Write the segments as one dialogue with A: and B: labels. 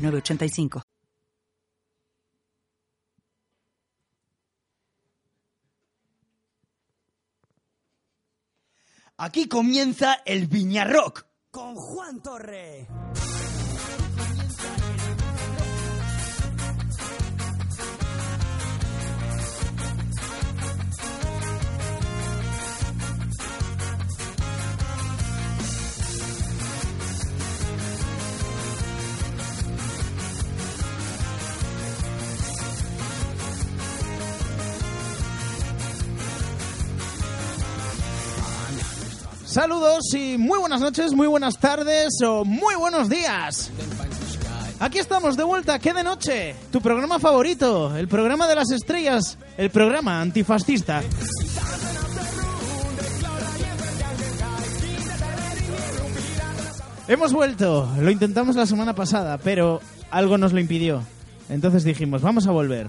A: 985.
B: Aquí comienza el Viñarrock.
C: Con Juan Torre.
B: Saludos y muy buenas noches, muy buenas tardes o muy buenos días. Aquí estamos de vuelta, ¿qué de noche? Tu programa favorito, el programa de las estrellas, el programa antifascista. Hemos vuelto, lo intentamos la semana pasada, pero algo nos lo impidió. Entonces dijimos, vamos a volver.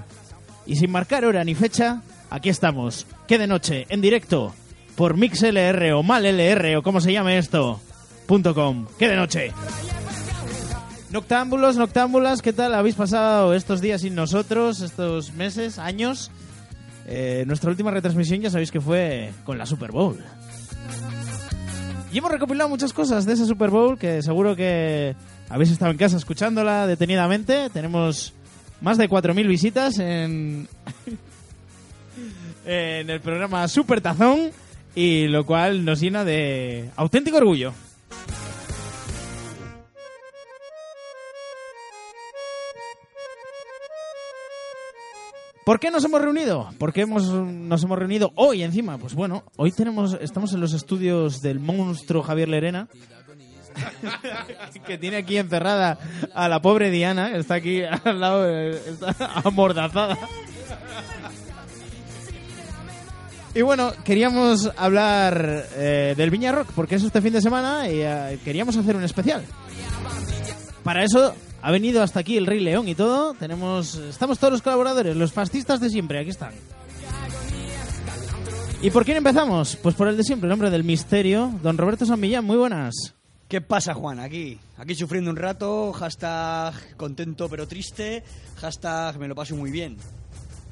B: Y sin marcar hora ni fecha, aquí estamos, ¿qué de noche? En directo, por MixLR o MalLR o como se llame esto, .com. ¡Qué de noche! Noctámbulos, noctámbulas, ¿qué tal habéis pasado estos días sin nosotros, estos meses, años? Eh, nuestra última retransmisión ya sabéis que fue con la Super Bowl. Y hemos recopilado muchas cosas de esa Super Bowl que seguro que habéis estado en casa escuchándola detenidamente. Tenemos más de 4.000 visitas en, en el programa Super Tazón y lo cual nos llena de auténtico orgullo. ¿Por qué nos hemos reunido? ¿Por qué hemos, nos hemos reunido hoy encima? Pues bueno, hoy tenemos, estamos en los estudios del monstruo Javier Lerena, que tiene aquí encerrada a la pobre Diana, que está aquí al lado, está amordazada. Y bueno, queríamos hablar eh, del Viña Rock, porque es este fin de semana y eh, queríamos hacer un especial. Para eso ha venido hasta aquí el Rey León y todo. Tenemos, estamos todos los colaboradores, los fascistas de siempre, aquí están. ¿Y por quién empezamos? Pues por el de siempre, el hombre del misterio, don Roberto San Millán, muy buenas.
C: ¿Qué pasa, Juan? Aquí, aquí sufriendo un rato, hashtag contento pero triste, hashtag me lo paso muy bien.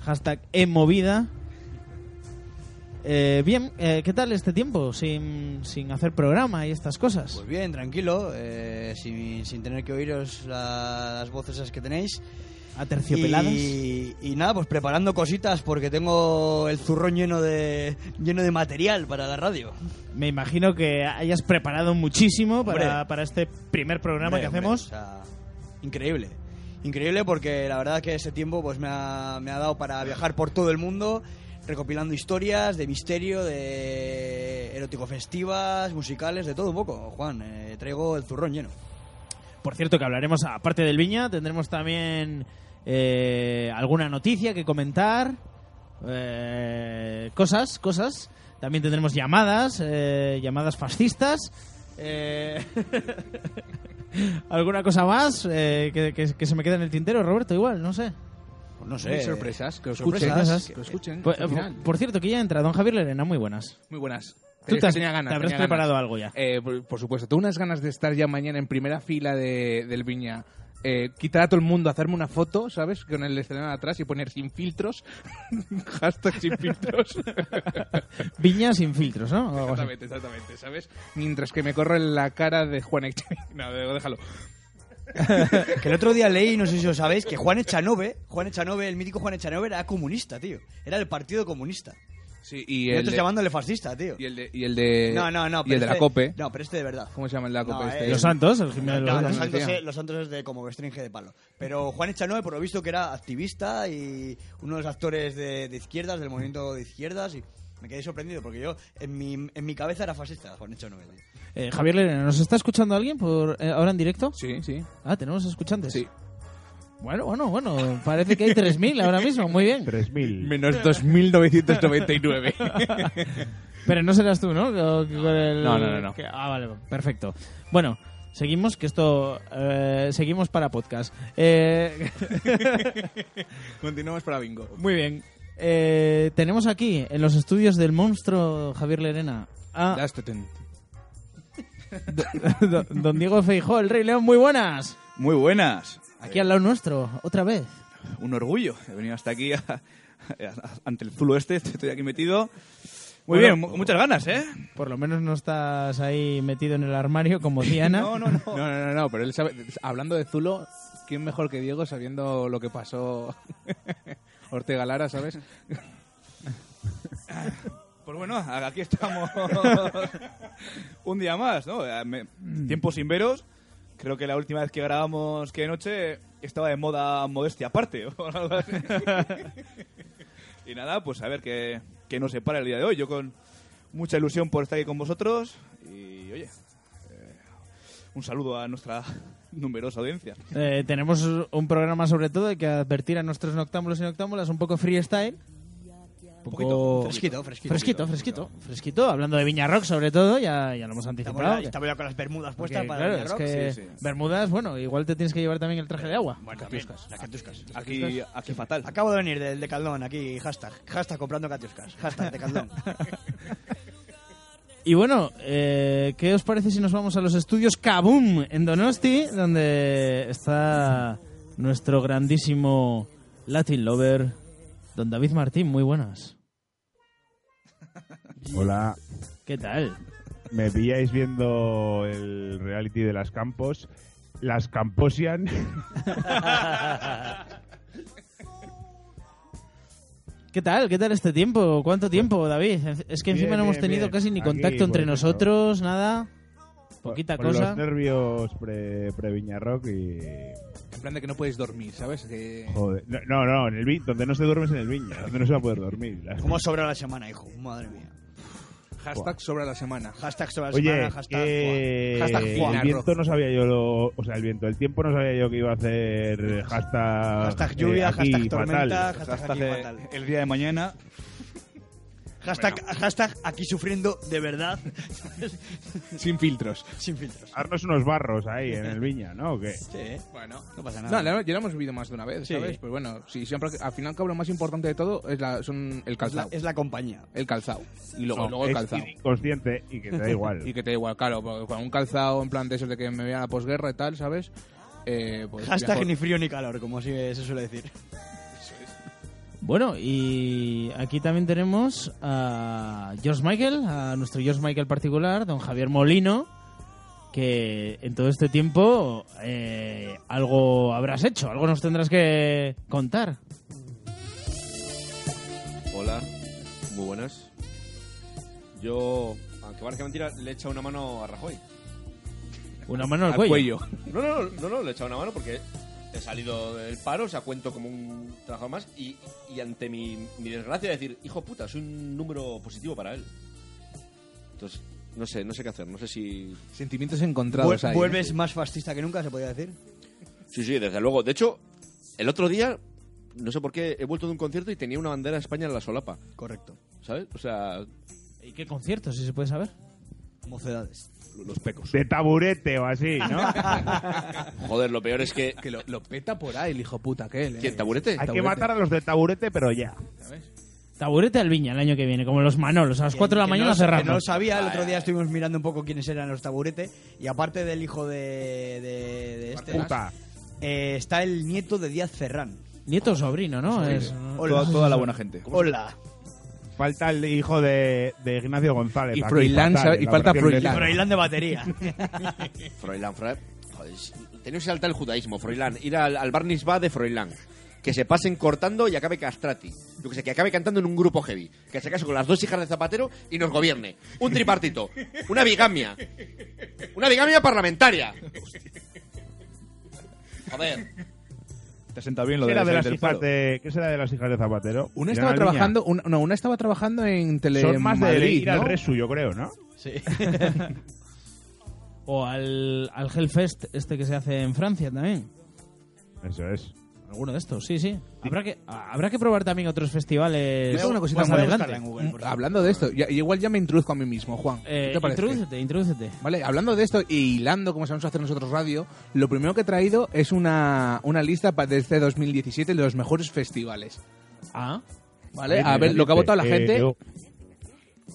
B: Hashtag emovida. Eh, bien, eh, ¿qué tal este tiempo sin, sin, hacer programa y estas cosas?
C: Pues bien, tranquilo, eh, sin, sin, tener que oíros la, las voces esas que tenéis.
B: Aterciopeladas.
C: Y, y nada, pues preparando cositas porque tengo el zurrón lleno de, lleno de material para la radio.
B: Me imagino que hayas preparado muchísimo para, para este primer programa hombre, que hacemos.
C: Hombre, o sea, increíble. Increíble porque la verdad que ese tiempo pues me ha, me ha dado para viajar por todo el mundo recopilando historias de misterio, de erótico festivas, musicales, de todo un poco. Juan, eh, traigo el zurrón lleno.
B: Por cierto, que hablaremos, aparte del Viña, tendremos también eh, alguna noticia que comentar. Eh, cosas, cosas. También tendremos llamadas, eh, llamadas fascistas.
D: Eh,
B: ¿Alguna cosa más eh, que, que, que se me queda en el tintero, Roberto? Igual, no sé
C: no sé.
D: sorpresas, que lo escuchen. Sorpresas, que lo escuchen
B: por, Pues, por, cierto, que ya entra don Javier Lerena, muy buenas.
D: Muy buenas.
B: Tú te, has, tenía ganas, te habrás tenía preparado ganas. algo ya.
D: Eh, por, por, supuesto, tengo unas ganas de estar ya mañana en primera fila de, del Viña. Eh, quitar a todo el mundo, hacerme una foto, ¿sabes? Con el escenario atrás y poner sin filtros. Hashtag sin filtros.
B: Viña sin filtros, ¿no?
D: Exactamente, exactamente, ¿sabes? Mientras que me corro en la cara de Juan Echenique. No, déjalo.
C: que el otro día leí, no sé si lo sabéis, que Juan Echanove, Juan Echanove, el mítico Juan Echanove era comunista, tío. Era del Partido Comunista.
D: Sí, y,
C: y
D: el
C: otros
D: de...
C: llamándole fascista, tío.
D: Y el de, y el de...
C: No, no, no.
D: Y el de
C: este...
D: la COPE.
C: No, pero este de verdad.
D: ¿Cómo se llama el de la COPE?
C: No,
D: este?
C: eh...
B: Los Santos, el gimnasio
C: no,
B: de
C: los, santos es, los Santos es de como que stringe de palo. Pero Juan Echanove, por lo visto, que era activista y uno de los actores de, de izquierdas, del movimiento de izquierdas y me quedé sorprendido porque yo en mi, en mi cabeza era fascista Juan hecho novela.
B: Eh, Javier Lerena, ¿nos está escuchando alguien por eh, ahora en directo?
D: Sí, sí.
B: Ah, tenemos escuchantes.
D: Sí.
B: Bueno, bueno, bueno. Parece que hay 3.000 ahora mismo. Muy bien.
E: 3.000.
D: Menos 2.999.
B: Pero no serás tú, ¿no? Con- con el-
D: No, no, no, no.
B: que- ah, vale. Perfecto. Bueno. Seguimos, que esto... eh, seguimos para podcast. Eh,
D: Continuamos para bingo.
B: muy bien. Eh, tenemos aquí, en los estudios del monstruo Javier Lerena, a do- don Diego Feijó, el Rey León. Muy buenas.
F: Muy buenas.
B: Aquí al lado nuestro, otra vez.
F: Un orgullo. He venido hasta aquí a- a- a- ante el zulo este. Estoy aquí metido. Muy
B: Bueno,
F: bien, mu- muchas ganas, ¿eh?
B: Por lo menos no estás ahí metido en el armario como Diana.
F: No, no, no.
D: No, no, no, no, pero él sabe. Hablando de Zulo, ¿quién mejor que Diego sabiendo lo que pasó Ortega Lara, ¿sabes?
F: Pues bueno, a- aquí estamos un día más, ¿no? Eh, me-
D: Mm.
F: Tiempos sin veros. Creo que la última vez que grabamos que noche estaba de moda modestia aparte. o algo así. y nada, pues a ver qué, qué nos separa el día de hoy. Yo con mucha ilusión por estar aquí con vosotros y oye, eh, un saludo a nuestra numerosa audiencia.
B: Eh, tenemos un programa sobre todo, hay que advertir a nuestros noctámbulos y noctámbulas un poco freestyle. Un poco...
C: Fresquito, fresquito.
B: Fresquito, fresquito, fresquito. Hablando de Viña Rock sobre todo, ya, ya lo hemos
C: Estamos
B: anticipado.
C: ya, estamos ya con las bermudas
B: Porque,
C: puestas para
B: claro,
C: el
B: es
C: rock.
B: que
F: sí, sí.
B: Bermudas, bueno, igual te tienes que llevar también el traje de agua.
C: Bueno, también, las catuscas.
F: Aquí, aquí fatal.
C: Acabo de venir del de Caldón, aquí, hashtag. Hashtag comprando catuscas. Hashtag de Caldón.
B: Y bueno, eh, ¿qué os parece si nos vamos a los estudios Kaboom en Donosti, donde está nuestro grandísimo Latin Lover, don David Martín? Muy buenas.
E: Hola.
B: ¿Qué tal?
E: Me pilláis viendo el reality de las campos. Las camposian.
B: ¿Qué tal? ¿Qué tal este tiempo? ¿Cuánto tiempo, David? Es que encima
E: Bien,
B: no hemos
E: bien,
B: tenido
E: bien.
B: casi ni
E: Aquí,
B: contacto entre
E: bueno.
B: nosotros, nada. Poquita
E: Con
B: cosa.
E: Los nervios pre, pre Viñarrock y.
D: En plan de que no podéis dormir, ¿sabes? Que-
E: Joder. No, No, no, en el vi- donde no se duerme es en el viña, donde no se va a poder dormir.
C: ¿Cómo sobra la semana, hijo? Madre mía.
D: Hashtag sobre la semana.
C: Hashtag sobra la
E: Oye,
C: semana, hashtag.
E: que
D: Hashtag
E: el
D: Viñarrock.
E: viento no sabía yo lo, o sea, el viento, el tiempo no sabía yo que iba a hacer hashtag,
C: Hashtag
E: eh,
C: lluvia,
E: aquí,
C: hashtag tormenta,
E: fatal.
C: hashtag,
F: Hasta
C: aquí
F: de-
C: fatal.
F: el día de mañana.
C: Hashtag, hashtag aquí sufriendo de verdad,
D: Sin filtros.
C: sin filtros.
E: Darnos unos barros ahí en el viña, ¿no? ¿O qué?
C: Sí, ¿eh?
D: Bueno.
C: no pasa
D: No,
C: nada.
D: la- ya lo hemos vivido más de una vez,
C: Sí.
D: ¿sabes? Pues bueno, sí, siempre, al final, cabo, lo más importante de todo es la, son el
C: es, la,
D: calzado.
C: es la compañía.
D: El calzado. Y luego,
E: No,
D: luego el
E: es
D: calzado.
E: inconsciente y que te da igual.
D: Y que te da igual, claro, porque con un calzado en plan de esos de que me voy a la posguerra y tal, ¿sabes? Eh, pues
C: Hashtag
D: mejor.
C: ni frío ni calor, como así
B: eh,
C: se suele decir.
B: Bueno, y aquí también tenemos a George Michael, a nuestro George Michael particular, don Javier Molino, que en todo este tiempo eh, algo habrás hecho, algo nos tendrás que contar.
G: Hola, muy buenas. Yo, aunque parezca mentira, le he echado una mano a Rajoy.
B: Una mano al,
D: al cuello.
G: No, no, no, no, no, le he echado una mano porque he salido del paro, o sea, cuento como un trabajador más y, y ante mi, mi desgracia decir, hijo puta, soy un número positivo para él. Entonces, no sé, no sé qué hacer, no sé si...
D: Sentimientos encontrados
C: Vuel-
G: ¿eh?
D: ahí. ¿eh?
C: Vuelves más fascista que nunca, se podría decir.
G: Sí, sí, desde luego. De hecho, el otro día, no sé por qué, he vuelto de un concierto y tenía una bandera de España en la solapa,
C: Correcto.
G: ¿sabes? O sea,
B: ¿Y qué concierto, si se puede saber?
C: Mocedades.
G: los pecos.
E: De taburete o así, ¿no?
G: Joder, lo peor es que...
D: Que lo, lo peta por ahí el hijo puta aquel. ¿eh?
G: ¿Quién,
C: Este,
G: taburete?
E: Hay que matar a los de taburete, pero ya.
B: Taburete al Viña el año que viene, como los Manolos, a las 4 de la
C: Que
B: mañana
C: no, lo- que No lo
B: cerramos.
C: sabía, el otro día estuvimos mirando un poco quiénes eran los taburete. Y aparte del hijo de, de, de este,
E: Puta.
C: eh, está el nieto de Díaz Ferrán.
B: Nieto o sobrino, ¿no? Es-
C: Hola.
F: Toda, toda la buena gente.
C: Hola.
E: Falta el hijo de, de Ignacio González.
D: Y
E: aquí,
D: Froilán,
E: fatal,
D: ¿sabes? Y
E: la
D: falta
E: versión
D: Froilán.
E: de-
C: Froilán de batería.
G: Froilán, Froilán. Joder, es- tenemos que saltar el judaísmo, Froilán. Ir al, al Bar Mitzvah de Froilán. Que se pasen cortando y acabe castrati. Yo que sé, que acabe cantando en un grupo heavy. Que se case con las dos hijas de Zapatero y nos gobierne. Un tripartito. Una bigamia. Una bigamia parlamentaria. Joder.
F: Te senta bien lo
E: ¿Qué,
F: de
E: será de
F: salir
E: las
F: del
E: hijas
F: paro.
E: de, ¿Qué será de las hijas de Zapatero?
D: Una
E: ¿Irán
D: estaba
E: al
D: trabajando, una, no, una estaba trabajando en
E: Viña?
D: Tele
E: Son más de
D: Madrid,
E: ir al
D: ¿no?
E: Resu, yo creo, ¿no?
B: O al, al Hellfest este que se hace en Francia también.
E: Eso es.
B: Alguno de estos, sí, sí. Habrá que, habrá que probar también otros festivales
C: Yo tengo una cosita
B: más
C: voy a
B: adelante.
C: buscarla en Google, por
D: Mm, Hablando de esto, ya- igual ya me introduzco a mí mismo, Juan. ¿Qué
B: Eh,
D: te parece?
B: introdúcete, introdúcete.
D: Vale, hablando de esto y hilando, como sabemos hacer nosotros radio, lo primero que he traído es una, una lista pa- este desde 2017 de los mejores festivales.
B: Ah,
D: ¿Vale? A ver, lo que ha votado la
E: Eh,
D: gente.
E: yo-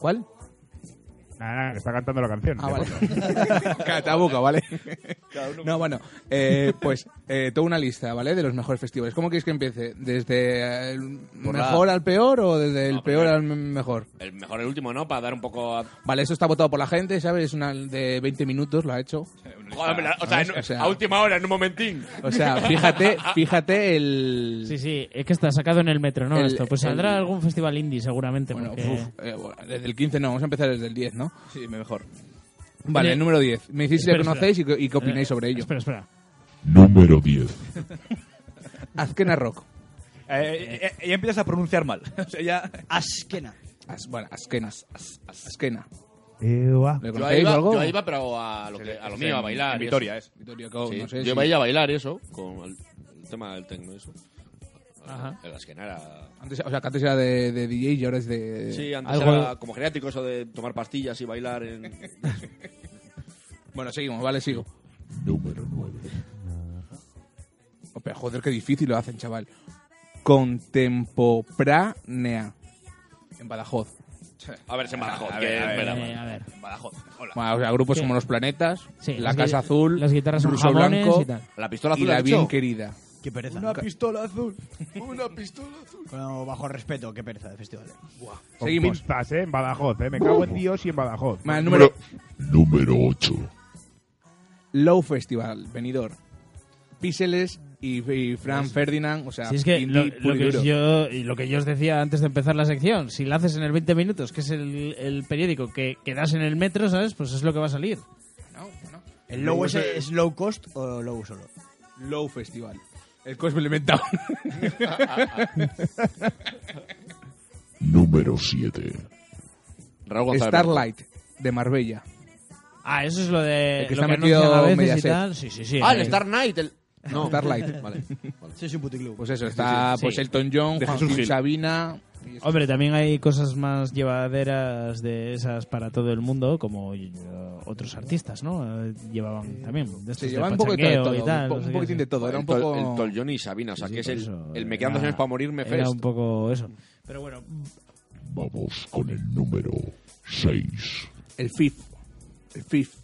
D: ¿Cuál?
E: Nada, nada, que está cantando la canción.
D: Ah,
E: de
D: vale.
E: fondo.
D: Cállate la boca, ¿vale? No, bueno, eh, pues eh, toda una lista, ¿vale? De los mejores festivales. ¿Cómo queréis que empiece? ¿Desde el
G: Por la-
D: mejor al peor o desde el
G: No,
D: peor
G: primero.
D: al m- mejor?
G: El mejor el último, ¿no? Para dar un poco... a-
D: Vale, eso está votado por la gente, ¿sabes? Es una de 20 minutos, lo ha hecho.
G: Joder, me la- o, sea, en-
D: O sea-
G: a última hora, en un momentín.
D: O sea, fíjate, fíjate el...
B: sí, sí, es que está sacado en el metro, ¿no?
D: El-
B: Esto. Pues saldrá
D: el-
B: algún festival indie seguramente.
D: Bueno,
B: porque-
D: uf, eh, bueno, desde el 15 no, vamos a empezar desde el 10, ¿no?
F: Sí, mejor.
D: Vale,
B: Oye,
D: el número 10. Me decís si lo
B: espera,
D: conocéis y,
B: espera.
D: qué- y qué opináis
B: Eh,
D: sobre ello.
B: Espera, espera.
H: Número 10.
D: Azkena Rock.
F: Eh, eh, eh, ya empiezas a pronunciar mal. O sea, ya...
C: Askena.
D: Az- bueno, Azkena. Azkena.
E: Ewa.
D: ¿Le
G: Yo ahí,
D: conocéis o
G: iba,
D: algo?
G: yo ahí iba, pero a lo, que- a lo mío, a bailar.
F: En
G: y
F: Vitoria,
G: eso.
F: es.
D: Vittorio Coe,
G: Sí,
D: no sé
G: yo
D: si-
G: iba a ir a bailar y eso, con el, el tema del tecno, eso.
B: Ajá.
G: El Askenara.
D: Antes, o sea, que antes era de, de DJ y ahora es de...
G: Sí, antes
B: algo-
G: era como geriátrico eso de tomar pastillas y bailar en...
D: Bueno, seguimos, vale, sigo.
H: Número 9.
D: Oh, pero joder, qué difícil lo hacen, chaval. Contempopranea. En Badajoz.
G: A ver, se Badajoz.
F: A
G: que-
F: ver, a ver,
G: espera,
F: a
B: Eh,
G: bueno.
B: a ver.
G: Badajoz. Hola.
D: Bueno, o sea, grupos
B: Sí.
D: como Los Planetas,
B: Sí,
D: La
B: las
D: Casa
B: guita-
D: Azul,
B: las guitarras son
D: Ruso
B: jamones
D: Blanco
B: y tal.
G: La pistola
D: y
G: azul
D: La
G: has
D: Bien
G: dicho?
D: Querida.
C: Qué pereza.
F: Una pistola azul. Una pistola azul.
C: Con bajo respeto, qué pereza de festival. eh.
E: Con
D: Seguimos.
E: pinzas, ¿eh? En Badajoz, ¿eh? Me cago en Dios y en Badajoz.
D: Vale, el número...
H: Número 8.
D: Low Festival, Benidorm, Píseles y, y Fran Ferdinand, o sea,
B: Pues Si es que lo,
D: indie
B: lo
D: puro y
B: que
D: duro.
B: yo, y lo que yo os decía antes de empezar la sección, si la haces en el 20 minutos, que es el, el periódico que, que das en el metro, ¿sabes? Pues es lo que va a salir.
D: No, no.
C: ¿El low es, es low cost o low solo?
D: Low Festival. El Cosme lo he inventado.
H: Número 7.
G: Raúl González.
D: Starlight de Marbella.
B: Ah, eso es lo de
D: El que
B: lo
D: está
B: que
D: metido
B: anuncian a veces
D: Mediaset.
B: y tal. Sí, sí, sí.
G: Ah, el
B: Eh,
G: Star Knight. El... No.
D: Starlight.
G: Vale.
C: Sí, es un puticlub.
D: Pues eso, está
B: Sí, sí.
D: pues Elton John,
G: De
D: Joaquín
G: Jesús Gil.
D: Sabina. y esto.
B: Hombre, también hay cosas más llevaderas de esas para todo el mundo, como eh, otros artistas, ¿no? Eh, Llevaban también. De estos
D: Se
B: de
D: lleva un poco de
B: pachangueo
D: todo,
B: y tal,
D: un, po-
B: no sé qué,
D: un poquitín
B: sí.
D: de todo. Era un
G: El Tol-
D: poco...
G: El Tol Johnny y Sabina, o sea,
B: Sí,
G: que es
B: por
G: el,
B: eso,
G: el me quedan dos
B: era-
G: años para morirme
B: Era
G: fest.
B: un poco eso. Pero bueno,
H: Vamos con el número 6.
D: el Fifth. El Fifth,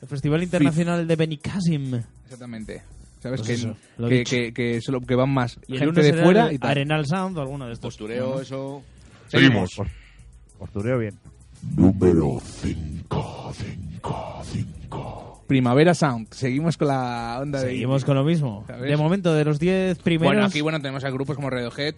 B: el Festival Internacional de Benicassim.
D: exactamente. ¿Sabes?
B: Pues
D: que,
B: eso, lo
D: que,
B: dicho.
D: que, que solo que van más
B: Y el
D: gente
B: lunes
D: de
B: será
D: fuera
B: el
D: y tal.
B: Arenal Sound o alguno de estos.
G: Postureo, eso.
E: Seguimos. Postureo bien.
H: Número 5. 5. 5.
D: Primavera Sound. Seguimos con la onda de...
B: Seguimos con lo mismo.
D: ¿Sabes?
B: De momento, de los 10 primeros.
D: Bueno, aquí bueno tenemos a grupos como Radiohead,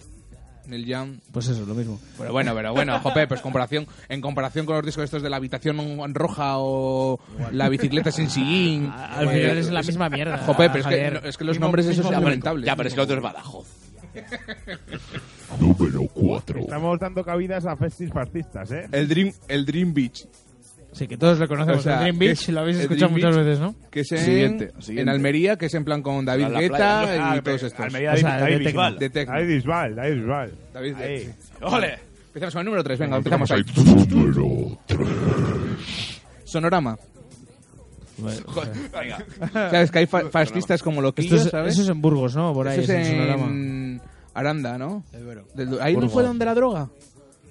D: Neil Young.
B: Pues eso, lo mismo.
D: Pero bueno, pero bueno, jope, pues comparación, en comparación con los discos estos de la habitación roja o la bicicleta sin sillín. eh,
B: A- Al final es la misma mierda.
D: Jope, pero es que,
B: Javier.
D: no- es que los nombres esos son lamentables.
G: Ya, pero es que el otro es Badajoz.
H: Número 4.
E: Estamos dando cabidas a festis fascistas, ¿eh?
D: El Dream, el Dream Beach,
B: Sí, que todos lo conocemos.
D: O sea,
B: El Dream
D: es-
B: Beach lo habéis
D: el
B: escuchado
D: Dream
B: muchas
D: Beach-
B: veces, ¿no?
D: que es en,
F: Siguiente, siguiente.
D: en Almería, que es en plan con David
G: La- la
D: Guetta
E: Ah,
G: playa, Ah,
D: y todos estos.
E: Almería,
B: O
E: David,
B: sea, de
E: David
B: tecno.
E: Bisbal.
D: De tecno.
E: David Bisbal, David Bisbal.
D: David
E: Ahí.
D: Guetta.
F: ¡Ole!
D: Empezamos con el número 3, venga, empezamos ahí.
H: Número 3.
D: Sonorama.
G: Joder, Venga.
D: Sabes que hay fa- fascistas como
B: Esto
D: loquillos,
B: es,
D: ¿sabes?
B: eso es en Burgos, ¿no? Por ahí,
D: Eso es
B: es en Sonorama.
D: en Aranda, ¿no?
C: El Duero.
D: Del- ahí no
B: Burgos.
D: fue donde la droga.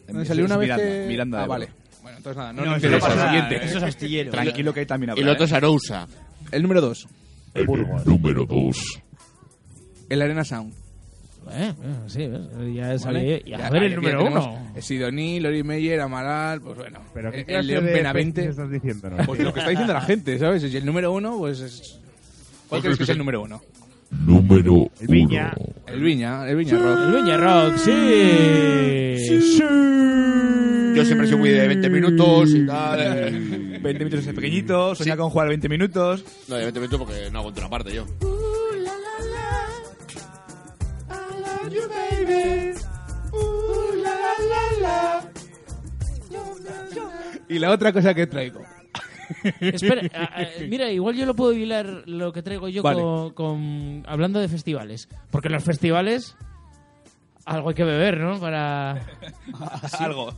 D: Donde
F: Eso
D: salió
F: es
D: una vez
F: Miranda,
D: que-
F: Miranda
D: ah,
F: de
D: vale.
F: Ebro.
D: Bueno, entonces nada, no, no
C: eso no
D: interesa.
C: pasa nada,
D: Siguiente.
C: Eso es astillero.
F: Tranquilo que ahí también habrá.
G: El otro
F: ¿eh?
G: es Arousa.
D: El número 2,
H: En el número 2.
D: el Arena Sound.
B: Eh, eh, sí, ves, ya es
D: ¿vale?
B: ahí. Y a
D: Ya,
B: ver
D: ahí
B: el
D: aquí
B: número
D: tenemos
B: uno.
D: Sidoní, Lori Meyer, Amaral, pues bueno.
E: Pero ¿qué
D: el-
E: clase
D: el León
E: de
D: Benavente.
E: festis estás diciendo? no?
D: Pues lo que está diciendo la gente, ¿sabes? Y el número uno, pues es. ¿Cuál crees que es el número uno?
H: Número 1.
E: El Viña.
D: El Viña, el Viña Rock.
B: El Viña Rock, sí.
G: Yo siempre soy muy de 20 minutos y tal. eh.
F: 20 minutos es pequeñito, soñaba con jugar 20 minutos.
G: No, de 20 minutos porque no hago otra parte yo.
D: Y la otra cosa que traigo.
B: Espera, a- a- mira, igual yo lo puedo hilar lo que traigo yo
D: Vale.
B: con, con- hablando de festivales. Porque en los festivales algo hay que beber, ¿no? Para
F: Algo.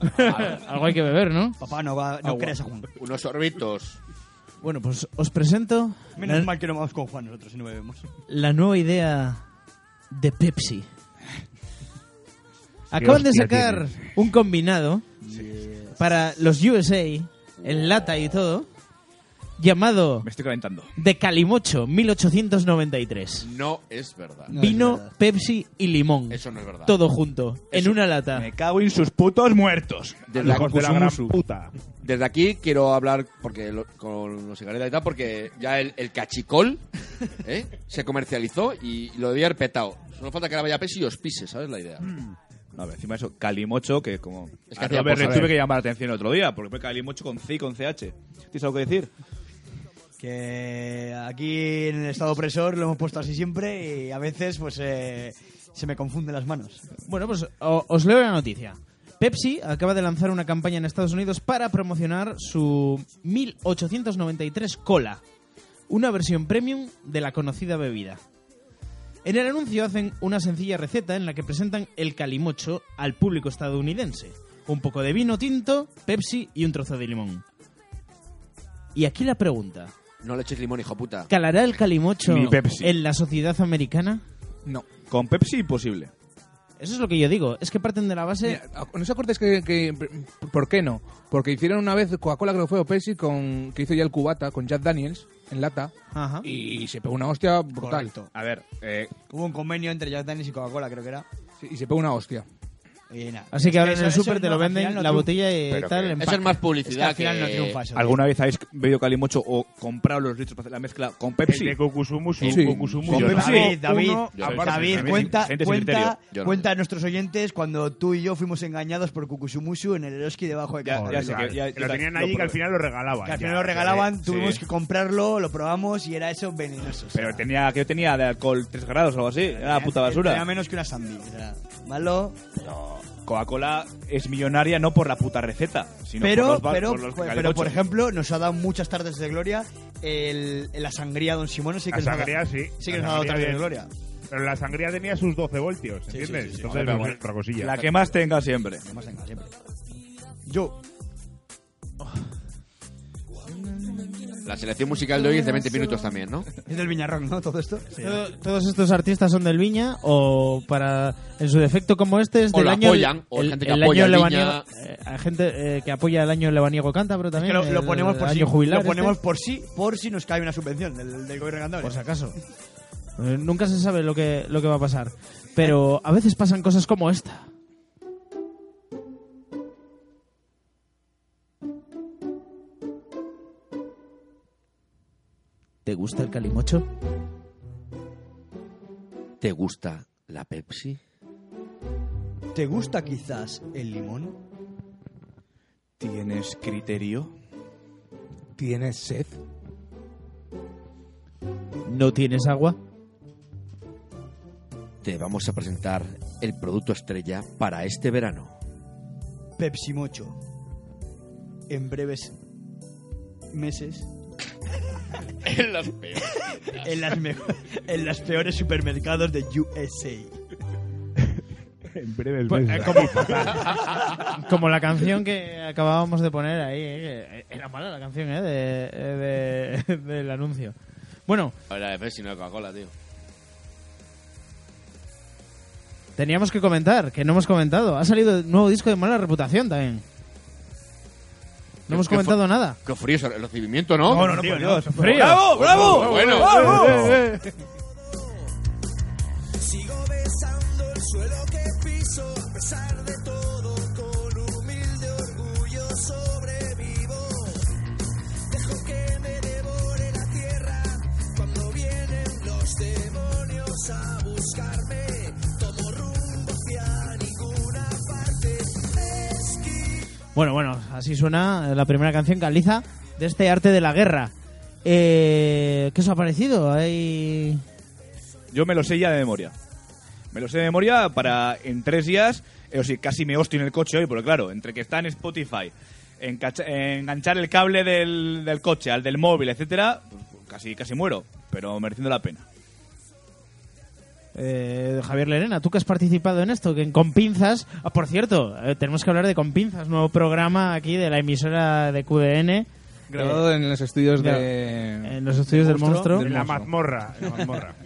B: algo hay que beber, ¿no?
C: ¿Ah, Papá, no, va, no creas a Juan.
G: Unos sorbitos.
B: Bueno, pues os presento
C: Menos mal que no vamos con Juan nosotros y no bebemos.
B: la nueva idea de Pepsi.
E: Qué
B: Acaban de
E: hostia
B: sacar un combinado para los USA en lata y todo llamado
F: Me estoy calentando.
B: de Calimocho 1893.
G: No es verdad.
C: No, es
B: Vino,
C: verdad.
B: Pepsi y limón.
G: Eso no es verdad.
B: Todo junto, en una lata.
F: Me cago en sus putos muertos.
G: Desde,
E: Hijos de la gran puta.
G: desde aquí quiero hablar porque lo- con los cigaretas y tal, porque ya el, el cachicol ¿eh? se comercializó y lo debía haber petado. Solo falta que la vaya a Pepsi y os pise, ¿sabes la idea?
F: No, a ver, encima de eso, Calimocho, que como.
G: Es que
F: Es que
G: hacía eh.
F: Robert
G: cosas,
F: le
G: a
F: tuve
G: ver.
F: que llamar la atención el otro día, porque fue Calimocho con C y con CH. ¿Tienes algo que decir?
C: Que aquí en el estado opresor lo hemos puesto así siempre y a veces pues eh, se me confunden las manos.
B: Bueno, pues o- os leo la noticia. Pepsi acaba de lanzar una campaña en Estados Unidos para promocionar su 1893 Cola, una versión premium de la conocida bebida. En el anuncio hacen una sencilla receta en la que presentan el calimocho al público estadounidense. Un poco de vino tinto, Pepsi y un trozo de limón. Y aquí la pregunta.
G: No le eches limón, hijo puta.
B: ¿Calará el calimocho
F: Ni Pepsi.
B: en la sociedad americana?
D: No.
F: Con Pepsi, imposible.
B: Eso es lo que yo digo. Es que parten de la base...
D: Mira, ¿No os acordáis que, que- ¿Por qué no? Porque hicieron una vez Coca-Cola, creo que fue, o Pepsi, con, que hizo ya el cubata con Jack Daniels en lata.
B: Ajá.
D: Y se pegó una hostia brutal.
C: Correcto.
F: A ver, eh,
C: Hubo un convenio entre Jack Daniels y Coca-Cola, creo que era.
D: Sí, y se pegó una hostia.
C: Y nada.
B: Así que
C: Es
B: ahora en
C: eso-
B: el
C: eso
B: súper te
C: no-
B: lo
C: al final
B: venden
C: no
B: la
C: triunfa.
B: botella y
F: Pero
B: tal.
F: que-
B: en
G: Eso es más publicidad
C: Es que al final no
G: que-
C: triunfa eso.
F: ¿alguna vez habéis bebido Calimocho o comprado los litros para hacer la mezcla con Pepsi?
E: El de Kokusumu, su
D: Sí.
E: Kokusumu,
G: Sí,
E: yo
G: David,
E: tengo
C: David,
E: uno
G: Yo
E: aparte.
C: David,
E: También
C: cuenta,
F: gente sin
C: cuenta,
G: Yo no
C: cuenta
G: sé.
C: a nuestros oyentes cuando tú y yo fuimos engañados por Kukusumusu en el Eroski debajo de
F: Ya,
C: Coca-Cola.
F: ya sé que- ya-
E: Que lo
F: ya-
E: tenían
F: lo
E: allí que
F: probé.
E: al final lo regalaban.
C: Que al
E: ya,
C: final lo regalaban,
F: sí.
C: tuvimos que comprarlo, lo probamos y era eso venenoso. o sea,
F: Pero tenía, que yo tenía de alcohol 3 grados o algo así. Era la puta
C: Era
F: basura.
C: menos que una sandía. o sea, malo,
F: Coca-Cola es millonaria no por la puta receta, sino por
C: pero,
F: los bar-
C: pero,
F: por los
C: joder,
F: Calimocho.
C: pero por ejemplo, nos ha dado muchas tardes de gloria el, la sangría Don Simón. Sí que
E: La
C: nos ha dado-
E: sangría, sí.
C: Sí que
E: La
C: nos ha dado
E: sangría
C: tardes de
E: bien.
C: gloria.
E: Pero la sangría tenía sus 12 voltios,
C: sí,
E: ¿entiendes?
C: sí, sí.
E: Entonces,
G: Pero
E: no
G: bueno.
E: es otra cosilla.
F: La que más tenga siempre.
C: Más venga, siempre. Yo,
G: La selección musical de hoy es de 20 minutos también, ¿no?
C: es del Viñarrón, ¿no? Todo esto. Sí.
B: Todo- todos estos artistas son del Viña o para en su defecto como este es
G: O
B: del
G: lo
B: año
G: apoyan, o hay gente que apoya al
B: lebaniego- eh, hay gente eh, que apoya el año lebaniego canta pero
C: Es
B: también
C: que lo, lo
B: el
C: ponemos por si
B: año jubilar
C: lo ponemos
B: este.
C: por si por si nos cae una subvención del, del gobierno de Cantabria.
B: por si acaso Eh, nunca se sabe lo que lo que va a pasar pero a veces pasan cosas como esta ¿Te gusta el calimocho?
G: ¿Te gusta la Pepsi?
C: ¿Te gusta quizás el limón?
F: ¿Tienes criterio?
D: ¿Tienes sed?
B: ¿No tienes agua?
G: Te vamos a presentar el producto estrella para este verano.
C: Pepsi Mocho. En breves meses
G: En las peores.
C: en las mejo- en las peores supermercados de USA.
E: En breves
B: Pues,
E: meses.
B: eh, como, como la canción que acabábamos de poner ahí, eh, que era mala la canción eh, de- eh, de- del anuncio. Bueno,
G: Ahora de Pepsi, no de Coca-Cola, tío.
B: teníamos que comentar, que no hemos comentado. Ha salido el nuevo disco de mala reputación también. No hemos
G: ¿Qué fue?
B: comentado nada.
G: Ah, Qué frío es el recibimiento, ¿no?
F: no,
E: Tío,
F: por
E: no,
F: Dios.
E: eso fue-
F: ¡Frío! ¡Bravo, bravo!
G: Bueno.
F: ¡Bravo!
I: Eh,
B: Bueno, bueno, así suena la primera canción caliza de este arte de la guerra. Eh, ¿Qué os ha parecido? Hay...
F: Yo me lo sé ya de memoria. Me lo sé de memoria para en tres días. eh, o sea, casi me hostio en el coche hoy, porque claro, entre que está en Spotify, encacha- enganchar el cable del, del coche al del móvil, etcétera, pues, casi, casi muero, pero mereciendo la pena.
B: Eh, Javier Lerena, tú que has participado en esto, que en Compinzas, ah, por cierto, eh, tenemos que hablar de Compinzas, nuevo programa aquí de la emisora de QDN,
D: Grabado en los estudios
B: mira,
D: de...
B: Eh, en los estudios del monstruo.
E: En la
D: Hermoso.
E: mazmorra. En la mazmorra.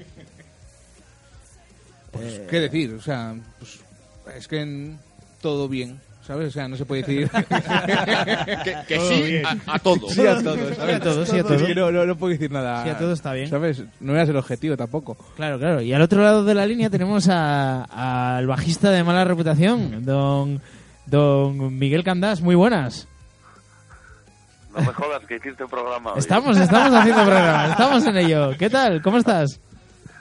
D: Pues, ¿Qué decir? O sea, pues, es que en- todo bien, ¿sabes? O sea, no se puede decir...
G: Que, que
E: Todo
G: sí
E: bien.
G: a, a todo.
D: sí a todo,
B: Sí a
D: ¿sabes?
B: todo, sí a todo.
D: Es que no, no, no puedo decir nada.
B: Sí a todo está bien.
D: ¿Sabes? No era el objetivo tampoco.
B: Claro, claro. Y al otro lado de la línea tenemos a- al bajista de mala reputación, don, don Miguel Candás. Muy buenas.
J: No me jodas que hiciste un programa. hoy.
B: Estamos, estamos haciendo programa, estamos en ello. ¿Qué tal? ¿Cómo estás?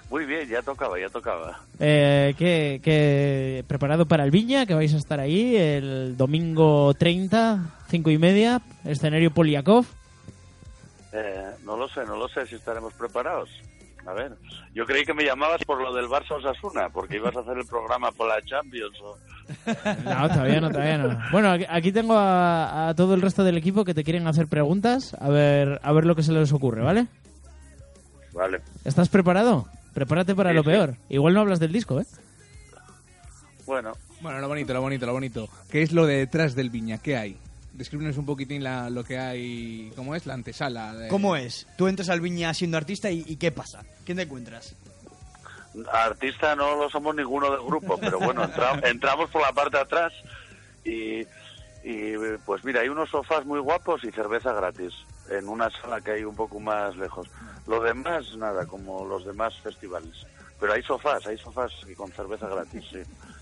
J: Muy bien, ya tocaba, ya tocaba.
B: Eh, ¿qué, qué- preparado para el Viña? Que vais a estar ahí el domingo 30, 5 y media, escenario Poliakov.
J: Eh, no lo sé, no lo sé si estaremos preparados. A ver, yo creí que me llamabas por lo del Barça Osasuna, porque ibas a hacer el programa por la Champions. o-
B: No, todavía no, todavía no. Bueno, aquí- aquí tengo a, a todo el resto del equipo que te quieren hacer preguntas. A ver, a ver lo que se les ocurre, ¿vale?
J: Vale.
B: ¿Estás preparado? Prepárate para
J: Sí,
B: lo
J: sí.
B: peor. Igual no hablas del disco, ¿eh?
J: Bueno,
D: Bueno, lo bonito, lo bonito, lo bonito. ¿Qué es lo de detrás del viña? ¿Qué hay? Descríbenos un poquitín la- lo que hay... ¿Cómo es? La antesala. de-
C: ¿Cómo es? Tú entras al Viña siendo artista y, y ¿qué pasa? ¿Quién te encuentras?
J: artista no lo somos ninguno del grupo, pero bueno, entra- entramos por la parte de atrás y, y, pues mira, hay unos sofás muy guapos y cerveza gratis en una sala que hay un poco más lejos. Lo demás, nada, como los demás festivales. Pero hay sofás, hay sofás y con cerveza gratis, sí.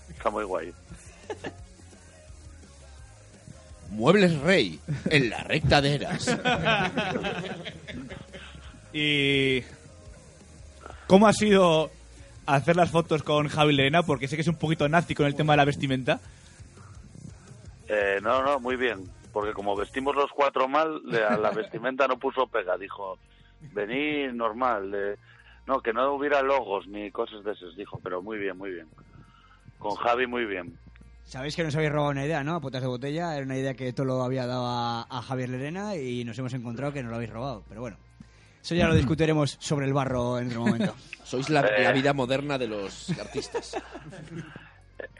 J: Está muy guay.
G: Muebles Rey, en la recta de Eras.
F: Y. ¿Cómo ha sido hacer las fotos con Javi Lerena? Porque sé que es un poquito nazi con el tema de la vestimenta.
J: Eh, no, no, muy bien. Porque como vestimos los cuatro mal, le- a la vestimenta no puso pega. Dijo, vení normal. eh, no, que no hubiera logos ni cosas de esas. Dijo, pero muy bien, muy bien. Con Javi, muy bien.
C: Sabéis que nos habéis robado una idea, ¿no? A Potas de botella. Era una idea que todo lo había dado a, a Javier Lerena y nos hemos encontrado que nos lo habéis robado. Pero bueno, eso ya lo discutiremos sobre el barro en otro momento.
G: Sois la, la vida moderna de los artistas.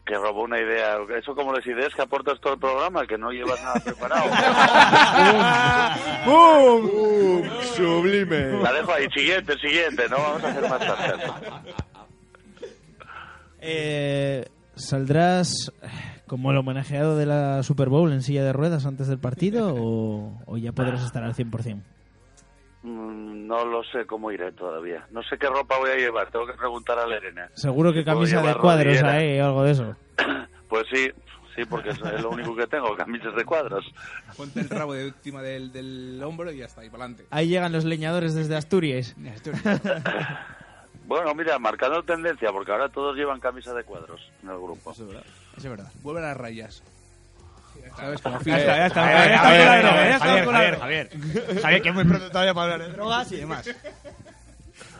J: Que robó una idea. Eso como las ideas que aportas todo el programa, que no llevas nada preparado.
G: Sublime.
J: La dejo ahí. Siguiente, siguiente. No vamos a hacer más tarjetas.
B: Eh, ¿Saldrás eh, como el homenajeado de la Super Bowl en silla de ruedas antes del partido o, o ya podrás estar al 100%?
J: Mm, No lo sé cómo iré todavía. No sé qué ropa voy a llevar. Tengo que preguntar a Lerena.
B: Seguro que
J: Si puedo
B: camisa de
J: llevar
B: cuadros
J: rodillera.
B: ahí o algo de eso.
J: Pues sí, sí, porque es es lo único que tengo, camisas de cuadros.
D: Ponte el rabo de víctima del, del hombro y ya está, y para adelante.
B: Ahí llegan los leñadores desde Asturias.
J: Bueno, mira, marcando tendencia, porque ahora todos llevan camisa de cuadros en el grupo.
D: Vuelve a las rayas. ¿Sabes? Como
F: Ya está,
D: Phil.
F: ya está.
E: Javier,
F: Ya está
E: Javier,
F: colado,
E: Javier,
F: ya está
E: Javier,
F: colado.
E: Javier, Javier. Javier, que es muy pronto todavía para hablar. ¿eh?
C: Drogas y demás.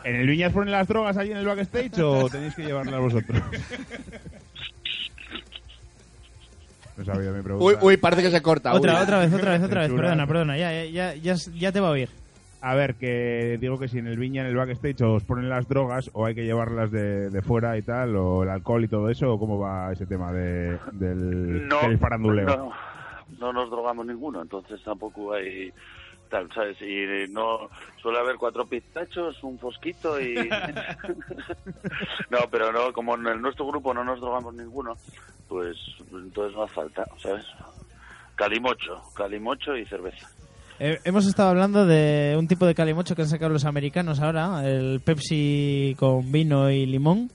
E: ¿En el Viñas ponen las drogas ahí en el backstage o tenéis que llevarlas vosotros? No sabía mi pregunta.
G: Uy, uy, parece que se corta. uy.
B: Otra, otra vez, otra vez, otra vez.
E: Censura.
B: Perdona, perdona. Ya, ya, ya, ya- ya te va a oír.
E: A ver, que digo que si en el Viña, en el backstage, os ponen las drogas o hay que llevarlas de, de fuera y tal, o el alcohol y todo eso, o cómo va ese tema de, del, del faranduleo.
J: no, no nos drogamos ninguno, entonces tampoco hay tal, ¿sabes? Y eh, no suele haber cuatro pistachos, un fosquito y no, pero no, como en el nuestro grupo no nos drogamos ninguno, pues entonces no hace falta, ¿sabes? Calimocho, calimocho y cerveza.
B: Eh, hemos estado hablando de un tipo de calimocho que han sacado los americanos ahora, el Pepsi con vino y limón.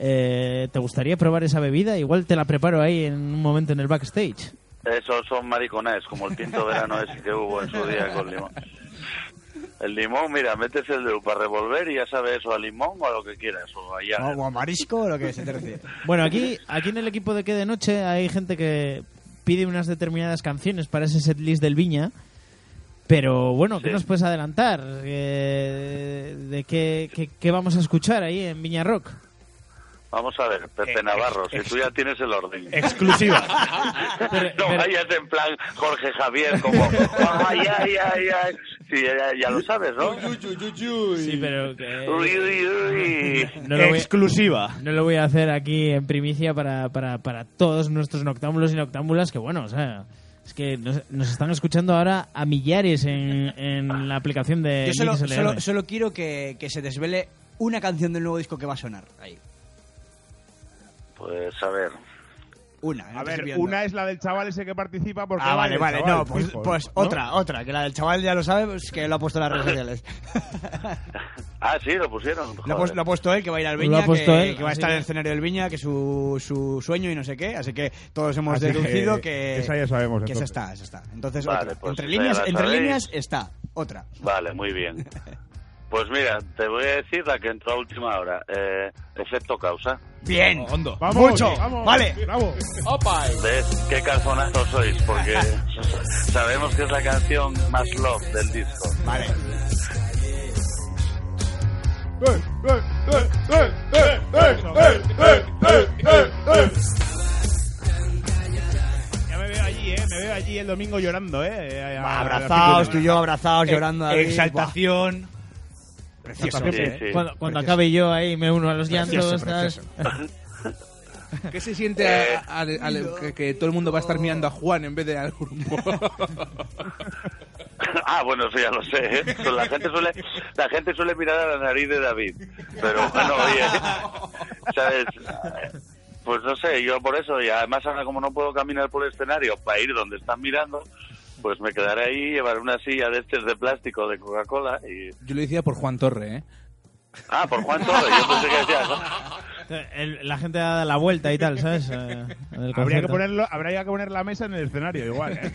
B: Eh, ¿Te gustaría probar esa bebida? Igual te la preparo ahí en un momento en el backstage.
J: Esos son maricones, como el pinto verano ese que hubo en su día con limón. El limón, mira, metes el dedo para revolver y ya sabes, o a limón o a lo que quieras, o allá.
C: O a marisco o lo que se te refiere.
B: Bueno, aquí, aquí en el equipo de Que de Noche hay gente que pide unas determinadas canciones para ese setlist del Viña. Pero bueno, ¿qué
J: Sí.
B: nos puedes adelantar? Eh, ¿De qué, qué- qué vamos a escuchar ahí en Viña Rock?
J: Vamos a ver, Pepe
B: Eh,
J: Navarro, si
B: ex-
J: tú ya tienes el orden.
B: Exclusiva. Pero-
J: no
B: pero-
J: vayas en plan Jorge Javier, como, ay, ay, ay, ay. Sí, ya, ya lo sabes, ¿no?
B: Sí, pero que-
J: Uy, uy, uy.
B: no, lo voy,
F: Exclusiva.
B: no lo voy a hacer aquí en primicia para, para, para todos nuestros noctámbulos y noctámbulas, que bueno, o sea, es que nos, nos están escuchando ahora a millares en, en la aplicación de
C: Yo solo,
B: XLR.
C: solo, solo quiero que, que se desvele una canción del nuevo disco que va a sonar. Ahí.
J: Pues a ver,
C: Una. ¿eh? no
E: A
C: te estoy
E: ver,
C: viendo.
E: una es la del chaval ese que participa porque...
C: Ah, vale,
E: del
C: vale.
E: chaval,
C: No, pues,
E: fijo,
C: pues
E: ¿no?
C: otra, otra. Que la del chaval ya lo sabe, pues, que lo ha puesto en las redes sociales.
J: ah, sí, lo pusieron.
C: Lo ha,
J: joder.
C: pues- lo ha puesto él, que va a ir al
B: Lo
C: Viña,
B: ha puesto
C: que,
B: él,
C: que va a
B: así
C: estar en el
B: que-
C: escenario del Viña, que es su, su sueño y no sé qué. Así que todos hemos
E: Así
C: deducido que,
E: que- esa ya sabemos,
C: que esa
E: entonces.
C: está, esa está. Entonces,
J: Vale,
C: otra.
J: pues
C: entre
J: esa ya
C: líneas,
J: la
C: entre
J: sabéis.
C: líneas está otra.
J: Vale, muy bien. Pues mira, te voy a decir la que entró a última hora. Eh, efecto causa.
C: Bien.
F: Hondo.
E: ¡Vamos!
C: Mucho.
E: ¡Vamos!
C: Vale.
E: ¡Bravo!
J: ¿Ves qué calzonazo sois? Porque sabemos que es la canción más love del disco.
C: Vale.
E: Ya me veo allí, ¿eh? Me veo allí el domingo llorando, ¿eh? A- a- a-
C: Abrazados,
E: a-
C: tú y yo
F: Ah,
C: abrazados,
E: Eh,
C: llorando. David.
E: Exaltación.
C: Buah, Precioso.
J: Sí, sí.
B: Cuando,
C: Precioso.
B: cuando acabe yo ahí me uno a los llantos. ¿sabes?
D: ¿Qué se siente a- a- al- al- que, que todo el mundo va a estar mirando a Juan en vez de al grupo?
J: Ah, bueno, eso ya lo sé. ¿eh? La gente suele, la gente suele mirar a la nariz de David. Pero bueno, oye, ¿sabes? Pues no sé, yo por eso, y además ahora como no puedo caminar por el escenario para ir donde están mirando, pues me quedaré ahí, llevaré una silla de estos de plástico de Coca-Cola y...
D: Yo lo decía por Juan Torre, ¿eh?
J: Ah, por Juan Torres, yo pensé que decías... ¿no?
B: El- la gente da la vuelta y tal, ¿sabes? Eh, en el
E: Habría que,
B: concierto.
E: ponerlo, habría que poner la mesa en el escenario, igual. ¿eh?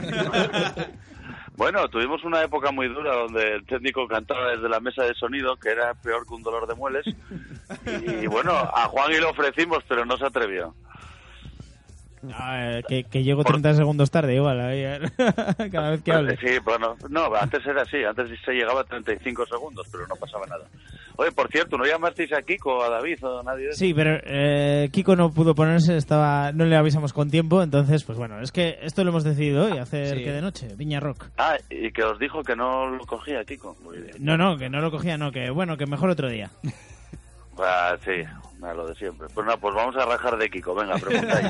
J: Bueno, tuvimos una época muy dura donde el técnico cantaba desde la mesa de sonido, que era peor que un dolor de mueles. Y bueno, a Juan y lo ofrecimos, pero no se atrevió.
B: A ver, que, que llego 30 segundos tarde igual, ahí, a ver, cada vez que hable.
J: Sí, bueno, no, antes era así, antes se llegaba a 35 segundos, pero no pasaba nada. Oye, por cierto, ¿no llamasteis a Kiko, a David o a nadie? de esos?
B: Sí, pero eh, Kiko no pudo ponerse, estaba no le avisamos con tiempo, entonces, pues bueno, es que esto lo hemos decidido hoy, hacer
C: Sí.
B: que de noche, Viña Rock.
J: Ah, y que os dijo que no lo cogía Kiko. Muy bien.
B: No, no, que no lo cogía, no, que bueno, que mejor otro día.
J: Ah, sí, nada, lo de siempre. Pues no, pues vamos a rajar de Kiko, venga, preguntáis.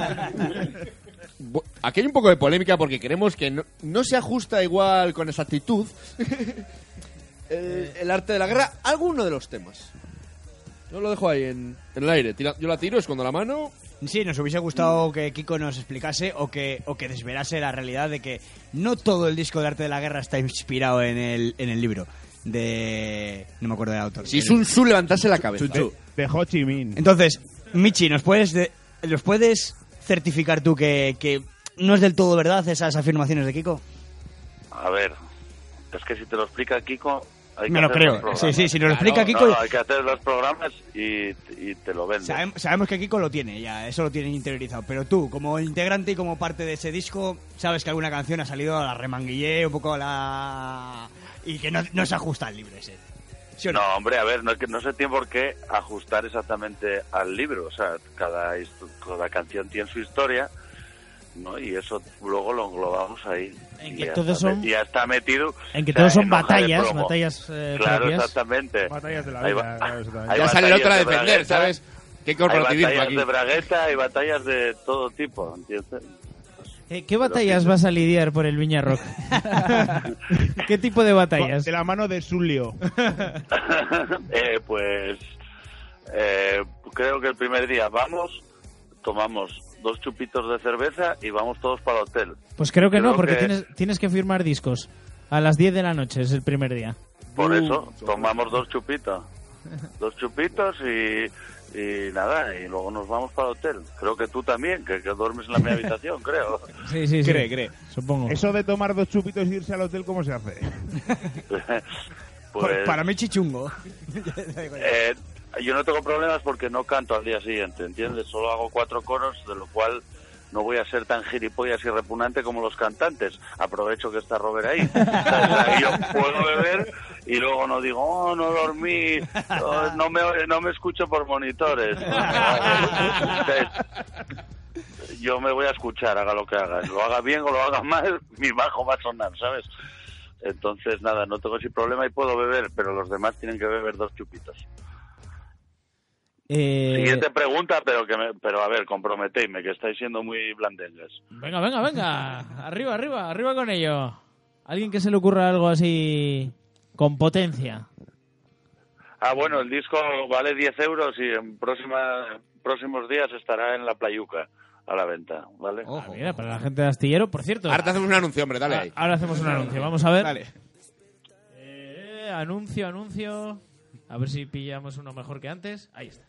G: Bu- Aquí hay un poco de polémica porque queremos que no, no se ajusta igual con exactitud el, el arte de la guerra a alguno de los temas. Yo lo dejo ahí en, en el aire. Tira- yo la tiro, escondo la mano.
C: Sí, nos hubiese gustado que Kiko nos explicase o que, o que desvelase la realidad de que no todo el disco de arte de la guerra está inspirado en el, en el libro de... No me acuerdo del autor.
G: Si
C: El-
G: Sun Tzu levantase la cabeza.
E: De Ho Chi Minh.
C: Entonces, Michi, ¿nos puedes, de- ¿nos puedes certificar tú que, que no es del todo verdad esas afirmaciones de Kiko?
J: A ver, es que si te lo explica Kiko... Hay que
C: Me lo
J: hacer
C: creo.
J: los programas.
C: Sí, sí, si nos lo explica
J: No,
C: Kiko...
J: no, hay que hacer los programas y, y te lo venden.
C: sabem- sabemos que Kiko lo tiene, ya, eso lo tiene interiorizado. Pero tú, como integrante y como parte de ese disco, sabes que alguna canción ha salido a la remanguillé, un poco a la. y que no, no se ajusta al libro ese. ¿Sí o no?
J: No, hombre, a ver, no, que- no sé tiene por qué ajustar exactamente al libro. O sea, cada, hist- cada canción tiene su historia, ¿no? Y eso luego lo englobamos ahí.
B: En
J: Y
B: que
J: ya
B: todos
J: está me-
B: son-
J: Y ya está metido.
B: En que
J: o sea,
B: todos son
J: en hoja de
B: batallas,
J: promo.
B: batallas eh,
J: Claro,
B: propias.
J: exactamente.
E: Batallas de la
J: Ahí
E: vida.
J: va-
E: claro, eso también.
J: ahí
G: ya
J: va-
G: sale el otro a
J: batallas de
G: defender,
J: bragueta.
G: ¿sabes? Qué
J: Hay
G: corporativismo
J: batallas
G: aquí.
J: de bragueta, hay batallas de todo tipo, ¿entiendes?
B: Eh, ¿Qué batallas vas a lidiar por el Viña Rock? ¿Qué tipo de batallas?
E: De la mano de Zulio.
J: Eh, pues eh, creo que el primer día vamos, tomamos dos chupitos de cerveza y vamos todos para el hotel.
B: Pues creo que no,
J: creo
B: porque
J: que-
B: tienes, tienes que firmar discos. A las 10 de la noche es el primer día.
J: Por
B: Uh.
J: eso tomamos dos chupitos. Dos chupitos y, y nada, y luego nos vamos para el hotel. Creo que tú también, que, que duermes en la mi habitación, creo.
B: Sí, sí, sí.
C: Cree, cree.
B: Supongo.
E: Eso de tomar dos chupitos y irse al hotel, ¿cómo se hace?
J: Pues,
C: Para mí, chichungo.
J: eh, yo no tengo problemas porque no canto al día siguiente, ¿entiendes? Solo hago cuatro coros, de lo cual no voy a ser tan gilipollas y repugnante como los cantantes. Aprovecho que está Robert ahí. Entonces, ahí yo puedo beber y luego no digo, oh, no dormí, oh, no, me, no me escucho por monitores. Entonces, yo me voy a escuchar, haga lo que haga. Lo haga bien o lo haga mal, mi bajo va a sonar, ¿sabes? Entonces, nada, no tengo ese problema y puedo beber, pero los demás tienen que beber dos chupitos.
B: Eh,
J: Siguiente pregunta, pero que me- pero a ver, comprometéisme, que estáis siendo muy blandengues.
B: Venga, venga, venga. Arriba, arriba, arriba con ello. Alguien que se le ocurra algo así con potencia.
J: Ah, bueno, el disco vale 10 euros y en próxima, próximos días estará en la Playuca a la venta, ¿vale?
B: Ah, mira, para la gente de Astillero, por cierto.
G: Ahora te hacemos un anuncio, hombre, dale
B: a-
G: ahí.
B: Ah, ahora hacemos un anuncio, vamos a ver.
F: Dale.
B: Eh, anuncio, anuncio. A ver si pillamos uno mejor que antes. Ahí está.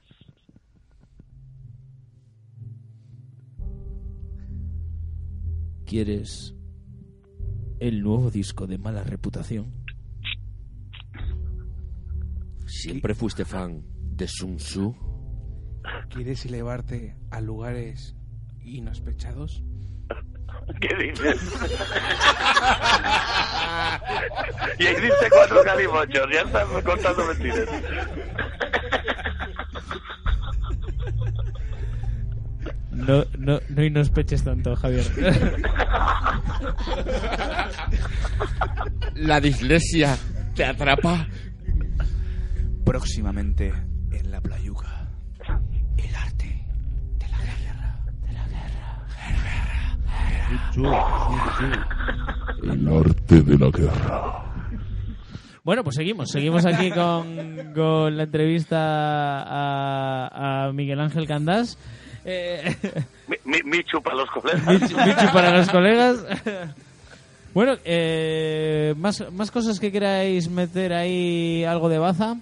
B: ¿Quieres el nuevo disco de mala reputación?
G: Siempre fuiste fan de Sun Tzu.
D: ¿Quieres elevarte a lugares inaspechados?
J: ¿Qué dices? y ahí dice cuatro calimochos, ya estás contando mentiras.
B: No, no, no inospeches tanto, Javier.
G: La dislexia te atrapa.
F: Próximamente en la playuca. El arte de la guerra.
H: El arte de la guerra.
B: Bueno, pues seguimos, seguimos aquí con, con la entrevista a, a Miguel Ángel Candás. Eh,
J: Mi, mi, Michu para los colegas.
B: Michu Michu para los colegas. Bueno, eh, más, más cosas que queráis meter ahí, algo de baza.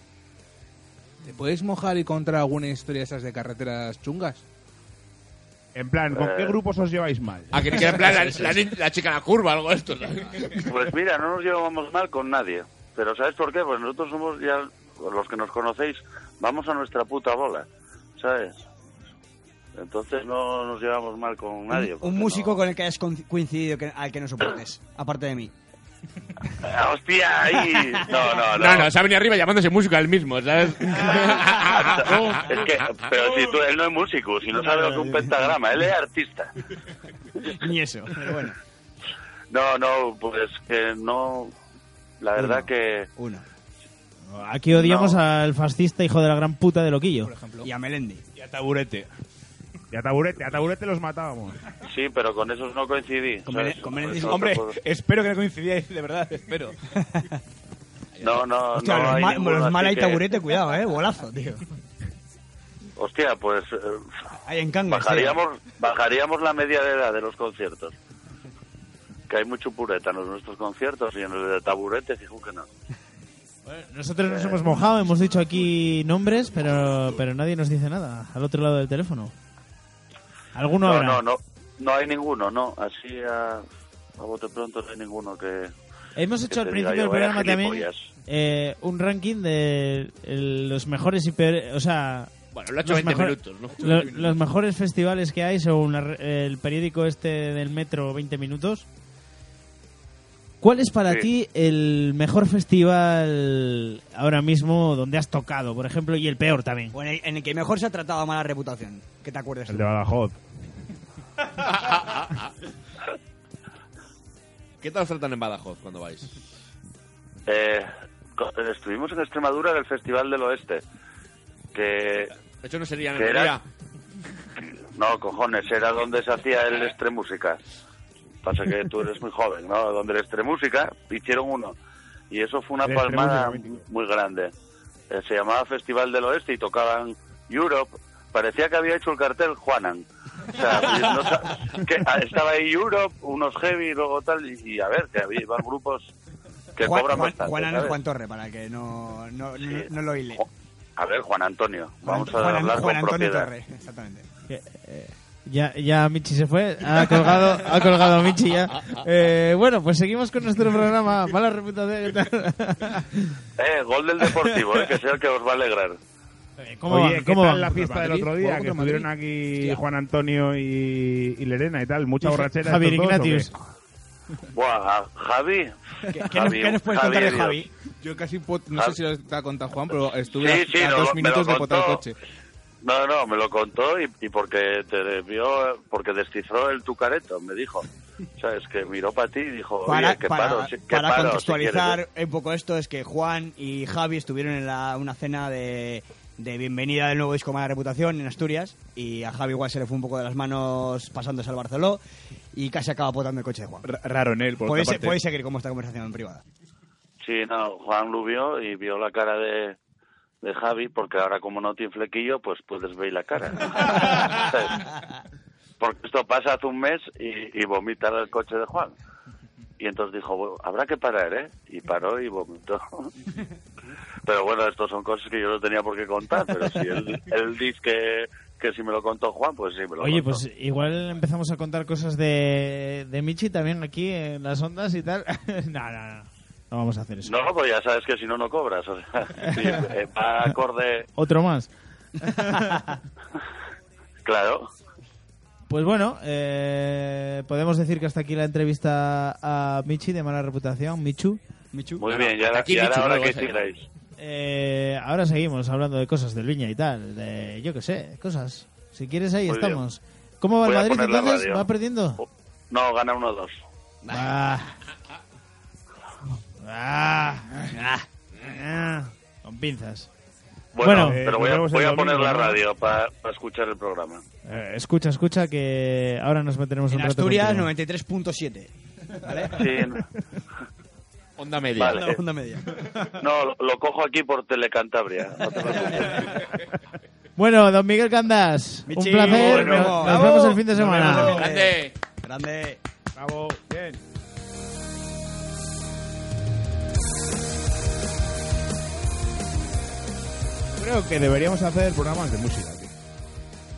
D: ¿Te puedes mojar y contar alguna historia de esas de carreteras chungas? Eh,
E: En plan, ¿con qué grupos os lleváis mal?
J: Ah,
G: A que te quede en plan la, la ni- la chica en la curva, algo de esto. ¿sabes?
J: Pues mira, no nos llevamos mal con nadie. Pero ¿sabes por qué? Pues nosotros somos ya, los que nos conocéis, vamos a nuestra puta bola, ¿sabes? Entonces no nos llevamos mal con nadie.
C: Un-
J: porque
C: un
J: no-
C: músico con el que hayas con- coincidido que- al que no soportes, aparte de mí.
J: Ah, ¡Hostia! Ahí. No, no, no.
G: No, no, se ha venido arriba llamándose música él mismo, ¿sabes?
J: Es que, pero si tú, él no es músico, si no sabe lo que es un pentagrama, él es artista.
C: Ni eso, pero bueno.
J: No, no, pues que no. La verdad
C: Bueno.
J: que.
C: Uno.
B: Aquí odiamos
J: No.
B: al fascista hijo de la gran puta de Loquillo.
C: Y a Melendi.
F: Y a taburete.
E: Y a taburete, a taburete los matábamos.
J: Sí, pero con esos no coincidí.
C: Con
J: ¿sabes?
C: Bene- con Benedict-
J: Eso no te
F: Hombre,
J: puedo-
F: espero que no coincidáis, de verdad, espero.
J: pues, No, no,
C: Hostia,
J: no.
C: los,
J: hay
C: ma-
J: ninguno,
C: los
J: así
C: mala y
J: que-
C: taburete, cuidado, eh. Bolazo, tío.
J: Hostia, pues. eh,
C: Ahí en cangas. tío.
J: Bajaríamos, bajaríamos la media de edad de los conciertos. Que hay mucho pureta en los nuestros conciertos y en el de taburete, fijo que no.
B: Nosotros nos hemos mojado, hemos dicho aquí nombres, pero, pero nadie nos dice nada al otro lado del teléfono. ¿Alguno
J: No,
B: habrá?
J: no, no, no hay ninguno, no. Así a, a bote pronto no hay ninguno que...
B: Hemos
J: que
B: hecho al
J: te
B: principio
J: diga yo, Este vaya
B: del programa también
J: gilipollas.
B: eh, un ranking de el- los mejores y peor- o sea,
G: Bueno, lo ha hecho
B: Los
G: 20
B: mejor-
G: minutos, ¿no?
B: lo- los mejores festivales que hay según la re- el periódico este del Metro 20 minutos. ¿Cuál es para
J: Sí.
B: ti el mejor festival ahora mismo donde has tocado, por ejemplo, y el peor también?
C: O en, el, en el que mejor se ha tratado a mala reputación. Que te acuerdes
E: El
C: tú.
E: de Badajoz.
G: ¿Qué tal os tratan en Badajoz cuando vais?
J: Eh, co- estuvimos en Extremadura en el Festival del Oeste. Que...
G: De hecho, no sería en
J: ¿Qué era?
G: Almería.
J: No, cojones, era donde se hacía el Extremúsica. Pasa que tú eres muy joven, ¿no? Donde el Extremúsica hicieron uno. Y eso fue una
E: El
J: palmada
E: Extremúsica, mítico.
J: muy grande. Eh, se llamaba Festival del Oeste y tocaban Europe. Parecía que había hecho el cartel Juanan. O sea, no sa- que a- estaba ahí Europe, unos heavy, y luego tal. Y, y a ver, que había iban grupos que
C: Juan,
J: cobran
C: Juan-
J: bastante.
C: Juan Ana
J: ¿sabes?
C: Juan Torre, para que no, no, no, no lo hile.
J: Ju- A ver, Juan Antonio. Vamos
C: Juan,
J: a
C: Juan-
J: hablar
C: Juan
J: con
C: Antonio
J: propiedad.
C: Torre, exactamente.
B: Que, eh, Ya, ya Michi se fue, ha colgado, ha colgado a Michi ya. Eh, bueno, pues seguimos con nuestro programa. Mala reputación. ¿qué tal?
J: Eh, gol del Deportivo, eh, que sea el que os va a alegrar.
B: Eh, ¿Cómo
E: Oye,
B: va-
E: ¿qué
B: cómo
E: tal
B: va?
E: la fiesta del
D: Madrid,
E: otro día?
D: Madrid.
E: Que estuvieron aquí
D: Hostia.
E: Juan Antonio y, y Lerena y tal. Mucha borrachera.
B: Javier
E: estos dos, ¿o
B: Ignatius.
J: Buah, a- Javi.
C: ¿Qué, qué nos,
J: Javi,
C: qué nos puedes contar de
J: Dios. Ah.
C: Javi?
D: Yo casi po- no sé si lo está contando Juan, pero estuve
J: Sí,
D: a-
J: sí,
D: a,
J: no,
D: dos
J: me
D: minutos
J: lo
D: de botar el
J: contó.
D: coche.
J: No, no, me lo contó y, y porque te vio, porque descifró el tucareto, me dijo. O sea, es que miró para ti y dijo, oye,
C: Para,
J: que
C: para-
J: paro, si- que
C: para
J: paro, si quieres,
C: contextualizar
J: ¿eh?
C: un poco esto, es que Juan y Javi estuvieron en la- una cena de, de bienvenida del nuevo disco Mala Reputación en Asturias y a Javi igual se le fue un poco de las manos pasándose al Barceló y casi acaba potando el coche de Juan.
F: R- Raro en él, por
C: Podéis,
F: otra parte.
C: podéis seguir con vuestra conversación en privada.
J: Sí, no, Juan lo vio y vio la cara de, de Javi, porque ahora como no tiene flequillo, pues puedes ver la cara. ¿Sabes? porque esto pasa hace un mes y, y vomita el coche de Juan. Y entonces dijo, "Bueno, habrá que parar, ¿eh? Y paró y vomitó. pero bueno, estos son cosas que yo no tenía por qué contar, pero si él, él dice que, que si me lo contó Juan, pues sí me lo
B: Oye,
J: contó.
B: pues igual empezamos a contar cosas de, de Michi también aquí en las ondas y tal. no, no, no. No vamos a hacer eso.
J: No, pues ya sabes que si no, no cobras. O sea, sí, eh, va acorde,
B: Otro más.
J: claro.
B: Pues bueno, eh, podemos decir que hasta aquí la entrevista a Michi de mala reputación, Michu.
C: Michu.
J: Muy bien, ya,
G: Aquí
J: y ahora-
G: dicho,
J: ahora
G: luego
J: que
G: vas a ir.
J: queráis.
B: Eh, ahora seguimos hablando de cosas del Viña y tal, de yo qué sé, cosas. Si quieres ahí
J: Muy bien.
B: estamos. ¿Cómo va el
J: Voy a
B: Madrid
J: poner la
B: entonces?
J: radio. Oh.
B: ¿Va perdiendo?
J: No, gana 1-2.
B: Ah. Ah. Ah. Ah. Con pinzas.
J: Bueno,
B: Bueno,
E: eh,
J: pero
E: nos
J: voy a,
E: vemos el
J: voy a
E: domingo,
J: poner la
E: ¿no?
J: radio para escuchar el programa.
B: Eh, escucha, escucha que ahora nos meteremos
C: En
B: un rato
C: Asturias,
B: contigo.
C: 93.7.
J: Sí,
G: Onda media.
J: vale.
C: La onda media.
J: No, lo, lo cojo aquí por Telecantabria. No te preocupes.
B: Bueno, don Miguel Candás,
C: Michi,
B: un placer.
J: nos vemos.
B: Nos, nos vemos el fin de semana.
C: eh,
G: Grande.
C: Grande.
E: Bravo, bien. Creo que deberíamos hacer programas de música, tío.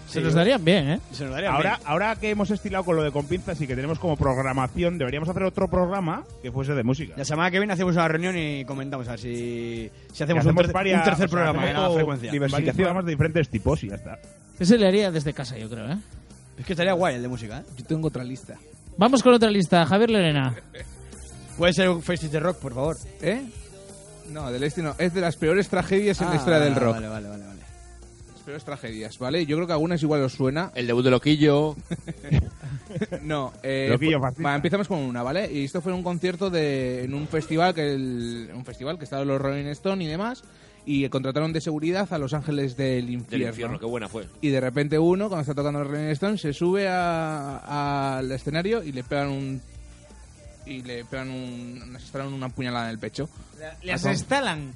B: Se nos darían bien, ¿eh?
C: Se nos daría
E: Ahora, ahora que hemos estilado con lo de con pinzas y que tenemos como programación, deberíamos hacer otro programa que fuese de música.
C: La semana que viene hacemos una reunión y Eh, comentamos a ver si, si hacemos,
E: Que
C: un,
E: hacemos
C: tercer-
E: varias-
C: un tercer
E: o sea,
C: programa en
E: hacemos
C: la
E: como
C: frecuencia.
E: varios programas de diferentes tipos y ya está.
B: Ese le haría desde casa, yo creo, ¿eh?
C: Es que estaría guay el de música, ¿eh?
D: Yo tengo otra lista.
B: Vamos con otra lista. Javier Lerena.
C: Puede ser un Faces de Rock, por favor.
D: ¿Eh? No, del este no. Es de las peores tragedias en
C: Ah,
D: la historia del rock.
C: Vale, vale, vale. vale.
D: Las peores tragedias, ¿vale? Yo creo que algunas igual os suena.
G: El debut de Loquillo.
D: No, eh,
E: Loquillo
D: fu-
E: fascista.
D: va, empezamos con una, ¿vale? Y esto fue en un concierto de, en un festival que el, un festival que estaban los Rolling Stone y demás y contrataron de seguridad a los Ángeles del
G: Del
D: Infierno.
G: infierno, qué buena fue.
D: Y de repente uno cuando está tocando los Rolling Stone se sube a- al escenario y le pegan un y le pegan un, les instalan una puñalada en el pecho.
B: Las instalan.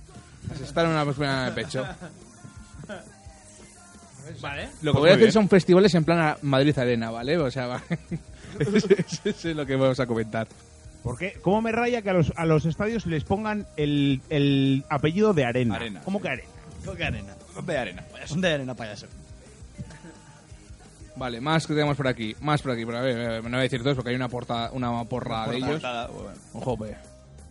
D: Les instalan una puñalada en el pecho.
B: Vale.
D: Lo que voy a
F: Pues muy
D: hacer
F: bien.
D: son festivales en plan a Madrid Arena, ¿vale? O sea, va. Eso es- eso es lo que vamos a comentar.
E: ¿Por qué? ¿Cómo me raya que a los, a los estadios les pongan el, el apellido de arena?
F: Arena,
E: ¿Cómo
F: sí.
E: que arena?
C: Rock de arena.
F: De arena.
C: Son de arena, payaso.
D: Vale, más que tenemos por aquí. Más por aquí, pero a ver, a ver, no voy a decir todos porque hay una, portada, una porra de ellos.
F: Portada, bueno.
D: Ojo, pues.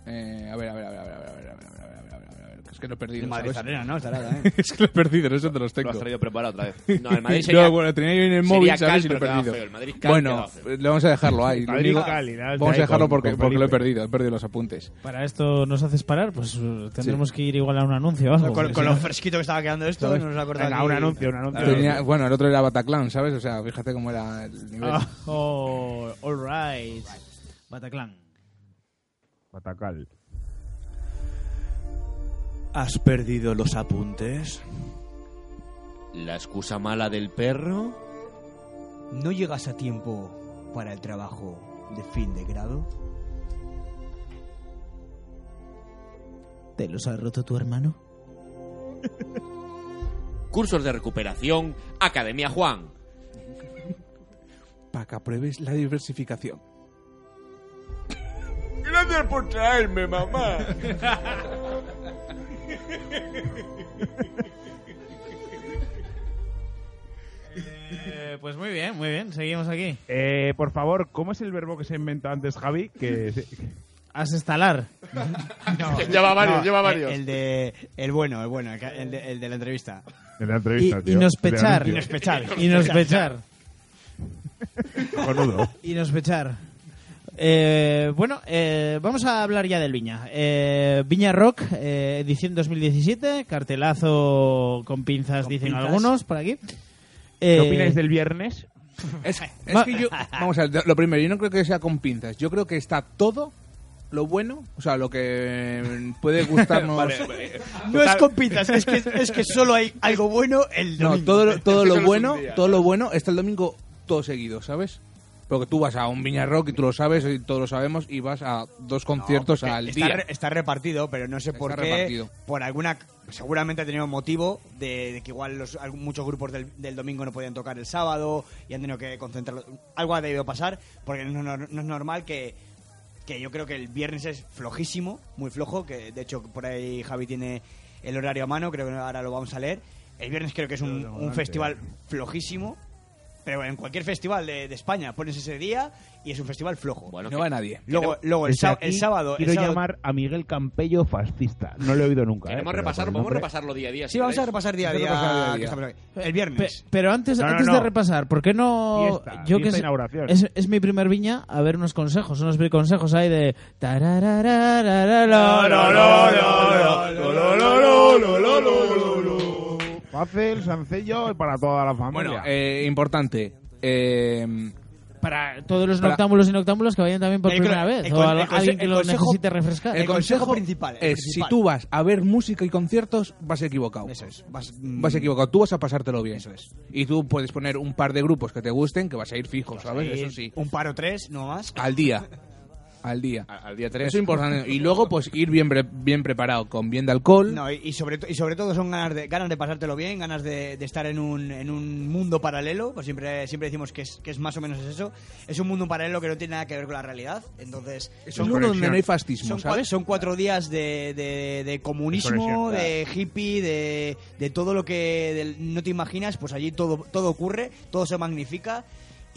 D: Eh, a ver, a ver, a ver, a ver, a ver, a ver, a ver, a ver, a ver, a ver, a ver, que Es que lo he perdido.
C: En Madrid
D: ¿sabes?
C: Arena, ¿no? Estará
F: ¿eh?
C: también.
D: es que lo he perdido, no sé dónde los
F: Lo
D: tengo.
F: has traído preparado otra vez.
G: No, el Madrid sería.
D: No, bueno, tenía yo en el
G: sería
D: móvil, ¿sabes?
G: Cal,
D: Y lo he
G: pero quedaba
D: perdido.
G: feo, el Madrid Cal
D: bueno,
G: quedaba feo.
D: le vamos a dejarlo ahí. lo
E: Madrid
D: único-
E: Cali, la alta
D: vamos
E: ahí
D: a dejarlo
E: con-
D: porque,
E: con
D: porque lo he
E: Felipe.
D: perdido, he perdido los apuntes.
B: Para esto nos haces parar, pues uh, tendremos que ir igual a un anuncio o algo.
C: Con,
B: Sí,
C: con
B: sí.
C: lo fresquito que estaba quedando esto, no nos acordamos.
E: Venga, un anuncio, un anuncio.
D: Tenía- bueno, el otro era Bataclan, ¿sabes? O sea, fíjate cómo era el nivel.
B: Ah, Oh, all right. Bataclan.
E: Patacal.
F: ¿Has perdido los apuntes?
G: La excusa mala del perro.
C: ¿No llegas a tiempo para el trabajo de fin de grado?
B: ¿Te los ha roto tu hermano?
G: Cursos de recuperación. Academia Juan.
D: Para que apruebes la diversificación.
G: Gracias por traerme, mamá.
B: Eh, pues muy bien, muy bien. Seguimos aquí.
E: Eh, por favor, ¿cómo es el verbo que se inventó antes Javi? Que se-
B: Has instalar.
G: lleva varios, lleva
C: el-
G: varios.
C: El, de. El bueno, el bueno, el, que- el de, el de la entrevista.
E: En la
B: Y,
E: entrevista,
B: y
E: tío.
B: nos
E: Del
B: pechar.
E: anuncio.
B: Y nos pechar.
E: Cojonudo.
B: Y nos pechar. Eh, bueno, eh, vamos a hablar ya del Viña. Eh, Viña Rock, eh, edición 2017, cartelazo con pinzas,
C: Con
B: dicen
C: pinzas.
B: algunos por aquí.
E: ¿Qué
B: Eh,
E: opináis del viernes?
D: Es,
B: Va-
D: es que yo. Vamos a ver, lo primero, yo no creo que sea con pinzas. Yo creo que está todo lo bueno, o sea, lo que mm, puede gustarnos.
C: No es con pinzas, es que, es que solo hay algo bueno el domingo.
D: No, todo, lo- todo
F: Eso no
D: lo
F: es
D: bueno,
F: un día.
D: todo lo bueno está el domingo todo seguido, ¿sabes? Porque tú vas a un Viña Rock y tú lo sabes y todos lo sabemos y vas a dos conciertos
C: porque
D: al
C: está,
D: día.
C: re- está repartido, pero no sé
D: Está
C: por qué.
D: repartido.
C: Por alguna. Seguramente ha tenido motivo de, de que igual los, algún- muchos grupos del, del domingo no podían tocar el sábado y han tenido que concentrarlo. Algo ha debido pasar, porque no, no- no es normal que. Que yo creo que el viernes es flojísimo, muy flojo. Que de hecho por ahí Javi tiene el horario a mano, creo que ahora lo vamos a leer. El viernes creo que es un,
E: tengo
C: un
E: delante.
C: festival flojísimo, pero en cualquier festival de, de España pones ese día y es un festival flojo.
G: Bueno,
D: No va nadie.
C: luego, luego el,
E: Desde
C: sá-
E: aquí
C: el sábado. el
E: Quiero
C: sábado-
E: llamar a Miguel Campello fascista. No lo he oído nunca.
G: Queremos
E: eh, pero
G: repasar,
E: por el
G: vamos a
E: nombre-
G: repasarlo día a día.
C: Sí, vamos a
G: queréis.
C: repasar día a
D: Vamos a
C: día.
D: repasar día a día.
C: que estamos aquí. El
B: Pe-
C: viernes.
B: pero antes,
E: No, no,
B: antes de
E: no.
B: repasar, ¿por qué no?
E: Fiesta,
B: yo
E: fiesta
B: que sé-
E: inauguración.
B: es, es mi primer viña, a ver unos consejos, unos consejos ahí de.
E: Pacel, Sancillo y para toda la familia.
D: Bueno, eh, importante. Eh,
B: Para todos los noctámbulos y noctámbulos que vayan también por
C: El-
B: primera
C: el-
B: vez,
C: el-
B: o
C: el-
B: a-
C: el-
B: alguien que
C: el
B: lo
C: consejo-
B: necesite refrescar.
C: el- consejo principal, el
D: es
C: principal.
D: si tú vas a ver música y conciertos, vas equivocado.
C: Eso es. Vas, mm,
D: Vas equivocado, tú vas a pasártelo bien.
C: Eso es.
D: Y tú puedes poner un par de grupos que te gusten, que vas a ir fijo,
E: Pues
D: ¿sabes?
C: ahí
D: Eso sí.
C: Un par o tres, no más.
D: Al día. Al día.
G: A- Al día 3.
D: Eso es importante. Y luego, pues ir bien, pre- bien preparado, con bien de alcohol.
C: No, y, y sobre, to- y sobre todo son ganas de, ganas de pasártelo bien, ganas de, de estar en un, en un mundo paralelo. Pues siempre, siempre decimos que es, que es más o menos eso. Es un mundo paralelo que no tiene nada que ver con la realidad. Entonces,
D: es un mundo donde no hay fascismo,
C: son, cua-
D: ¿sabes?
C: son cuatro días de, de- de comunismo,
E: Desconexión,
C: de hippie, de, de todo lo que del- no te imaginas. Pues allí todo, todo ocurre, todo se magnifica.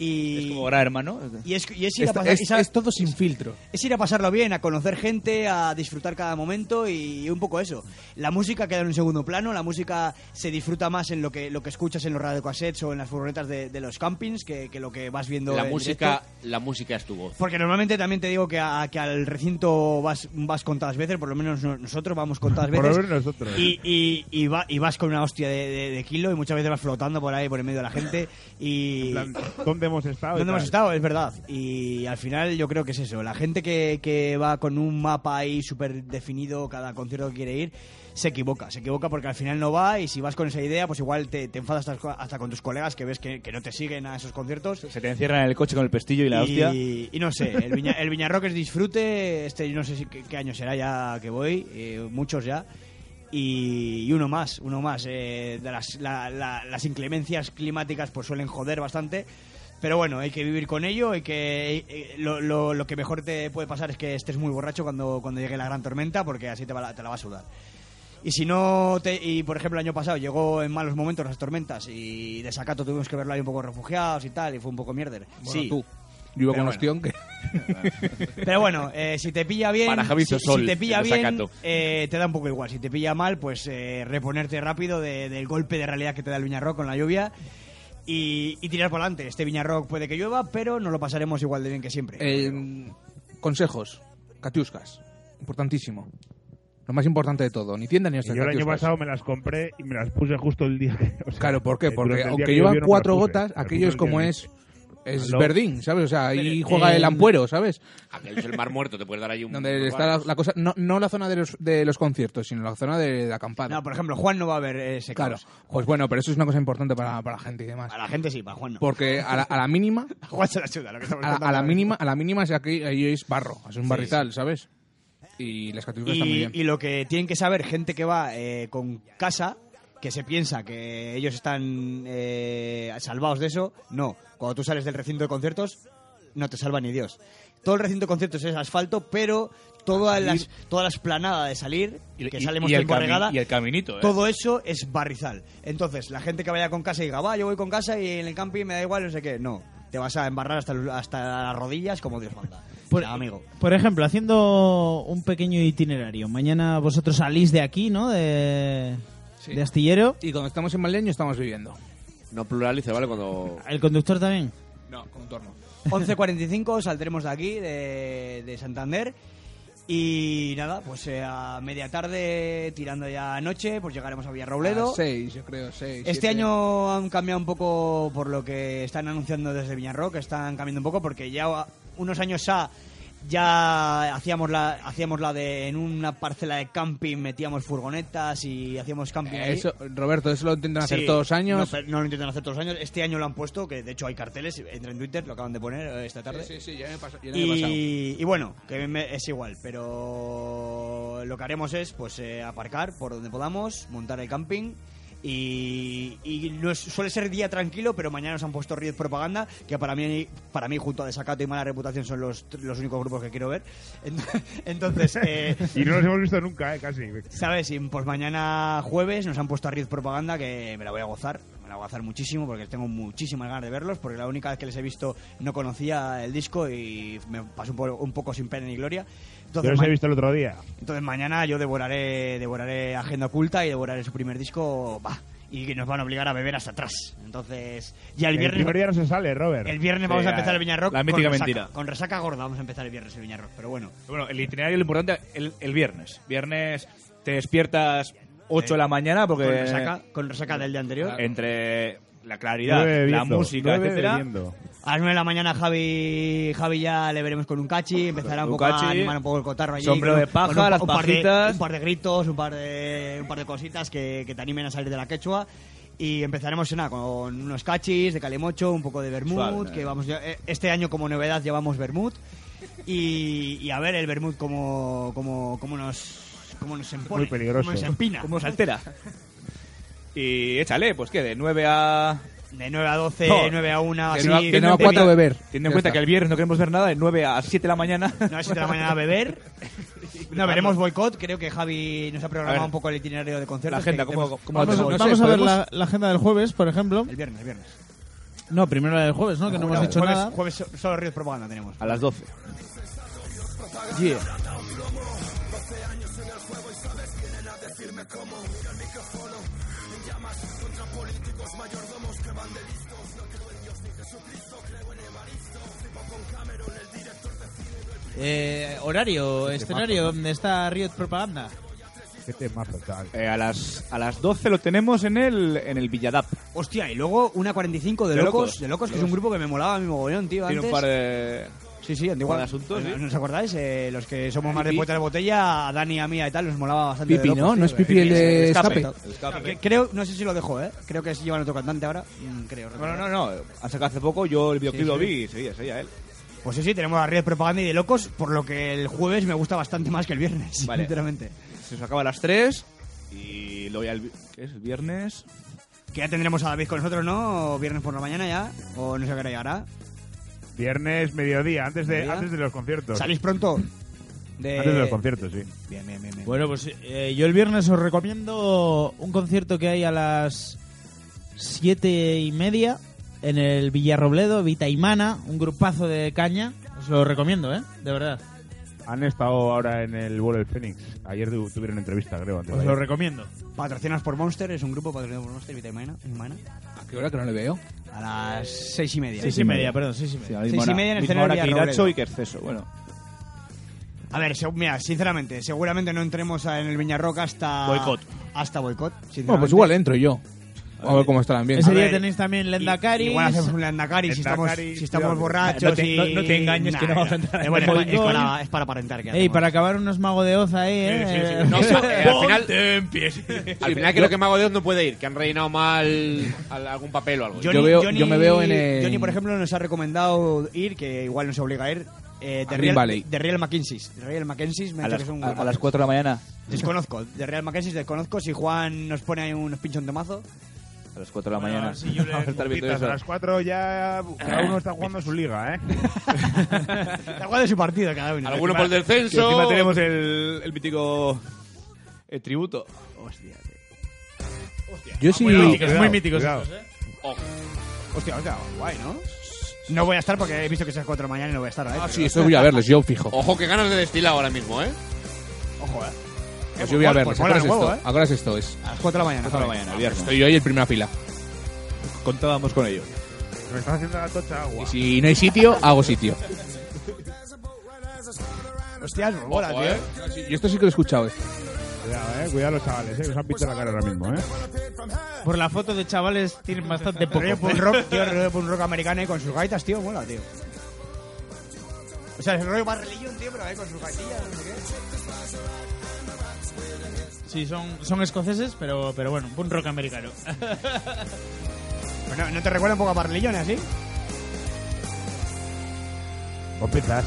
F: Es
C: Y,
F: como gran hermano.
C: y es, y es ir a
D: Es,
C: pasar-
D: es-
C: y sabes-
D: es todo sin filtro.
C: es ir a pasarlo bien, a conocer gente, a disfrutar cada momento y un poco eso. La música queda en un segundo plano, la música se disfruta más en lo que, lo que escuchas en los radiocassettes o en las furgonetas de, de los campings que, que lo que vas viendo.
G: La
C: en
G: música,
C: directo.
G: la música es tu voz.
C: Porque normalmente también te digo que, a- que al recinto vas, vas contadas veces, por lo menos no- nosotros vamos contadas
E: Por lo
C: veces.
E: menos nosotros.
C: Y, y, y, va- y vas con una hostia de, de- de kilo y muchas veces vas flotando por ahí, por en medio de la gente. Y,
E: En plan, ¿Dónde hemos estado? y
C: ¿Dónde hemos
E: tal?
C: estado? Es verdad. Y al final yo creo que es eso. La gente que, que va con un mapa ahí súper definido, cada concierto que quiere ir, se equivoca. Se equivoca porque al final no va y si vas con esa idea, pues igual te, te enfadas hasta, hasta con tus colegas que ves que, que no te siguen a esos conciertos.
F: Se te encierran en el coche con el pestillo y la hostia.
C: Y, y no sé, el, Viña, el Viñarrock es disfrute, este no sé si, qué, qué año será ya que voy, eh, muchos ya. Y, y uno más, uno más. eh, de las, la- la- las inclemencias climáticas pues suelen joder bastante. Pero bueno, hay que vivir con ello, hay que eh, lo, lo- lo que mejor te puede pasar es que estés muy borracho cuando, cuando llegue la gran tormenta, porque así te, va la- te la va a sudar. Y si no, te- y por ejemplo el año pasado llegó en malos momentos las tormentas y de sacato tuvimos que verlo ahí un poco refugiados y tal, y fue un poco mierder.
D: Bueno,
C: sí,
D: tú. Yo iba
C: Pero
D: con
C: bueno.
D: ostión que.
C: pero bueno, eh, si te pilla bien,
G: Para Javi
C: si,
G: Sosol,
C: si te pilla
G: el
C: bien,
G: desacato.
C: eh, te da un poco igual. Si te pilla mal, pues eh, reponerte rápido de- del golpe de realidad que te da el Viñarrock con la lluvia y, y tirar por adelante. Este Viñarrock puede que llueva, pero nos lo pasaremos igual de bien que siempre.
D: Eh, consejos. Catiuscas. Importantísimo. Lo más importante de todo. Ni tienda ni
E: Y
D: hostias.
E: yo el año
D: catiuscas.
E: pasado me las compré y me las puse justo el día que. o sea, eh,
D: Claro, ¿por qué?
E: durante
D: Porque
E: el día
D: aunque
E: que
D: lleva
E: llovieron me
D: cuatro
E: las puse.
D: gotas,
E: Me las
D: aquello
E: puse
D: es
E: el
D: como
E: día
D: es. Es
E: Aló.
D: verdín, ¿sabes? O sea, ahí juega el ampuero, ¿sabes?
G: Aquel es el mar muerto, te puedes dar ahí un.
D: eh, Donde está la, la cosa, no, no la zona de los, de los conciertos, sino la zona de, la acampada.
C: No, por ejemplo, Juan no va a eh, ver ese
D: claro.
C: caos.
D: Pues bueno, pero eso es una cosa importante para, para la gente y demás.
C: A la gente sí, para Juan no.
D: Porque a la, a la mínima,
C: A Juan se la chuda, lo que estamos
D: a la,
C: contando
D: a la
C: ahora.
D: mínima, a la mínima es aquí, ahí es barro, es un barrizal, ¿sabes? Y las catiuscas están muy
C: Y,
D: bien.
C: y lo que tienen que saber gente que va eh, con casa, que se piensa que ellos están eh, salvados de eso, no. Cuando tú sales del recinto de conciertos, no te salva ni Dios. Todo el recinto de conciertos es asfalto, pero toda, las, toda la esplanada de salir, que salimos
F: y el
C: tiempo
F: cami-
C: regada,
F: y el caminito, ¿eh?
C: todo eso es barrizal. Entonces, la gente que vaya con casa y diga, va, yo voy con casa y en el camping me da igual, no sé qué, no. Te vas a embarrar hasta, el- hasta las rodillas como Dios manda.
B: Por-
F: Pues,
C: O sea, amigo.
B: Por ejemplo, haciendo un pequeño itinerario. Mañana vosotros salís de aquí, ¿no? De,
G: Sí.
B: de Astillero.
D: Y cuando estamos en Maleño estamos viviendo.
G: No pluralice, ¿vale? Cuando.
B: El conductor también.
D: No, con torno.
C: 11.45 saldremos de aquí, de, de Santander. Y nada, pues eh, a media tarde, tirando ya a noche, pues llegaremos a Villarrobledo.
D: seis, yo creo, seis.
C: Este
D: siete.
C: año han cambiado un poco por lo que están anunciando desde Villarro, que están cambiando un poco porque ya unos años ya ya hacíamos la hacíamos la de en una parcela de camping metíamos furgonetas y hacíamos camping
D: Eh,
C: ahí.
D: Eso, Roberto, eso lo intentan hacer
C: Sí,
D: todos los
C: no,
D: años.
C: pero no, lo intentan hacer todos los años este año lo han puesto que de hecho hay carteles entra en Twitter lo acaban de poner eh, esta tarde
D: Sí, sí, sí, ya me pasó. ya me ha pasado.
C: y, y bueno, que me- es igual, pero lo que haremos es pues eh, aparcar por donde podamos, montar el camping y, y no es- suele ser día tranquilo, pero mañana nos han puesto Riot Propaganda, que para mí, para mí junto a Desacato y Mala Reputación son los, tr- los únicos grupos que quiero ver. Ent- Entonces, eh,
E: Y no los hemos visto nunca, eh, casi.
C: ¿sabes? Y pues mañana jueves nos han puesto a Riot Propaganda, que me la voy a gozar. Me la voy a gozar muchísimo porque tengo muchísimas ganas de verlos, porque la única vez que les he visto no conocía el disco y me pasó un, po- un poco sin pena ni gloria.
E: Yo
C: Entonces,
E: los
C: ma-
E: he visto el otro día.
C: entonces mañana yo devoraré, devoraré Agenda Oculta y devoraré su primer disco, va. Y que nos van a obligar a beber hasta atrás. Entonces, ya el
E: El,
C: viernes...
E: primer día no se sale, Robert.
C: el viernes vamos a
F: Sí,
C: empezar
F: la-
C: el Viñarrock
F: la
C: con
F: mítica
C: resaca.
F: mentira.
C: Con resaca gorda vamos a empezar el viernes el Viñarrock, pero bueno.
F: Bueno, el itinerario lo importante el, el viernes. Viernes te despiertas 8 de la mañana porque
C: Con resaca, con resaca del día anterior.
F: entre la claridad,
E: Nueve
F: la
E: bebiendo,
F: música,
E: nueve
F: etcétera.
E: bebiendo.
C: A las 9 de la mañana Javi, Javi ya le veremos con un cachi, empezará un poco
F: Ukachi,
C: a animar un poco el cotarro allí.
F: sombrero
C: con-
F: de paja,
C: con un, pa-
F: las
C: un par de-
F: pajitas.
C: un par de gritos, un par de, un par de cositas que, que te animen a salir de la quechua. Y empezaremos nada, con unos cachis de calimocho, un poco de vermut,
F: Suave.
C: que vamos ya- eh, este año como novedad llevamos vermut. Y, y a ver el vermut como, como, como nos... Como nos empone,
E: Muy peligroso.
C: cómo nos empina.
F: ¿Cómo se altera? Y échale, pues que de 9 a.
C: De 9 a 12,
F: No,
C: 9 a 1,
D: Que
C: así.
D: no, que no a
F: de
D: cuatro
F: vida.
D: beber.
F: Teniendo
D: Ya
F: en cuenta
D: está.
F: que el viernes no queremos ver nada, de 9 a 7 de la mañana.
C: No es de la mañana a beber. No, veremos boicot. Creo que Javi nos ha
F: A
C: programado
F: ver.
C: un poco el itinerario de conciertos.
F: La agenda,
C: que
F: ¿cómo-
C: tenemos-
F: cómo
B: Vamos,
F: la tenemos?
B: vamos
D: No sé,
B: a ver
D: podemos-
B: la, la agenda del jueves, por ejemplo.
C: El viernes, el viernes.
B: No, primero la del jueves, ¿no? Que no hemos dicho
C: jueves,
B: nada.
C: jueves so- solo Ríos Propaganda tenemos.
G: A las 12.
B: Eh, horario, escenario, donde está Riot Propaganda?
E: Qué
C: Este
E: temazo, tal.
F: Eh, a, las, a las 12 lo tenemos en el, en el Villadap.
C: Hostia, y luego una 45 de,
F: De
C: locos,
F: Locos.
C: De locos, que es un grupo que me molaba a mi mogollón, tío.
F: Tiene
C: antes.
F: un par de.
C: Sí, sí, antiguo.
F: par de asuntos, sí.
C: ¿No os acordáis? Eh, los que somos más de
D: Pipi.
C: puerta de botella, a Dani y a mí y tal, nos molaba bastante. de
D: Pipi,
C: locos,
D: ¿no? No
C: tío,
D: es
C: eh.
D: Pipi el de escape.
C: Que- Creo, no sé si lo dejó, ¿eh? Creo que es llevan otro cantante ahora. Mm, creo.
F: Bueno,
C: recordar.
F: no, no. Han sacado hace poco, yo el videoclip
C: Sí,
F: lo
C: sí.
F: vi y seguía, seguía él.
C: Pues sí, sí, tenemos la red propaganda y de locos, por lo que el jueves me gusta bastante más que el viernes,
F: Vale.
C: sinceramente.
F: Se nos acaba a las 3 y luego ya el, vi- ¿qué es? el viernes.
C: Que ya tendremos a David con nosotros, ¿no? O viernes por la mañana ya, o no sé qué hora llegará.
E: Viernes, mediodía, antes de,
C: ¿Mediodía?
E: antes de los conciertos.
C: ¿Salís pronto? De...
E: Antes de los conciertos, sí.
C: Eh, Bien, bien, bien. bien.
B: Bueno, pues eh, yo el viernes os recomiendo un concierto que hay a las siete y media en el Villarrobledo, Vitaimana, un grupazo de caña. Os lo recomiendo, ¿eh? De verdad.
E: Han estado ahora en el vuelo del Fénix. Ayer tu- tuvieron entrevista, creo. Antes
B: Os
E: de
B: lo
E: ayer.
B: recomiendo.
C: Pues Patrocinas por Monster, es un grupo patrocinado por Monster, Vita y Mana- y Mana,
D: ¿A qué hora que no le veo?
C: A las seis y media.
B: Seis y media, perdón, seis y media.
F: la
C: misma Seis y hora- media en el misma escenario hora de que Villarrobledo. Iracho
F: Iracho y
C: y
F: que Exceso. Bueno,
C: A ver, seg- mira, sinceramente, seguramente no entremos a- en el Viñarroca hasta...
F: Boicot.
C: Hasta boicot, sinceramente.
D: Bueno, pues igual entro yo. A ver cómo está el ambiente.
B: Ese
C: A
B: día
C: ver,
B: tenéis también Lendakari.
C: Igual hacemos un Landakari si estamos,
E: Lendakari,
C: si estamos
E: cuidado.
C: borrachos
F: No te-
C: y...
F: no- no te engañes que no vamos a entrar
C: Eh,
F: en
C: bueno, es,
F: boicot.
C: es para, es para aparentar que
B: Ey,
C: hacemos-
B: para acabar unos mago de oz ahí, ¿eh?
G: No,
B: Eh,
G: pero, eh, al final. Al final
D: Sí, yo-
G: creo que Mago de Dios no puede ir, que han rellenado mal al- algún papel o algo.
D: Yo veo- yo me veo en el-
C: Johnny, por ejemplo, nos ha recomendado ir, que igual nos obliga a ir, eh, de,
D: A
C: Real,
D: Green Valley.
C: de Real Mackenzie's. De Real Mackenzie's me ha
F: a
C: dicho
F: las,
C: que es un
F: a-
C: grupo.
F: a las 4 de la mañana.
C: Desconozco, de Real Mackenzie's desconozco. Si Juan nos pone ahí unos pinchos de mazo,
F: A las 4 de la
E: Bueno,
F: mañana.
E: si yo le-
F: Vamos a estar viendo
E: Pupitas,
F: eso.
E: A las 4 ya cada uno está jugando su liga, ¿eh?
C: la cual de su partido cada uno.
G: Alguno por el
F: Y encima
G: descenso.
F: tenemos el, el mítico eh, tributo.
C: Hostia,
D: Yo
B: es
D: sí.
B: muy eh. mítico.
E: cuidado.
C: hostia, hostia, guay, ¿no? No voy a estar porque he visto que es a las 4 de la mañana y no voy a
D: Ah,
B: Ah,
C: estar, ¿eh?
D: Sí, esto voy a verles, yo fijo.
G: Ojo, que ganas de destilado ahora mismo, ¿eh?
C: Ojo, ¿eh?
D: Pues yo voy a
C: mola,
D: verles.
C: pues
D: ¿A qué
C: mola
D: horas
C: el huevo,
D: esto?
C: ¿eh?
D: ¿A qué horas esto es?
C: A las 4 de la mañana.
F: Empezó la mañana, viernes.
D: Estoy yo ahí en primera fila.
F: Contábamos con ello.
E: Me estás haciendo la tocha agua.
D: Y si no hay sitio, hago sitio.
C: Hostias, me mola,
D: eh.
C: tío.
D: Yo esto sí que lo he escuchado. eh.
E: Cuidado, eh. Cuidado los chavales, eh. Que os han pintado la cara ahora mismo, eh.
B: Por la foto de chavales tienen bastante poco.
C: Rollo punk rock, tío, rollo punk rock americano y con sus gaitas, tío, mola, tío. O sea, el rollo más religión, tío, pero eh, con sus gaitillas, no sé qué.
B: Sí, son, son escoceses, pero, pero bueno, un rock americano.
C: Pero Pues no, ¿no te recuerda un poco a ¿eh? Barlillón, así?
E: Con pinzas.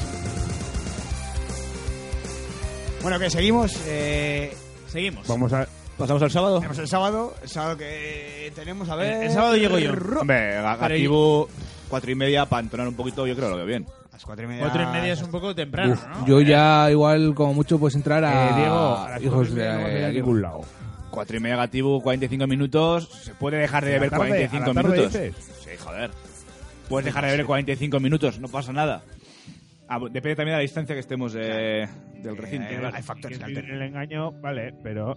C: Bueno, que seguimos. Eh,
B: Seguimos.
E: Vamos a.
F: Pasamos al sábado.
C: tenemos el sábado, el sábado que tenemos, a ver...
B: El sábado llego yo.
F: Hombre, activo cuatro y media para entonar un poquito, yo creo que lo veo bien.
C: A las cuatro y media.
B: Cuatro y media es un poco temprano,
D: Uf,
B: ¿no?
D: yo ya igual como mucho puedes entrar a
E: Eh, Diego, a las
D: Ah, hijos
E: cuatro y
D: de
E: media no vas a ir a
D: eh,
E: ningún lado.
F: Cuatro y media activo, 45 minutos. Se puede dejar de
E: ¿A la
F: ver
E: tarde?
F: 45
E: ¿A la tarde
F: minutos.
E: dices?
F: Sí, joder. Puedes dejar de ver 45 minutos, no pasa nada. Ah, bu- depende también de la distancia que estemos eh, del recinto.
C: Eh,
F: claro.
C: hay factores que
E: El,
C: alteran.
E: el engaño, vale, pero.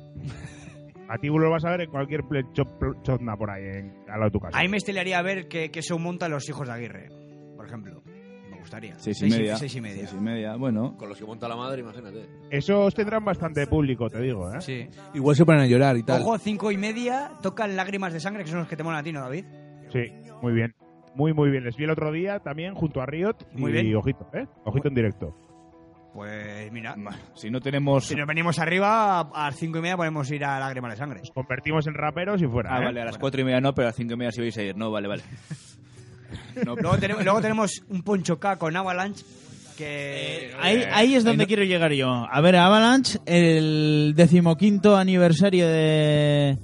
E: A ti lo vas a ver en cualquier play- cho- pl- chozna por ahí, en, al lado de tu casa.
C: Ahí me estelaría ver que, que se montan los hijos de Aguirre, por ejemplo. Me gustaría.
F: Seis y media.
C: Seis y media.
F: Seis y media, bueno.
G: Con los que monta la madre, imagínate.
E: Esos tendrán bastante público, te digo, ¿eh?
C: Sí.
D: Igual se ponen a llorar y tal.
C: Ojo, cinco y media, tocan lágrimas de sangre, que son los que te molan a ti, ¿no, David?
E: Sí, muy bien. Muy, muy bien. Les vi el otro día también junto a Riot.
C: Muy
E: y
C: bien.
E: ojito, ¿eh? Ojito en directo.
C: Pues mira,
F: ma- Si no tenemos.
C: si nos venimos arriba, a las cinco y media podemos ir a lágrimas de sangre.
E: Nos convertimos en raperos y fuera.
F: Ah,
E: ¿eh?
F: vale, a las cuatro y media no, pero a las cinco y media sí vais a ir. No, vale, vale. No,
C: Luego tenemos, luego tenemos un poncho K con Avalanche, que...
B: Eh, ahí, ahí es donde quiero llegar yo. A ver, Avalanche, el decimoquinto aniversario de,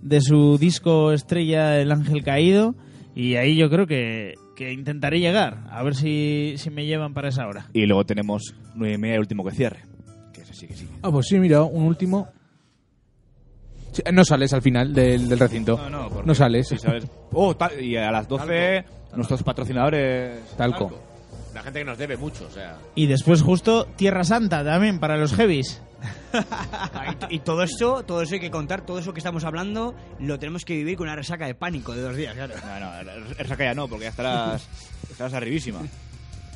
B: de su disco estrella El Ángel Caído. Y ahí yo creo que, que intentaré llegar. A ver si, si me llevan para esa hora.
F: Y luego tenemos nueve y media, el último que cierre. Que ese sí que sí.
D: Ah, pues sí, mira, un último. Sí, eh, no sales al final del, del recinto.
F: No, no, porque
D: No sales.
F: si sabes- Oh, tal- y a las 12 nuestros patrocinadores.
D: Talco.
G: La gente que nos debe mucho, o sea.
B: Y después justo Tierra Santa también para los heavies.
C: Y todo esto, todo eso hay que contar, todo eso que estamos hablando, lo tenemos que vivir con una resaca de pánico de dos días, claro.
F: No, no, esa que ya no, porque ya estarás, estarás arribísima.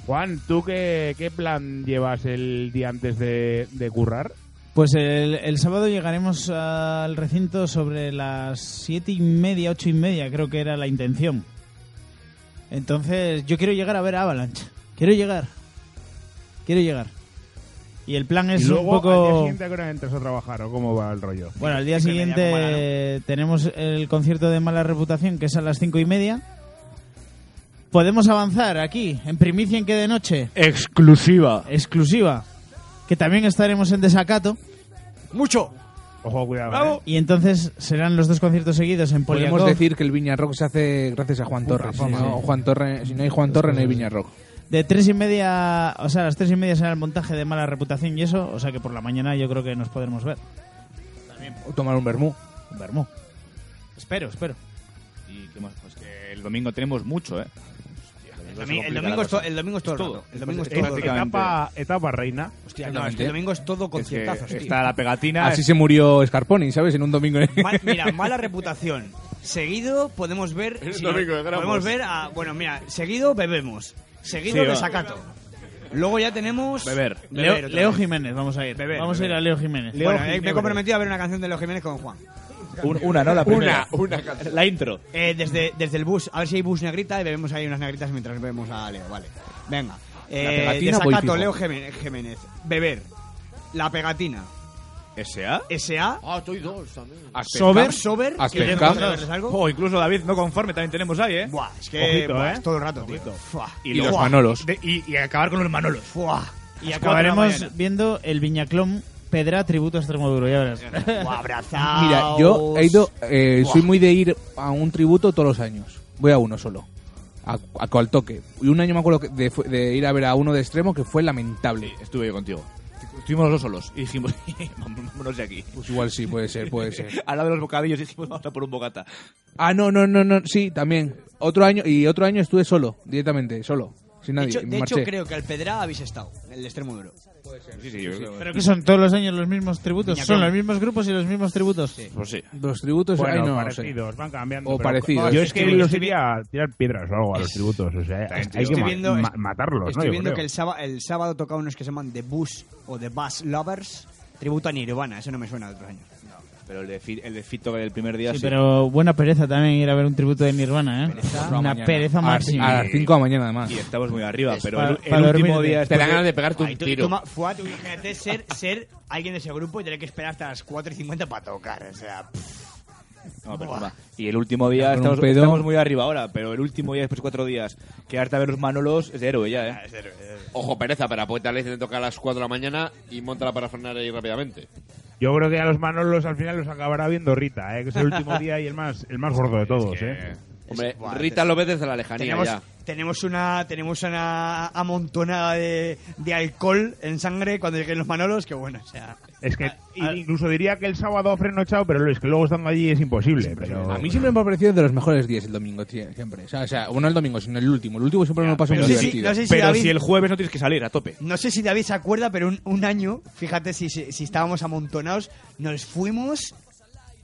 E: Juan, ¿tú qué, qué plan llevas el día antes de, de currar?
B: Pues el, el sábado llegaremos al recinto sobre las siete y media, ocho y media, creo que era la intención. Entonces, yo quiero llegar a ver a Avalanche. Quiero llegar. Quiero llegar. Y el plan es
E: y luego,
B: un
E: al día
B: poco.
E: siguiente, ¿a qué hora entras a trabajar o cómo va el rollo?
B: bueno, al día
C: Cinco y media,
B: siguiente
C: como ahora, ¿no?
B: eh, tenemos el concierto de mala reputación, que es a las cinco y media. Podemos avanzar aquí, en primicia en que de noche,
F: Exclusiva.
B: exclusiva, que también estaremos en desacato.
C: ¡Mucho!
E: Ojo, cuidado. ¿eh?
B: Y entonces serán los dos conciertos seguidos en
D: Podemos
B: Poliacov.
D: decir que el Viña Rock se hace gracias a Juan Torre.
B: sí,
D: No,
B: sí.
D: Juan Torre. Si no hay Juan Torre, no hay Viña Rock.
B: De tres y media, o sea, a las tres y media será el montaje de mala reputación y eso, o sea que por la mañana yo creo que nos podremos ver.
D: O tomar un vermú.
B: Un vermú. Espero, espero.
F: Y qué más, pues que el domingo tenemos mucho, ¿eh?
C: El, domi-
F: se
C: el
F: complica
C: domingo
F: la
C: es to-
F: cosa.
C: el domingo es todo.
F: Es todo.
C: el rato. El domingo es
F: Es
C: todo. el rato.
F: prácticamente-
E: Etapa, ¿eh? etapa reina.
C: Hostia, no, es que
D: Exactamente.
C: el domingo es todo
F: Es que
C: conciertazos, tío.
F: está la pegatina.
D: Así
F: es-
D: se murió Scarponi, ¿sabes? En un domingo. en-
C: Ma- mira, mala reputación. Seguido podemos ver.
G: El
C: no-
G: domingo de Gramos.
C: podemos ver a. Bueno, mira, seguido bebemos. Seguido
F: Sí, va.
C: desacato. Luego ya tenemos.
F: Beber.
B: Leo,
C: otra
B: Leo
C: vez.
B: Jiménez, vamos a ir.
C: Beber,
B: vamos
C: beber.
B: a ir a Leo Jiménez.
E: Leo
C: bueno, eh, me
E: Jiménez.
C: he comprometido a ver una canción de Leo Jiménez con Juan.
F: un- una, ¿no? La primera.
G: una
F: La intro.
C: Eh, desde, desde el bus, a ver si hay bus negrita y bebemos ahí unas negritas mientras vemos a Leo, vale. Venga. Eh,
D: pegatina voy
C: desacato,
D: fijo.
C: Leo Jiménez, Jiménez. Beber. La pegatina.
F: ¿S.A.?
C: S.A.
G: Ah, estoy dos también.
C: Sober. Sober.
D: Azteca.
C: que tenemos que beberles algo.
F: O incluso David, no conforme, también tenemos ahí, ¿eh?
C: Buah, es que
E: Ojito,
C: buah,
E: ¿eh?
C: es todo el rato, tío. Fuah.
D: Y los
C: Fuah.
D: Manolos.
F: De- y, y acabar con los Manolos.
C: Fuah.
B: Y
F: cuatro de la
B: acabaremos
F: mañana.
B: viendo el Viñaclón Pedra Tributo a Extremoduro, ya verás.
C: Buah, abrazaos.
D: Mira, yo he ido. eh, soy muy de ir a un tributo todos los años. Voy a uno solo. A, a cual toque. Y un año me acuerdo que de, de ir a ver a uno de extremo que fue lamentable.
F: Estuve yo contigo. Estuvimos los dos solos y dijimos, vámonos de aquí.
D: Pues igual sí, puede ser, puede ser.
F: Al lado de los bocadillos dijimos, vamos a por un bocata.
D: Ah, no, no, no, no, sí, también. Otro año, y otro año estuve solo, directamente, solo. Sin
C: De
D: nadie.
C: hecho, de hecho,
D: marché.
C: creo que al Pedra habéis estado, en el extremo duro.
F: Sí, sí, yo creo que-
B: Pero que son todos los años los mismos tributos.
C: Iñaki.
B: Son los mismos grupos y los mismos tributos.
F: Pues sí.
D: Los tributos,
E: Bueno,
D: ay, no, no sé.
E: parecidos, van cambiando.
D: O
E: pero-
D: parecidos.
E: Yo es que
C: Estoy-
E: los
C: estoy-
E: iría a tirar piedras o algo a los tributos. O sea, hay
C: estoy
E: que ma-
C: viendo-
E: ma- matarlos, ¿no?
C: Estoy
E: Yo
C: viendo
E: creo.
C: que el, sába- el sábado toca unos que se llaman The Bus o The Bus Lovers, tributo a Nirvana. Eso no me suena de otros años.
F: Pero el de, Fi- el de Fito el primer día
B: Sí,
F: sí.
B: pero buena pereza también ir a ver un tributo de Nirvana, ¿eh? Una
D: Mañana.
B: pereza
D: A-
B: máxima.
D: A las 5 de la mañana, además.
F: Y estamos muy arriba,
C: Es
F: pero
B: para-
F: el, el
B: para
F: último
B: dormirte.
F: día...
G: Te dan
F: después
G: ganas
F: de-
G: de pegarte
C: Ay,
G: un
C: tú-
G: tiro.
C: tú ma- Fua, tú imagínate ser, ser alguien de ese grupo y tener que esperar hasta las 4 y 50 para tocar. O sea, pff,
F: No, pero va. Y el último día
D: Con un
F: estamos,
D: pedo.
F: estamos muy arriba ahora, pero el último día después de cuatro días, quedarte a ver los Manolos es de héroe ya, ¿eh?
G: Ojo, pereza, pero a Poeta le dicen toca a las 4 de la mañana y monta la parafernalia ahí rápidamente.
E: Yo creo que a los Manolos al final los acabará viendo Rita, ¿eh? que es el último día y el más, el más gordo de todos. ¿eh?
G: Hombre,
C: Buah,
G: Rita lo ve desde la lejanía
C: tenemos,
G: ya.
C: tenemos una tenemos una amontonada de, de alcohol en sangre cuando lleguen los Manolos. Que bueno, o sea.
E: Es que incluso diría que el sábado a freno echado, pero es que luego estando allí es imposible. Pero...
D: A mí siempre me ha parecido de los mejores días el domingo, tío, siempre. O sea, o sea, bueno, el domingo, sino el último. El último siempre me lo paso
C: No
D: muy
C: sé, si,
D: divertido.
C: no sé si
F: Pero
C: David-
F: si el jueves no tienes que salir, a tope.
C: No sé si David se acuerda, pero un, un año, fíjate si, si si estábamos amontonados, nos fuimos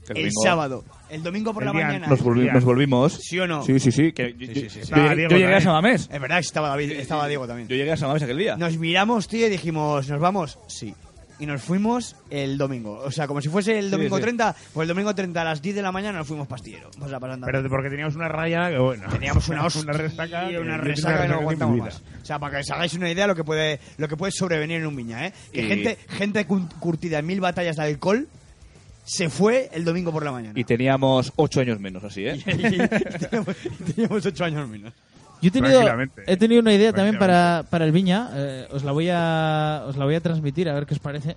F: Que
C: el,
F: domingo-
C: sábado. El domingo por
E: El
C: la
E: día
C: mañana.
F: Nos, volvi- nos volvimos.
C: ¿Sí o no?
F: Sí, sí, sí. que- yo,
C: sí, sí.
F: yo-
C: Estaba
F: yo llegué-
E: Diego
F: yo llegué a
E: también.
F: Samamés.
C: Ah, Es verdad que estaba David, estaba Diego también.
F: Yo llegué a Samamés aquel día.
C: Nos miramos, tío, y dijimos, ¿nos vamos? Sí. Y nos fuimos el domingo. O sea, como si fuese el domingo
F: sí.
C: 30, pues el domingo 30 a las 10 de la mañana nos fuimos pastillero. Pues O sea, pasando.
E: Pero porque teníamos una raya que bueno.
C: Teníamos una hostia,
E: una resaca.
C: y
E: que-
C: una
E: yo tengo
C: resaca que no
E: de mi
C: aguantamos
E: vida.
C: más. O sea, para que os hagáis una idea lo que puede, lo que puede sobrevenir en un viña, ¿eh? Que
F: Y-
C: gente, gente cun- curtida en mil batallas de alcohol se fue el domingo por la mañana.
F: Y teníamos ocho años menos, así, ¿eh?
C: teníamos, teníamos ocho años menos.
B: Yo he tenido,
E: Tranquilamente.
B: he tenido una idea también
E: Tranquilamente.
B: para, para el Viña. eh, os, la voy a, os la voy a transmitir a ver qué os parece.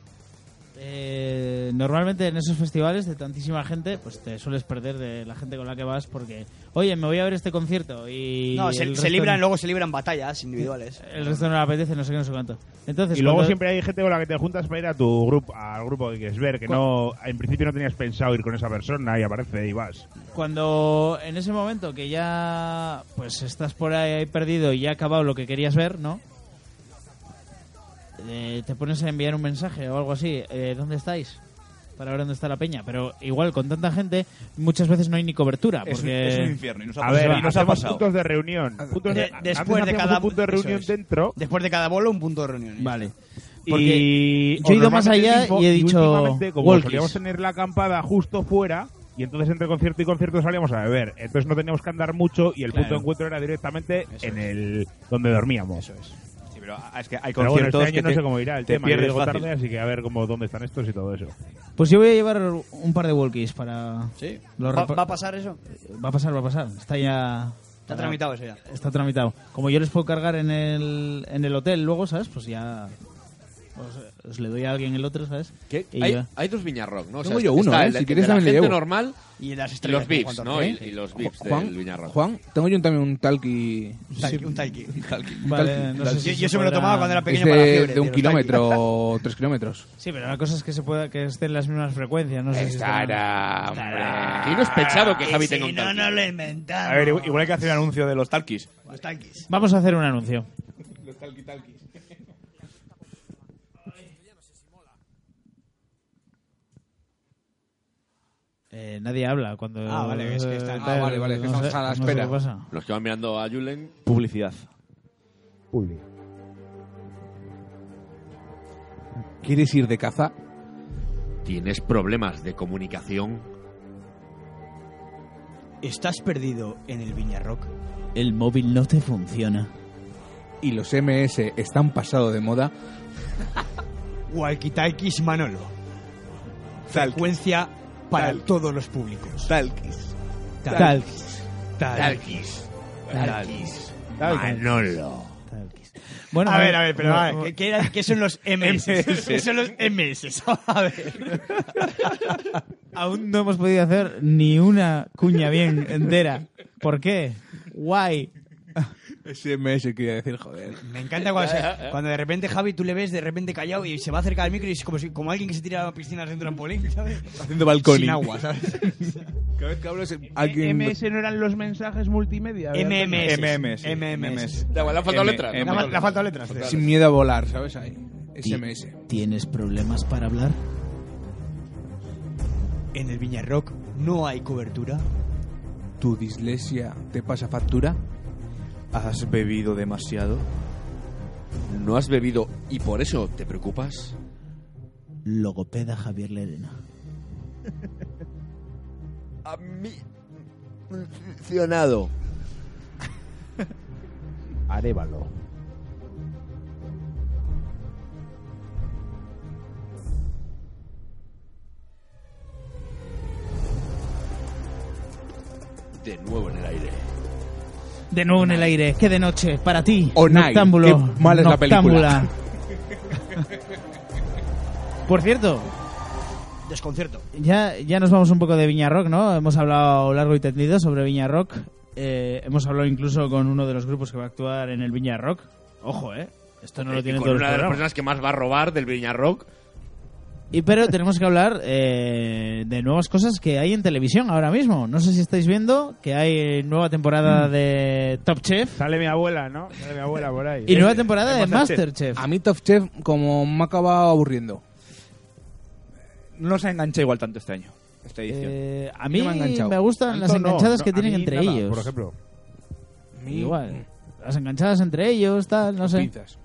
B: Eh, normalmente en esos festivales de tantísima gente, pues te sueles perder de la gente con la que vas porque, oye, me voy a ver este concierto y.
C: No,
B: el
C: se,
B: resto
C: se libran,
B: no-
C: luego se libran batallas individuales.
B: El resto no le apetece, no sé qué, no sé cuánto. Entonces,
E: Y luego
B: cuando-
E: siempre hay gente con la que te juntas para ir a tu grupo, al grupo que quieres ver, que no, en principio no tenías pensado ir con esa persona y aparece y vas.
B: cuando en ese momento que ya pues estás por ahí perdido y ya ha acabado lo que querías ver, ¿no? Eh, te pones a enviar un mensaje o algo así, eh, ¿dónde estáis? Para ver dónde está la peña, pero igual con tanta gente muchas veces no hay ni cobertura
F: Es, un-
B: porque
F: es un infierno. Y nos ha,
E: A
F: pasado-
E: ver,
F: y nos ha
E: hacemos
F: pasado.
E: puntos de reunión. Puntos
C: De-
E: de-
C: después
E: antes
C: de
E: hacíamos
C: cada-
E: un punto de
C: eso
E: reunión
C: es.
E: dentro.
C: Después de cada bolo, un punto de reunión.
B: vale.
E: Porque
B: yo he ido
E: o
B: más
E: normalmente
B: allá y he dicho
E: últimamente, como
B: walkies.
E: solíamos tener la acampada justo fuera y entonces entre concierto y concierto salíamos a beber. Entonces no teníamos que andar mucho y el punto de encuentro era directamente en el donde dormíamos. Eso es.
F: Sí, pero ah, es que hay
E: Pero bueno,
F: conciertos
E: este año
F: que
E: no
F: te-
E: sé cómo irá el
F: te
E: tema. yo
F: pierdes
E: llego
F: fácil.
E: tarde, así que a ver cómo dónde están estos y todo eso.
B: Pues yo voy a llevar un par de walkies para
C: Sí.
B: Lo
C: ¿Va,
B: repa-
C: va a pasar eso?
B: va a pasar, va a pasar. Está ya
C: Está tramitado eso ya.
B: Está tramitado. Como yo les puedo cargar en el, en el hotel luego, ¿sabes? Pues ya. Os, os le doy a alguien el otro, ¿sabes?
G: ¿Qué?
B: Y
G: Hay,
B: ya.
G: hay dos Viñarrock, ¿no? O
D: Tengo yo uno,
G: está
D: ¿eh?
G: el de-
D: Si quieres
G: de la
D: también le
G: gente
D: llevo.
G: normal
C: Y las
G: y
C: estrellas.
G: los
C: de Juan
G: VIPs, ¿no?
C: Torre,
G: Y,
C: ¿eh?
G: y los VIPs del
D: Juan,
G: Viñarrock.
D: Juan, tengo yo también un talqui
C: Un talqui, Un talqui.
B: Vale, no
C: Yo-
B: sé si
C: yo
B: se
C: se me lo
B: podrá-
C: tomaba cuando era
D: es
C: pequeño para la
D: de,
C: fiebre.
D: de
C: tío, los
D: un
C: talquis.
D: kilómetro o tres kilómetros.
B: Sí, pero la cosa es que se pueda que estén las mismas frecuencias. No sé si estarán-
D: Estará, hombre.
G: Aquí no es pensado que Javi
C: Y
G: tenga
C: si
G: un
C: no,
G: talqui.
C: no lo inventamos.
F: A ver, igual igual hay que hacer un anuncio de los talquis.
C: Los talquis.
B: Vamos a hacer un anuncio. Eh, nadie habla cuando.
C: Ah, vale, es que está-
B: eh,
C: ah,
B: tal,
D: vale, vale, que
B: no
D: estamos
B: sé-
D: a la
B: no sé
D: espera.
B: qué pasa.
G: Los que van mirando a Julen.
F: Publicidad.
E: Uy.
D: ¿Quieres ir de caza?
G: ¿Tienes problemas de comunicación?
C: ¿Estás perdido en el Viñarrock?
B: El móvil no te funciona.
D: Y los MS están pasado de moda.
C: Walkitalkis Manolo. Frecuencia para
F: Talk.
C: todos los públicos.
F: Talquis.
B: Talkis.
G: Talquis.
B: Talquis.
G: Manolo.
B: Talkis. Bueno,
C: A ver, a ver, pero
B: bueno,
C: a ver, ¿qué, qué era- qué son los MS? ¿Qué son los MS? A ver.
B: Aún no hemos podido hacer ni una cuña bien entera. ¿Por qué? Guay.
D: SMS quería decir, joder.
C: Me encanta cuando, se- cuando de repente Javi tú le ves de repente callado y se va acerca al micro y es como, si- como alguien que se tira a la piscina de un trampolín, ¿sabes?
F: Haciendo balcón.
C: Sin agua, ¿sabes?
F: Cada vez que hablo es el-
G: Alguien-
E: MS no eran los mensajes multimedia. ¿verdad?
C: MMS.
F: MMS.
C: MMS.
G: Da igual, le han faltado
F: M-
G: letras.
F: M-
G: Le
C: Le ha faltado letras. sí.
D: Sin miedo a volar, ¿sabes? Ahí. SMS.
B: ¿Tienes problemas para hablar?
C: En el Viñarrock no hay cobertura.
D: ¿Tu dislexia te pasa factura?
F: ¿Has bebido demasiado?
G: ¿No has bebido y por eso te preocupas?
B: Logopeda Javier Lerena.
G: A mí... Funcionado.
E: Arévalo.
G: De nuevo en el aire.
B: De nuevo en el aire, que de noche, para ti,
D: O night,
B: noctámbulo,
D: qué mala es la película.
B: noctámbula. Por cierto,
C: Desconcierto.
B: ya, ya nos vamos un poco de Viña Rock, ¿no? Hemos hablado largo y tendido sobre Viña Rock. Eh, hemos hablado incluso con uno de los grupos que va a actuar en el Viña Rock. Ojo, ¿eh? Esto no lo tienen
G: con
B: todos los
G: una de las
B: programas.
G: personas que más va a robar del Viñarrock.
B: Y pero tenemos que hablar eh, de nuevas cosas que hay en televisión ahora mismo. No sé si estáis viendo que hay nueva
F: Mm.
B: temporada de Top Chef
E: Sale mi abuela, ¿no? Sale mi abuela por ahí.
B: y nueva temporada de
D: Chef.
B: Masterchef.
D: A mí Top Chef como me ha acabado aburriendo.
F: No se engancha igual tanto este año. Esta edición.
B: Eh, a mí
D: Yo me he enganchado.
B: me gustan
E: Tanto
B: las
E: no,
B: enganchadas
E: no,
B: que
E: a
B: tienen
E: mí
B: entre
E: nada,
B: ellos.
E: Por ejemplo.
B: Igual. Las enganchadas entre ellos, tal, no sé.
D: Pinzas.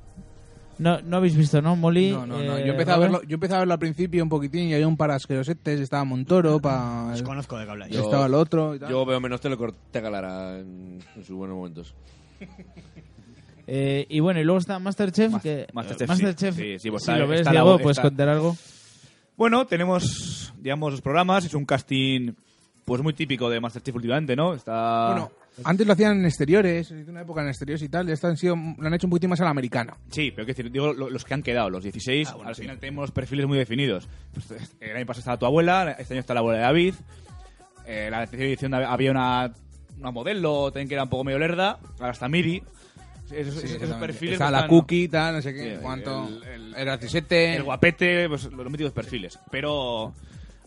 B: No, no habéis visto, ¿no, Molly?
D: No, no, no.
B: Eh,
D: Yo empecé, a
B: Robert.
D: verlo, yo empecé a verlo al principio un poquitín y había un par de asquerosetes, estaba Montoro, pa...
C: Desconozco de qué habláis.
G: Yo-
D: estaba el otro y tal.
G: Yo veo menos Telecorte Galara en, en sus buenos momentos.
B: Eh, y bueno, y luego está Masterchef.
F: Mas-
B: que,
F: Masterchef,
B: Masterchef,
F: sí, sí, sí, pues
B: si
F: está-
B: lo ves,
F: está la-
B: Diego, puedes
F: está-
B: contar algo.
F: Bueno, tenemos, digamos, los programas. Es un casting, pues muy típico de Masterchef últimamente, ¿no? Está.
D: Bueno, antes lo hacían en exteriores, en una época en exteriores y tal, y esta han sido, lo han hecho un poquitín más a la americana.
F: Sí, pero quiero decir, digo lo- los que han quedado, los 16. al final tenemos perfiles muy definidos. Pues, el año pasado estaba tu abuela, este año está la abuela de David. Eh, la tercera edición había una, una modelo también que era un poco medio lerda. Ahora está Miri. Esos, esos perfiles.
D: Está
F: pues,
D: la
F: están-
D: cookie, tal, no sé qué,
F: Sí,
D: cuánto.
F: el- el-
D: El 17.
F: El guapete, pues los míticos perfiles. Pero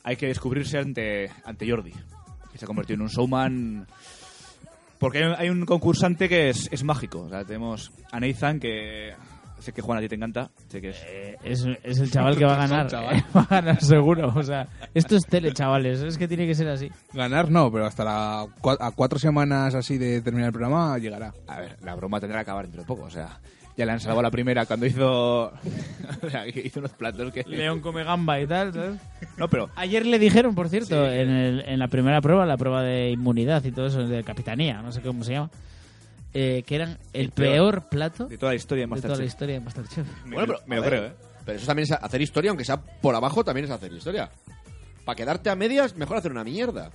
F: hay que descubrirse ante, ante Jordi, que se ha convertido en un showman. Porque hay, hay un concursante que es, es mágico. O sea, tenemos a Nathan, que sé que Juan a ti te encanta. Sé que es-
B: Eh, es, es el chaval que va a ganar.
D: Chaval.
B: va a ganar seguro. O sea, esto es tele, chavales. Es que tiene que ser así.
D: Ganar no, pero hasta la, cua- a cuatro semanas así de terminar el programa llegará.
F: A ver, la broma tendrá que acabar dentro de poco. O sea, ya le han salvado la primera cuando hizo. o sea, que hizo unos platos que.
B: León come gamba y tal. ¿sabes?
F: No, pero.
B: Ayer le dijeron, por cierto, en, el- en la primera prueba, la prueba de inmunidad y todo eso, de capitanía, no sé cómo se llama, eh, que eran el, peor, plato
F: De
B: de,
F: toda la historia de
B: toda la
F: Masterchef.
B: historia de Masterchef.
F: Me-
G: Bueno, pero,
F: me
G: a
F: lo
G: ver,
F: creo, ¿eh?
G: Pero eso también es hacer historia, aunque sea por abajo, también es hacer historia. Para quedarte a medias, mejor hacer una mierda.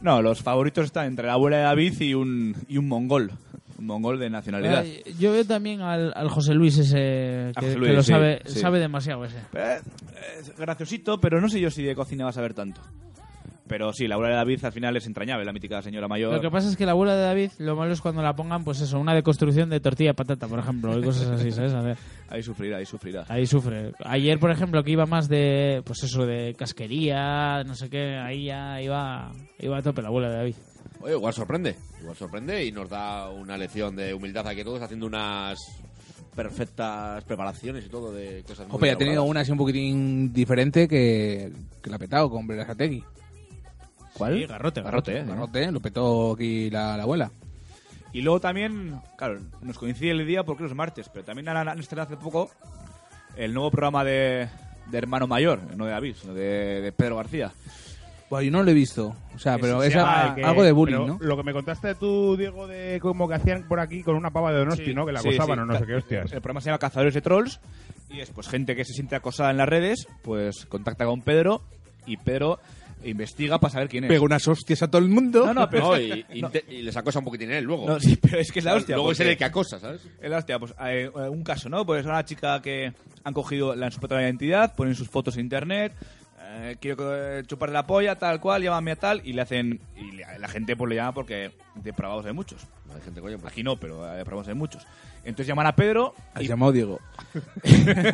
F: No, los favoritos están entre la abuela de David y un, y un mongol. Un mongol de nacionalidad.
B: Ay, eh, yo veo también al, al José Luis ese, que,
F: José
B: que
F: Luis,
B: lo
F: sí,
B: sabe,
F: sí.
B: sabe demasiado ese.
F: Eh, es graciosito, pero no sé yo si de cocina vas a ver tanto. Pero sí, la abuela de David al final es entrañable, la mítica señora mayor.
B: Lo que pasa es que la abuela de David, lo malo es cuando la pongan, pues eso, una deconstrucción de tortilla de patata, por ejemplo, y cosas así, ¿sabes? A ver,
F: Ahí sufrirá, ahí sufrirá.
B: ahí sufre. Ayer, por ejemplo, que iba más de, pues eso, de casquería, no sé qué, ahí ya iba, iba a tope la abuela de David.
G: Oye, igual sorprende. Igual sorprende y nos da una lección de humildad aquí todos haciendo unas perfectas preparaciones y todo de cosas muy
D: Opa, ya ha tenido
G: elaboradas.
D: una así un poquitín diferente que, que la ha petado con Berasategui.
F: ¿Cuál? garrote, garrote, eh.
D: Garrote, lo petó aquí la, la abuela.
F: Y luego también, claro, nos coincide el día porque es los martes, pero también han, han estrenado hace poco el nuevo programa de, de Hermano Mayor, no de David, sino de, de Pedro García.
D: Bueno, yo no lo he visto. O sea,
E: Ese
D: pero
E: se
D: es
E: llama
D: a-
E: el que-
D: algo de bullying,
E: pero
D: ¿no?
E: Lo que me contaste tú, Diego, de como que hacían por aquí con una pava de Donosti, ¿no? Que la
F: Sí,
E: acosaban
F: sí.
E: o no sé qué hostias.
F: El programa se llama Cazadores de Trolls y es pues gente que se siente acosada en las redes, pues contacta con Pedro y Pedro investiga para saber quién es.
D: Pegó unas hostias a todo el mundo.
F: No, no, pero-
G: No, y, y te- y les acosa un poquitín él luego.
F: No, sí, pero es que es la hostia.
G: luego es
F: porque-
G: él el que acosa, ¿sabes?
F: Es la hostia, pues eh, un caso, ¿no? Pues una chica que han cogido la su la identidad, ponen sus fotos en internet, eh, quiero que- chuparle la polla, tal cual, llámame a tal, y le hacen. Y le- la gente pues le llama porque depravados hay muchos.
G: Hay gente, coño, pues,
F: Aquí no, pero eh, depravados hay muchos. Entonces llaman a Pedro
D: Has
F: y,
D: llamado Diego.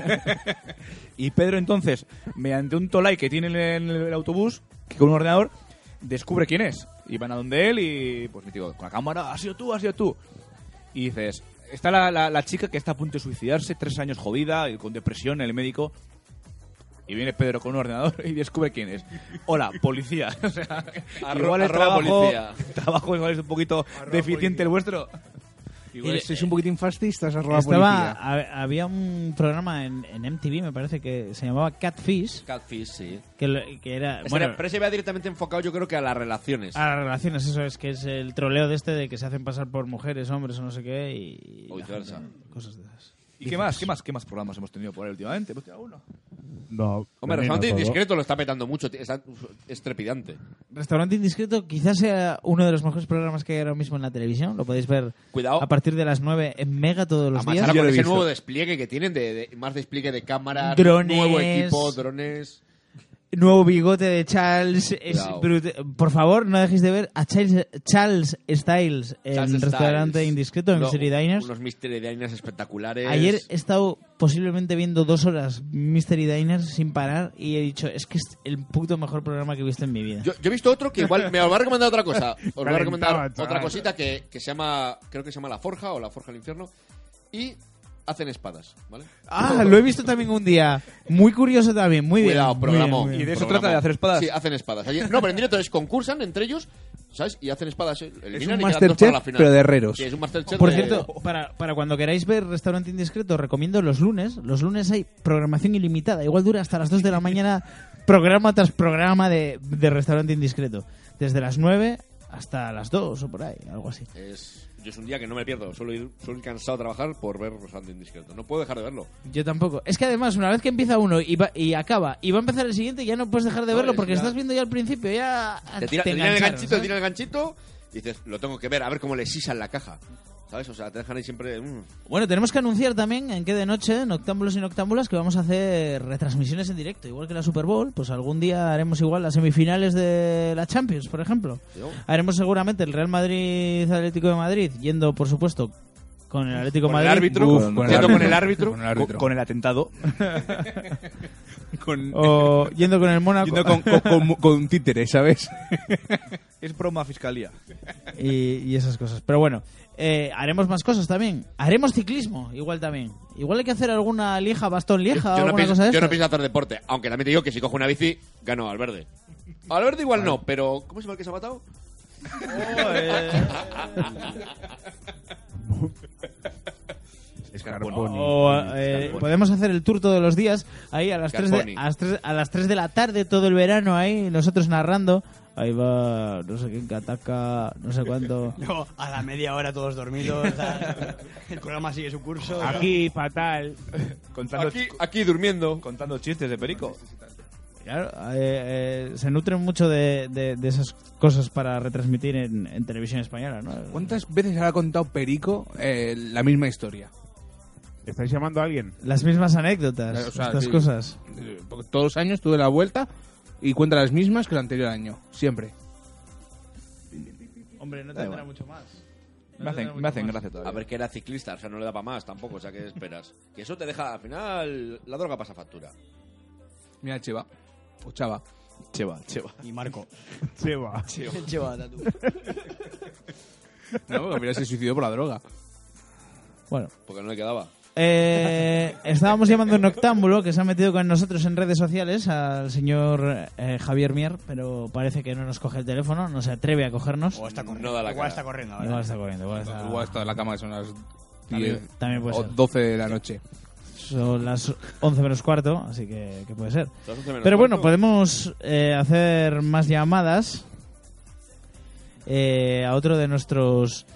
F: y Pedro entonces, mediante un tolai que tiene en el, en el autobús, que con un ordenador, descubre quién es. Y van a donde él y, pues, mítico, con la cámara, ha sido tú, ha sido tú. Y dices, está la, la- la chica que está a punto de suicidarse, tres años jodida, y con depresión, el médico. Y viene Pedro con un ordenador y descubre quién es. Hola, policía. O sea,
G: Arro-
F: igual el
G: arroba
F: trabajo,
G: policía.
F: trabajo igual es un poquito deficiente el vuestro.
D: Igual
G: eh,
D: sois un poquitín fascistas, arroba
B: Estaba,
D: policía.
B: ha- había un programa en, en MTV, me parece, que se llamaba Catfish,
G: Catfish, sí.
B: que, lo- que era...
G: Ese
B: bueno, Ah,
G: era- pero ese va directamente enfocado, yo creo que a las relaciones.
B: a las relaciones, eso es, que es el troleo de este de que se hacen pasar por mujeres, hombres o no sé qué y...
G: O
B: la
G: viceversa.
B: gente- Cosas de esas.
F: ¿Y qué más? ¿Qué más? ¿Qué más programas hemos tenido por ahí últimamente? Hemos tenido uno.
E: No,
G: Hombre,
E: termina
G: Restaurante
E: todo.
G: Indiscreto lo está petando mucho. t- está- uf, es trepidante.
B: Restaurante Indiscreto quizás sea uno de los mejores programas que hay ahora mismo en la televisión. Lo podéis ver
G: Cuidado.
B: a partir de las 9 en Mega todos los
G: Además,
B: días.
G: ahora
F: Yo
G: con
F: lo he
G: ese
F: visto.
G: nuevo despliegue que tienen, de, de- más despliegue de cámaras,
B: Drones.
G: nuevo equipo, drones.
B: Nuevo bigote de Charles. es
G: Cuidado.
B: brut- Por favor, no dejéis de ver a Charles, Charles Styles en
G: Charles
B: Restaurante
G: Styles.
B: Indiscreto, en
G: No,
B: Mystery Diners.
G: Unos Mystery Diners espectaculares.
B: Ayer he estado posiblemente viendo dos horas Mystery Diners sin parar y he dicho, es que es el puto mejor programa que he visto en mi vida.
G: Yo, yo he visto otro que igual me va a recomendar otra cosa. Os voy a recomendar
E: Calentaba, chaval.
G: otra cosita que, que se llama, creo que se llama La Forja o La Forja del Infierno. Y hacen espadas, ¿vale?
B: Ah, lo he visto también un día. Muy curioso también, muy
G: Cuidado,
B: bien.
G: programa.
B: muy bien, muy
F: Y de
B: bien.
F: eso trata de hacer espadas.
G: Sí, hacen espadas. Ayer- no, pero en directo es concursan entre ellos, ¿sabes? Y hacen espadas. eh, Eliminan
D: un
G: y quedan
D: Masterchef,
G: dos para la final.
D: pero de herreros.
G: Sí, es un Masterchef.
B: Por
G: de-
B: cierto, para, para cuando queráis ver Restaurante Indiscreto, recomiendo los lunes. Los lunes hay programación ilimitada. Igual dura hasta las 2 de la mañana programa tras programa de, de Restaurante Indiscreto. Desde las 9 hasta las 2 o por ahí, algo así.
G: Es, yo es un día que no me pierdo. Suelo ir, suelo ir cansado a trabajar por ver Rosando Indiscreto. No puedo dejar de verlo.
B: Yo tampoco. Es que además, una vez que empieza uno y, va- y acaba y va a empezar el siguiente, ya no puedes dejar de
G: No,
B: verlo
G: es
B: porque
G: ya-
B: estás viendo ya al principio. Ya
G: Te tira, te
B: Ah, te
G: tiran el
B: engancharon,
G: ganchito,
B: ¿sabes?
G: te tiran el ganchito y dices, lo tengo que ver, a ver cómo le sisan la caja. ¿Sabes? O sea, te dejan ahí siempre... mm.
B: Bueno, tenemos que anunciar también en qué de noche, en Octámbulos y Noctámbulas, que vamos a hacer retransmisiones en directo, igual que la Super Bowl, pues algún día haremos igual las semifinales de la Champions, por ejemplo.
G: Yo-
B: Haremos seguramente el Real Madrid Atlético de Madrid, yendo por supuesto con el Atlético de
G: Con el
B: Madrid.
G: árbitro,
F: Uf,
G: con,
F: con el
G: yendo con el
D: árbitro.
G: árbitro,
D: Con el árbitro.
F: Con, con el atentado. con,
B: O yendo con el Mónaco.
D: Yendo con, con, con- con títere, ¿sabes?
F: es broma fiscalía.
B: y, y esas cosas. Pero bueno, eh, haremos más cosas también. Haremos ciclismo, igual también. Igual hay que hacer alguna lija, bastón
G: yo
B: lieja, alguna
G: no pienso,
B: cosa de
G: yo no
B: estas.
G: pienso hacer deporte, aunque también te digo que si cojo una bici, gano al verde. Al verde igual no, pero... ¿Cómo se llama el que se ha matado?
E: Es
B: O,
E: Carboni.
B: eh, podemos hacer el tour todos los días, ahí a las, 3 de,
G: Carboni.
B: a, las 3, a las 3 de la tarde, todo el verano, ahí nosotros narrando. Ahí va, no sé quién, Kataka, no sé cuánto.
C: Luego, a la media hora todos dormidos. tal. el programa sigue su curso.
E: Aquí, fatal.
F: Contando,
G: Aquí, aquí durmiendo.
F: contando chistes de Perico.
B: Claro, eh, eh, se nutren mucho de, de- de esas cosas para retransmitir en, en televisión española, ¿no?
D: ¿Cuántas veces ha contado Perico eh, la misma historia?
E: ¿Estáis llamando a alguien?
B: Las mismas anécdotas,
D: Eh, O sea,
B: estas
D: sí.
B: cosas.
D: Eh, porque Todos los años tuve la vuelta y cuenta las mismas que el anterior año. Siempre.
B: Hombre, no
F: tendrá
B: mucho más.
F: Me hacen, me hacen gracia todavía.
G: A ver, que era ciclista, o sea, no le da para más tampoco, o sea, ¿qué esperas? Que eso te deja, al final, la droga pasa factura.
D: Mira, Cheva. O Chava.
F: Cheva, cheva.
C: Y Marco.
E: Cheva.
C: Lleva tatu.
D: No, porque al final se suicidó por la droga.
B: Bueno,
G: Porque no le quedaba.
B: eh, estábamos llamando a un octámbulo que se ha metido con nosotros en redes sociales al señor eh, Javier Mier, pero parece que no nos coge el teléfono, no se atreve a cogernos.
C: O está corriendo.
G: No da la
C: Igual
G: cara.
C: está corriendo ahora.
B: Igual está corriendo, igual está-
D: Igual está en la cama que son las
B: También-
D: 10
B: también puede
D: o
B: ser.
D: 12 de la noche.
B: Son las 11 menos cuarto, así que, que puede ser.
G: Son las 11 menos
B: Pero bueno,
G: cuarto.
B: podemos eh, hacer más llamadas eh, a otro de nuestros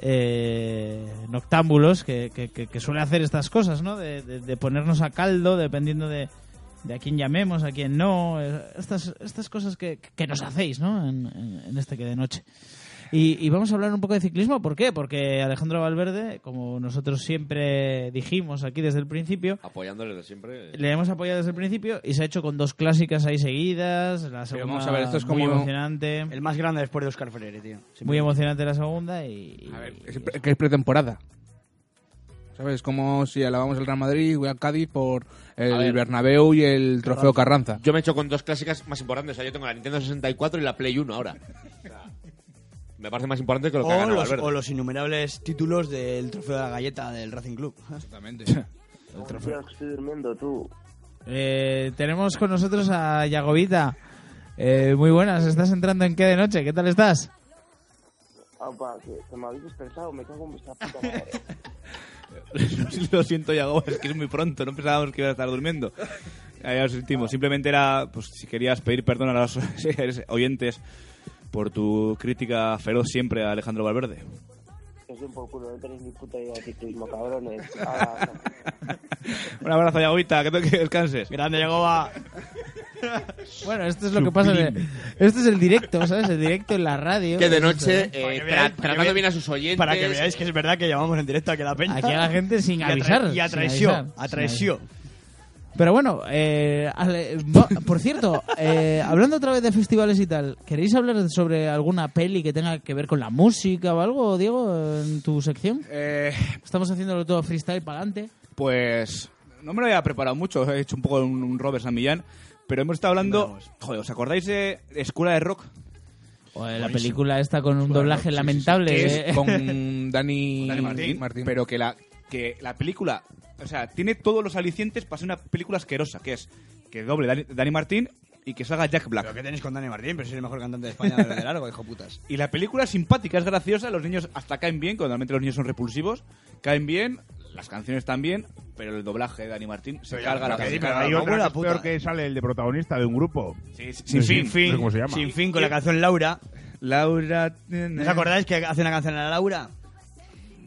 B: eh, noctámbulos que, que- que- que suele hacer estas cosas, ¿no? De, de- de ponernos a caldo dependiendo de, de a quién llamemos, a quién no. eh, Estas, estas cosas que, que nos hacéis, ¿no? En, en- en este que de noche. Y, y vamos a hablar un poco de ciclismo. ¿Por qué? Porque Alejandro Valverde, como nosotros siempre dijimos aquí desde el principio,
G: Apoyándole de siempre. eh,
B: le hemos apoyado desde el principio y se ha hecho con dos clásicas ahí seguidas. La segunda
D: vamos a ver, esto es
B: muy
D: como-
B: emocionante.
C: El más grande después de Oscar Freire, tío.
B: Muy emocionante la segunda y...
D: A ver,
B: y-
D: es pre- que es pretemporada. O ¿Sabes? Como si alabamos el Real Madrid o al Cádiz por
G: A
D: el
G: ver.
D: Bernabéu y el Trofeo Carranza.
G: Yo me he hecho con dos clásicas más importantes. O sea, yo tengo la Nintendo 64 y la Play 1 ahora. O sea, Me parece más importante que lo que ha
C: O
G: ganado
C: los,
G: Valverde.
C: o los innumerables títulos del trofeo de la galleta del Racing Club.
D: Exactamente.
J: estoy durmiendo, tú.
B: Eh, tenemos con nosotros a Yagovita. Eh, muy buenas, estás entrando en qué de noche, ¿qué tal estás?
J: Apa, que, que me habéis despertado, me cago en vuestra puta madre.
F: Lo siento, Yago, es que es muy pronto, no pensábamos que ibas a estar durmiendo. Ya ya lo sentimos. Simplemente era, pues si querías pedir perdón a los oyentes por tu crítica feroz siempre a Alejandro Valverde.
J: Que soy un poco culo, no tenéis ni puta idea de ciclismo, cabrones. Ahora,
F: Un abrazo, Yagovita, que, te- que descanses.
C: Grande Yagoba.
B: Bueno, esto es lo que pasa. en el- Esto es el directo, ¿sabes? El directo en la radio.
G: Que de
B: Es
G: noche,
B: esto, ¿eh?
G: eh, tra-
C: Para que veáis- para que
G: tratando
C: veáis-
G: bien a sus oyentes.
C: Para que veáis que es verdad que llamamos en directo aquí a la peña.
B: Aquí a la gente sin
C: Y atra-
B: avisar.
C: Y a
B: sin
C: traición,
B: avisar,
C: a
B: sin
C: traición.
B: avisar. Pero bueno, eh, ale- va- por cierto, eh, hablando otra vez de festivales y tal, ¿queréis hablar de- sobre alguna peli que tenga que ver con la música o algo, Diego, en tu sección?
F: Eh,
B: Estamos haciéndolo todo freestyle para adelante.
F: Pues no me lo había preparado mucho, he hecho un poco un, un Robert San Millán, pero hemos estado hablando... Joder, ¿os acordáis de Escuela de Rock?
B: la película está con un doblaje lamentable.
D: Que
B: eh.
D: es con Dani,
F: Dani Martín, pero que la, que la película, o sea, tiene todos los alicientes para ser una película asquerosa, que es que doble Dani, Dani Martín y que salga Jack
C: ¿Pero
F: Black.
C: qué tenéis con Dani Martín? Pero si es el mejor cantante de España de de largo, hijo putas.
F: Y la película es simpática, es graciosa, los niños hasta caen bien, cuando normalmente los niños son repulsivos, caen bien, las canciones también, pero el doblaje de Dani Martín se carga la
C: pero que
F: película.
C: dime,
E: Hay
C: no,
E: otra que
C: la
E: es
C: puta.
E: peor que sale el de protagonista de un grupo.
F: Sí, sí,
E: No
F: sin
E: sé-
F: fin.
E: no sé ¿Cómo se llama?
C: Sin fin con la canción Laura.
F: Laura...
C: ¿No os acordáis que hace una canción a Laura?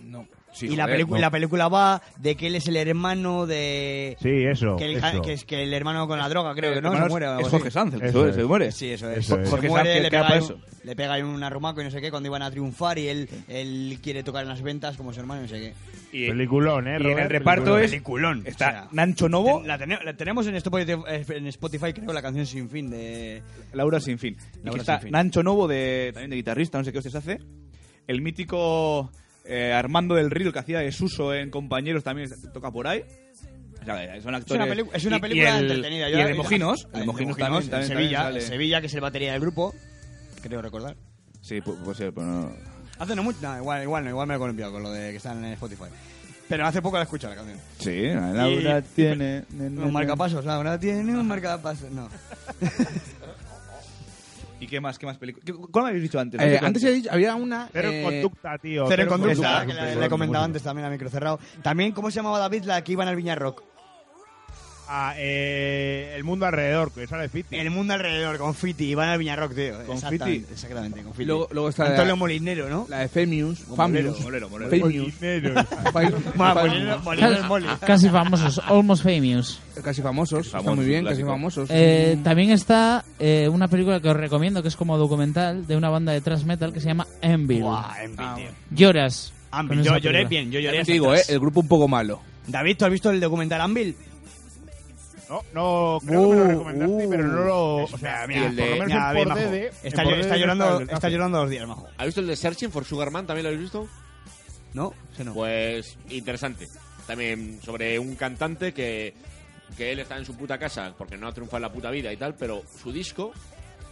D: No.
F: Sí,
C: y la,
F: joder,
C: pelicu-
F: no.
C: la película va de que él es el hermano de...
E: Sí, eso.
C: que, el, ja-
E: eso.
C: que es que el hermano con la droga, creo que no,
F: Hermanos,
C: se muere. o algo
F: Eh, Es
C: así.
F: Jorge Sanz, el que
E: Eso
F: sube-
E: es.
F: se muere.
C: Sí, eso es.
E: Eso es.
C: Se
F: Jorge
C: muere,
F: Sánchez
C: le
F: queda
C: pega,
F: pa'
C: ahí un-
F: eso.
C: le pega ahí un arrumaco y no sé qué cuando iban a triunfar y él, él quiere tocar en las ventas como su hermano y no sé qué.
F: Y,
E: Peliculón, ¿eh?
F: y en el
E: Robert?
F: reparto
E: Peliculón.
F: es...
C: Peliculón,
F: Está
C: o sea,
F: Nancho Novo,
C: Ten- La, tene- la tenemos en Spotify, en Spotify, creo, la canción Sin Fin de...
F: Laura Sin Fin. Y
C: Laura
F: que está
C: Sin Fin.
F: Nancho Novo, de, también de guitarrista, no sé qué hostias hace. El mítico eh, Armando del Río, el que hacía de Suso en Compañeros, también es- toca por ahí. O sea, son
C: Es una,
F: actores.
C: pelicu- es una
F: Y- y
C: película
F: el-
C: entretenida.
F: Y
C: Yo
F: el
C: la-
F: de Mojinos.
C: Ah,
F: El de
C: en
F: Mojinos
C: Mojinos,
F: también. también-
C: en Sevilla,
F: también
C: en
F: sale.
C: Sevilla, que es el batería del grupo, creo recordar.
F: Sí, pu- puede ser, pero no.
C: Hace no mucho, no, igual, igual, no, igual me lo he columpiado con lo de que están en Spotify. Pero hace poco la he escuchado la canción.
F: Sí, Laura
C: Y-
F: tiene.
C: Un marcapasos, la verdad tiene un marcapasos, no.
F: ¿Y qué más? ¿Qué más película? ¿Qué- ¿Cuál me habéis dicho antes?
D: Eh, antes he dicho, había una.
E: Cero en
D: eh,
E: conducta, tío.
C: Cero en conducta,
E: conducta.
C: que le, le he comentado antes también a micro cerrado. También, ¿cómo se llamaba David la que iban al Viña Rock?
E: Ah, eh, el mundo alrededor, que sale Fiti.
C: El mundo alrededor, con Fiti, iban al Viña Rock, tío.
F: Con
C: Exactamente,
F: Fiti.
C: Exactamente, con Fiti.
D: Luego, luego está la,
C: Antonio Molinero, ¿no?
D: la de Femius.
C: Molero,
D: Famius.
F: Molero, Molero.
D: Femius.
E: Dinero.
D: Fa-
C: Ma,
D: Fa-
C: Molinero, Molinero es Moli.
B: Casi, casi famosos, almost famous.
D: Casi famosos. Está
F: Famosos,
D: muy bien, casi
F: clásico.
D: famosos.
B: Eh, también está eh, una película que os recomiendo que es como documental de una banda de thrash metal que se llama Envil.
C: Buah, en fin,
D: Ah,
C: tío.
D: bueno.
B: Lloras.
C: Anvil,
B: con esa
C: yo lloré
B: película.
C: bien, yo lloré.
D: También
C: hasta
D: te digo, eh,
C: atrás.
D: el grupo un poco malo.
C: David, ¿tú has visto el documental Anvil?
E: No, no, creo que me lo
C: Uh,
E: recomendaste,
C: uh.
E: pero no lo. O
C: Es
E: sea,
C: una-
E: mira,
G: y el
E: por
G: de-
E: lo menos
C: Mira,
E: en
C: bien,
E: por
C: majo.
E: DD, en
C: Está,
E: por
C: llo- está
E: DD
C: llorando,
E: el
C: está
E: cazo.
C: llorando dos días, majo.
G: ¿Has visto el de Searching for Sugar Man? ¿También lo habéis visto?
C: ¿No? Ese no.
G: Pues interesante. También sobre un cantante que, que él está en su puta casa porque no ha triunfado en la puta vida y tal, pero su disco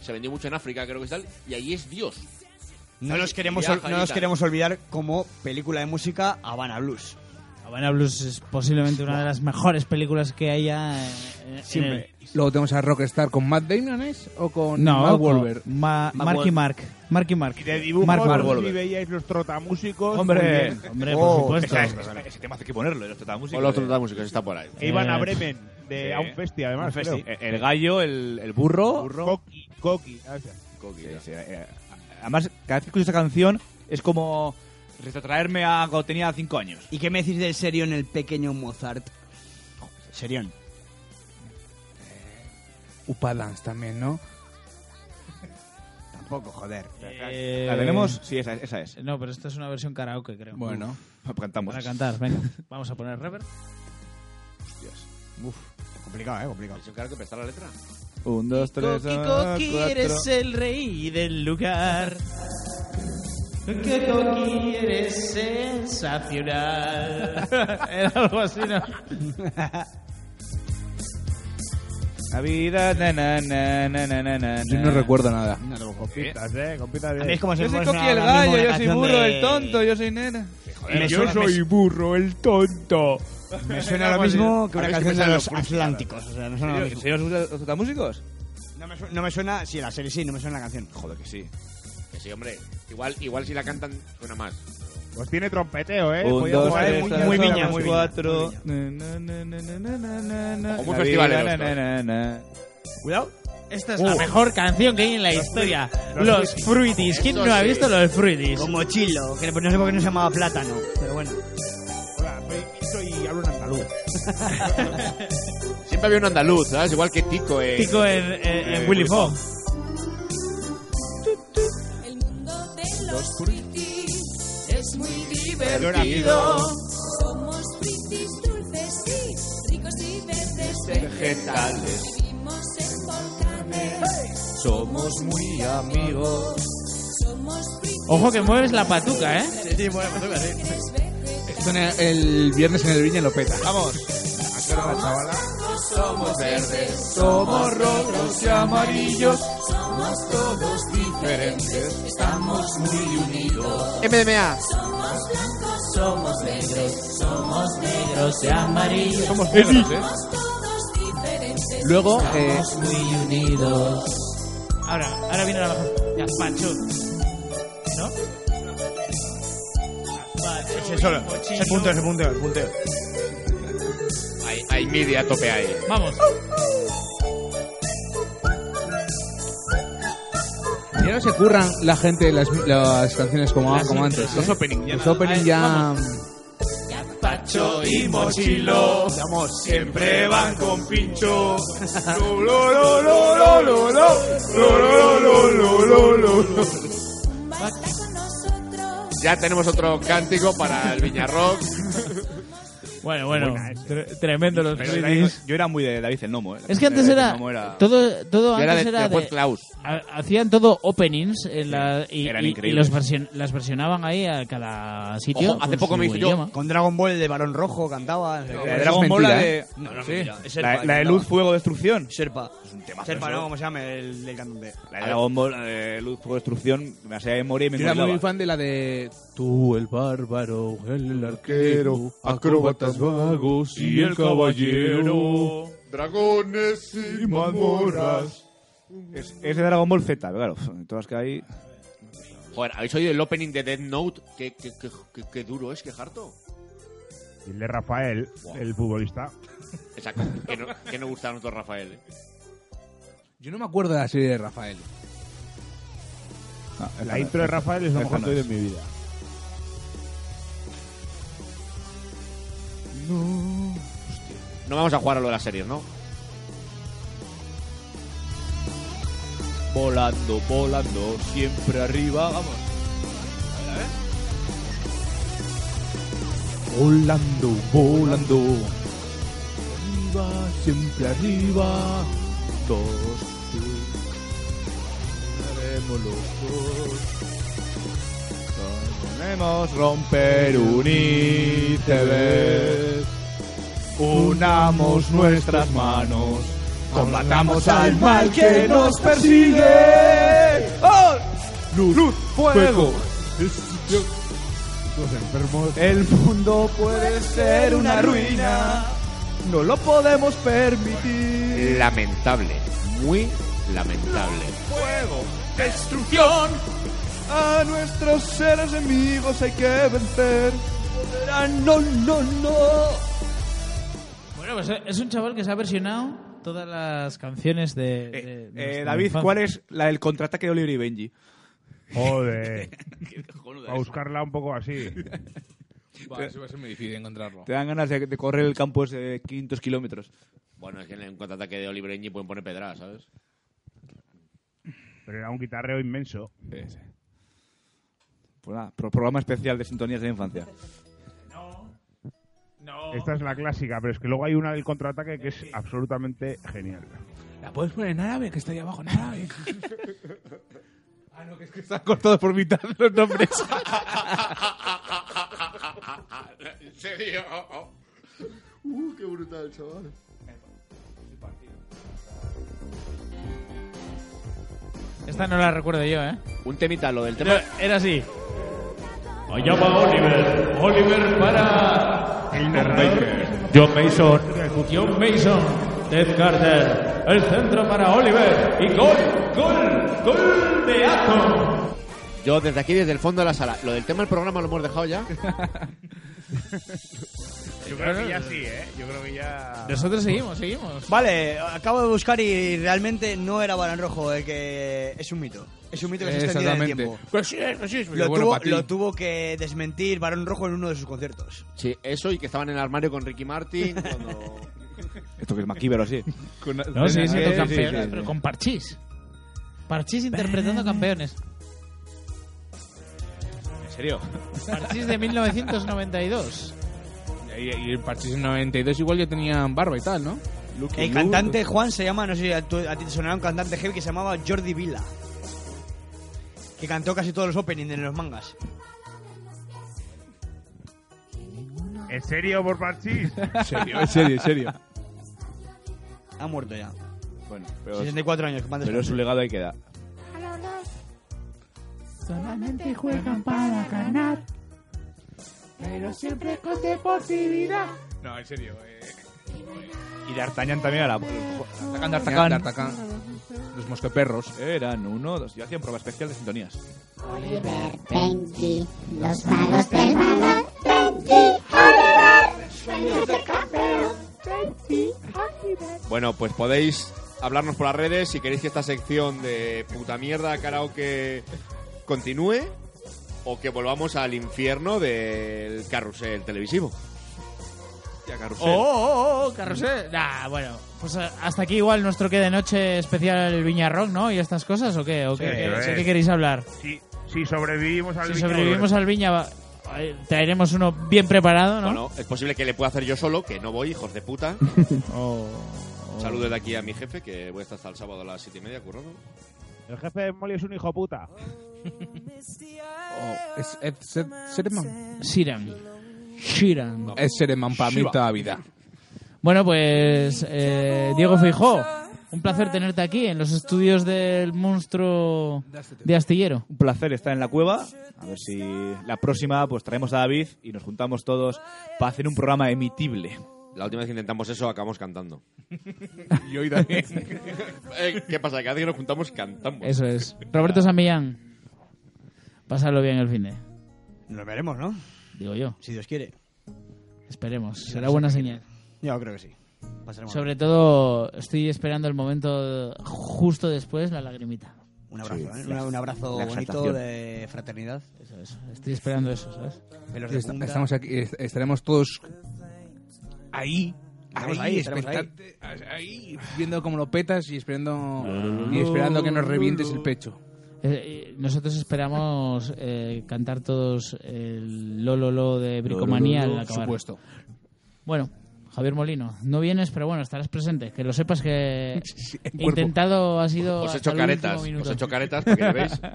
G: se vendió mucho en África, creo que es tal, y allí es Dios.
C: No los queremos,
G: Viaja
C: ol-
G: y
C: no los
G: tal.
C: queremos olvidar como película de música Habana Blues.
B: Habana Blues es posiblemente una de las mejores películas que haya. eh, en el-
C: Siempre.
D: Luego tenemos a Rockstar con Matt Damon, ¿es? O con
B: No,
D: Mark
B: con
D: Wahlberg.
B: Ma-
C: Mark
B: Mark y Mark. Mark y Mark.
E: Y de dibujos,
B: Mark
E: no sé
B: Wahlberg.
E: si veíais los trotamúsicos.
F: Hombre,
B: Hombre,
C: Oh,
B: por
F: esa-
B: supuesto.
F: esa- ese tema hace que ponerlo, los Totamúsicos.
G: Con los otros músicos, está por ahí.
E: Que iban a
B: Eh,
E: Bremen, de,
F: sí.
E: a un festi,
F: Un
E: además. creo.
F: festi- El gallo, el, el burro.
E: Coqui, Coqui. ah, o sea,
F: Sí, sí, eh, Además, cada vez que escucho esa canción es como retrotraerme a cuando tenía 5 años.
C: ¿Y qué me decís del Serión el pequeño Mozart? Serión.
D: Upadance también, ¿no?
C: Tampoco, joder.
B: Eh,
F: ¿La tenemos? Sí, esa, esa es.
B: No, pero esta es una versión karaoke, creo.
D: Bueno.
F: Cantamos.
B: Para cantar, venga. Vamos a poner reverb.
C: Uf, complicado, eh, complicado.
G: ¿Se encarga que prestar la letra?
F: Un, dos, tres,
B: Coqui,
F: ah,
B: Coqui,
F: cuatro.
B: eres el rey del lugar. Que Toki eres sensacional. Era algo así, ¿no?
F: Navidad, na, na, na, na, na, na, na.
D: Yo no recuerdo nada.
E: Compitas, eh, compitas bien.
B: ¿Veis cómo se
F: Yo soy
B: pone
F: Coqui el
B: ahora mismo
F: gallo,
B: una
F: yo soy
B: canción
F: burro
B: de-
F: el tonto, yo soy nena.
B: me
E: yo
B: suena-
E: soy
B: me-
E: burro, el tonto.
B: Me suena ahora mismo que una canción de los Atlánticos. O sea, me suena ahora mismo.
F: ¿Señores os gusta- os músicos?
C: No me, suena, no me suena- sí, la serie sí, no me suena la canción.
F: Joder, que sí.
G: Que sí, hombre. Igual, igual si la cantan suena más.
E: Pues tiene trompeteo, eh.
F: Un,
E: Podía
F: dos,
E: jugar
F: tres,
E: muy-
F: cuatro,
E: muy
C: viña,
E: bien.
C: muy viña,
F: cuatro.
C: muy
F: Na, na, na, na, na, na, na, na.
G: Ojo, muy
F: Navidad,
G: festivaleros,
F: na,
G: todos.
F: na, na, na.
C: Cuidado.
B: Esta es la mejor canción que hay en la historia.
E: los
B: Los Fruities. ¿Quién no ha visto los Fruities?
C: Como chilo, que no sé por qué no se llamaba plátano, pero bueno.
E: Hola, soy Pinto y hablo en andaluz.
G: Siempre había un andaluz, ¿sabes? Igual que Tico, eh.
B: Tico en, en- en
G: Eh,
B: Willy
G: Willy
B: Fogg.
I: El mundo de los fritis es muy
G: Divertido.
I: divertido. Somos fritis dulces y ricos y verdes
G: Vegetales.
I: Vivimos en volcanes.
G: Somos muy amigos.
I: Somos fritis.
B: Ojo que mueves la patuca, ¿eh?
I: Tres veces
D: Esto en el, el viernes en el Viña lo peta.
I: somos verdes.
G: Somos rojos y amarillos.
I: Somos todos diferentes. Estamos muy unidos.
G: MDMA.
I: Somos blancos, somos negros. Somos
B: Pero se amarillo.
F: Somos negros, ¿eh?
I: todos diferentes.
D: Luego, eh,
B: muy unidos. Ahora, ahora viene la baja. Gazpacho. ¿No? Gazpacho, bizcochillo.
E: el punteo, el punteo.
G: Hay, hay media a tope ahí.
B: Vamos.
D: ya no se curran la gente las, las canciones como,
B: Las-
D: como antes.
F: Los
D: ¿eh?
F: opening ya
D: Los
F: no-
D: opening
B: Ay,
D: ya. mm,
B: Gazpacho y
F: mochilo.
B: Vamos.
F: Siempre van con pincho.
I: Basta con nosotros.
G: Ya tenemos otro cántico para el Viñarrock.
B: Bueno, bueno. tre- Tremendo los
F: Pero
B: Fruities.
F: yo era muy de David el Nomo, ¿eh?
B: Es que antes
F: David el
B: era.
F: Nomo era-
B: Todo, todo
G: Yo era
B: antes
G: de,
B: era
G: de Juan
B: de-
G: Claus.
B: Ha- Hacían todo openings en la- y,
F: eran
B: y- y
F: increíbles.
B: los version- las versionaban ahí a cada sitio. Pues
G: Ojo, hace
B: con
G: poco
B: su
G: me hice yo.
B: idioma.
C: Con Dragon Ball de Barón Rojo cantaba.
F: La
C: no sé
F: de
C: qué.
F: Dragon Ball,
D: mentira,
F: la
D: ¿eh?
F: de.
C: No, no,
F: sí.
C: mentira, es Serpa
F: La,
C: el
F: la de
C: que
F: luz,
C: hablaba.
F: fuego, destrucción.
C: Serpa.
F: temazo
C: Serpa,
F: eso.
C: no, ¿cómo se llama el, el cantante?
F: La de Dragon Ball, la de luz, fuego, destrucción. Me hacía de memoria y me
D: Yo era muy
F: encantaba.
D: fan de la de Tú, el bárbaro, el arquero, acróbatas vagos y el caballero.
G: Dragones y mazmorras.
F: Es, es de Dragon Ball Z, claro. Todas que hay.
G: Joder, ¿habéis oído el opening de Dead Note? Qué, qué, qué, qué- qué duro es, qué harto.
E: Y el de Rafael, el futbolista.
G: Exacto. Que no, que no gustaron otros Rafael. ¿eh?
D: Yo no me acuerdo de la serie de Rafael.
F: Ah, esta
E: La
F: no.
E: intro de Rafael es lo
F: Esta
E: mejor
F: no
E: que he oído
F: es.
E: en mi vida.
G: No vamos a jugar a lo de las series, ¿no?
F: Volando, volando, siempre arriba. Vamos.
D: Volando, volando. Arriba, siempre arriba. Dos,
F: Haremos los dos. Podemos romper un iceberg. Unamos nuestras manos. Combatamos al mal que nos persigue. ¡Oh! Luz, fuego.
E: Los enfermos.
F: El mundo puede ser una ruina. No lo podemos permitir.
G: Lamentable. Muy lamentable.
F: Fuego, destrucción. A nuestros seres enemigos hay que vencer. Ah, No, no, no.
B: Bueno, pues eh, es un chaval que se ha versionado todas las canciones de.
F: Eh,
B: de- de
F: eh,
B: nuestra
F: David,
B: infancia.
F: ¿cuál es la del contraataque de Oliver y Benji?
E: Joder. A buscarla un poco así.
D: va a ser muy difícil encontrarlo.
F: Te dan ganas de, de correr el campo ese de 500 kilómetros.
G: Bueno, es que en el contraataque de Oliver Eñi pueden poner pedradas, ¿sabes?
E: Pero era un guitarreo inmenso.
F: Pues nada, pro- programa especial de sintonías de la infancia.
E: Esta es la clásica, pero es que luego hay una del contraataque que es absolutamente genial.
D: La puedes poner en árabe, que está ahí abajo en árabe. Ah, no, que es que están cortados por mitad los nombres.
G: ¿En serio?
K: Uh, qué brutal, chaval.
B: Esta no la recuerdo yo, ¿eh?
G: Un temita, lo del tema.
B: Era, era así.
L: Allá va Oliver. Oliver para el narrador. John Mason. John Mason. Ted Carter. El centro para Oliver. Y gol, gol, gol de Atom.
G: Yo desde aquí, desde el fondo de la sala. Lo del tema del programa lo hemos dejado ya.
E: Yo creo que ya sí, ¿eh? Yo creo que ya...
B: Nosotros seguimos, seguimos.
C: Vale, acabo de buscar y realmente no era Barán Rojo el que es un mito. Es un mito que se extendía en el
D: Exactamente.
C: tiempo.
D: Pues sí, pues sí,
C: Lo,
D: pero bueno,
C: tuvo,
D: pa' ti.
C: lo tuvo que desmentir Barón Rojo en uno de sus conciertos.
G: Sí, eso y que estaban en el armario con Ricky Martin cuando...
F: Esto que es maquíbero así. Con-
B: No, sí, sí,
F: sí,
B: con campeones,
F: sí, sí.
B: pero con parchís. Parchís interpretando campeones.
F: ¿En serio?
B: Parchís de 1992.
D: Y, y el Parchís en 92 igual ya tenían barba y tal, ¿no?
F: Lucky
C: El
F: Luke.
C: cantante Juan se llama, no sé si a, tú- a ti te sonará un cantante heavy que se llamaba Jordi Vila. Que cantó casi todos los openings en los mangas.
E: ¿En serio, por parchís?
D: En serio, en serio, en serio.
C: Ha muerto ya.
F: Bueno, pero,
C: 64 años, que manda este
F: pero su legado ahí queda.
I: Solamente juegan para ganar. Pero siempre con deportividad.
D: No, en serio. Eh,
F: Y D'Artagnan también a la...
D: D'Artagnan,
F: D'Artagnan.
D: D'Artagnan. Los mosqueperros.
F: Eran uno, dos. Yo hacía un prueba especial de sintonías.
I: Oliver Benji, los malos del balón. Benji, Oliver, sueños de campeón. Benji, Oliver.
G: Bueno, pues podéis hablarnos por las redes si queréis que esta sección de puta mierda karaoke continúe o que volvamos al infierno del carrusel televisivo. Ya, carrusel.
B: Oh, oh, oh, oh, carrusel. Nah, bueno. Pues eh, hasta aquí igual nuestro que de noche especial el Viña Rock, ¿no? Y estas cosas, ¿o qué? ¿O qué,
E: Sí,
B: qué-
E: eh.
B: sé que queréis hablar?
E: Si, si sobrevivimos al
B: Si
E: Viña,
B: sobrevivimos al Viña, va- eh, traeremos uno bien preparado, ¿no?
G: Bueno, eh, es posible que le pueda hacer yo solo, que no voy, hijos de puta.
B: O- o-
G: Saludos de aquí a mi jefe, que voy a estar hasta el sábado a las siete y media currando.
E: El jefe de Molly es un hijo puta.
D: Oh, es Ed Sed- Sheeran.
B: Shiran. Shiran.
D: Ed Sheeran para mí toda la vida.
B: Bueno, pues eh, Diego Feijó, un placer tenerte aquí en los estudios del monstruo de Astillero.
F: Un placer estar en la cueva. A ver si la próxima pues traemos a David y nos juntamos todos para hacer un programa emitible.
G: La última vez que intentamos eso acabamos cantando.
D: Y hoy también.
G: Eh, ¿Qué pasa? Cada día que nos juntamos cantamos.
B: Eso es. Roberto Samillán, pásalo bien el fin de,
C: Nos veremos, ¿no?
B: digo yo.
C: Si Dios quiere.
B: Esperemos, será buena señal.
C: Yo creo que sí. Pasaremos.
B: Sobre todo, estoy esperando el momento justo después, la lagrimita.
C: Un abrazo, ¿eh? Una- un abrazo
F: la
C: bonito
F: exaltación.
C: de fraternidad.
B: Eso, eso. Estoy esperando eso, ¿sabes?
C: Pelos de
D: Est-
C: punta.
D: Estamos aquí, est- estaremos todos ahí,
C: Estaremos
D: ahí,
C: ahí, estaremos ahí.
D: expectante- ahí, viendo cómo lo petas y esperando
C: Ah.
D: y esperando que nos revientes el pecho.
B: Eh, eh, nosotros esperamos eh, cantar todos el lo lo lo de bricomanía al
D: Por
B: acabar.
D: supuesto.
B: Bueno, Javier Molino, no vienes, pero bueno, estarás presente. Que lo sepas que
D: en
B: he
D: cuerpo.
B: intentado ha sido.
G: Os he
B: hasta
G: hecho
B: el
G: caretas,
B: último minuto.
G: os he hecho caretas porque ya veis.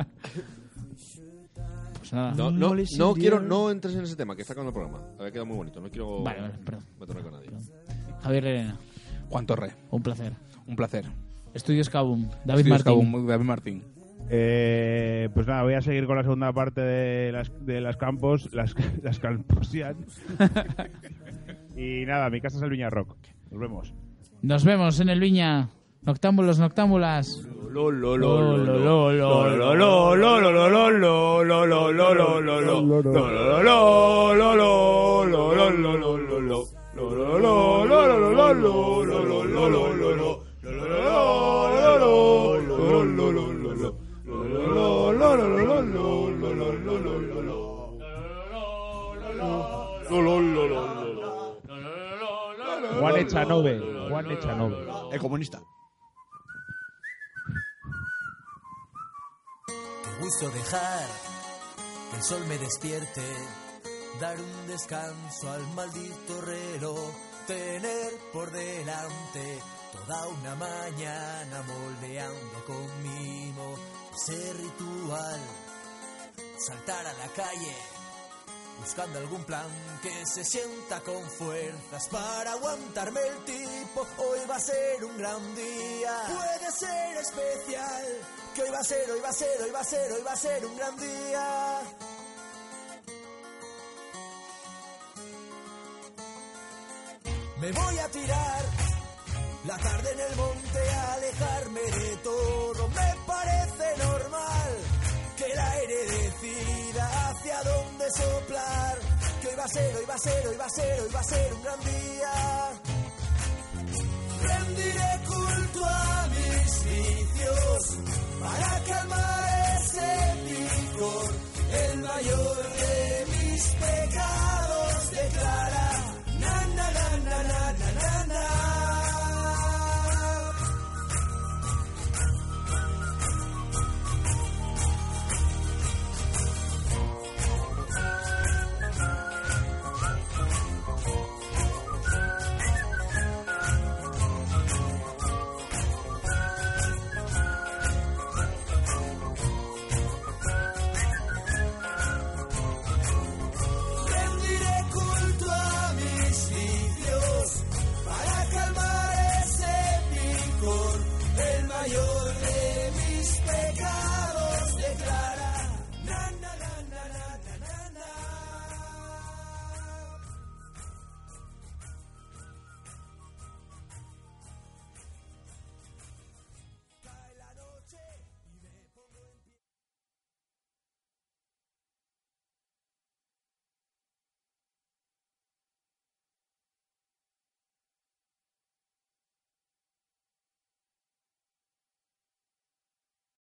B: Pues nada.
G: No, no, no quiero, no entres en ese tema, que está acabando el programa. Había quedado muy bonito, no quiero
B: Vale, vale, perdón.
G: meterme con nadie.
B: Javier Lerena,
D: Juan Torre,
B: un placer.
D: un placer.
B: Estudios Kabum, David
D: Estudios
B: Martín.
D: Kabum, David Martín.
E: Eh, pues nada, voy a seguir con la segunda parte de las, de las campos, las, las camposian. y nada, mi casa es el Viña Rock. Nos vemos.
B: Nos vemos en el Viña. Noctámbulos, noctámbulas.
G: Lo, lo,
B: Lo, lo, lo, lo, lo.
E: Juan Echanove. Juan Echanove.
C: El comunista.
M: gusto dejar que el sol me despierte, dar un descanso al maldito reloj, tener por delante toda una mañana moldeando con mimo ese ritual. Saltar a la calle buscando algún plan que se sienta con fuerzas para aguantarme el tipo. Hoy va a ser un gran día, puede ser especial. Que hoy va a ser, hoy va a ser, hoy va a ser, hoy va a ser un gran día. Me voy a tirar la tarde en el monte, a alejarme de todo. Me parece normal que el aire decida hacia dónde soplar. Que hoy va a ser, hoy va a ser, hoy va a ser, hoy va a ser un gran día. Rendiré culto a mis vicios para calmar ese picor, el mayor de mis pecados.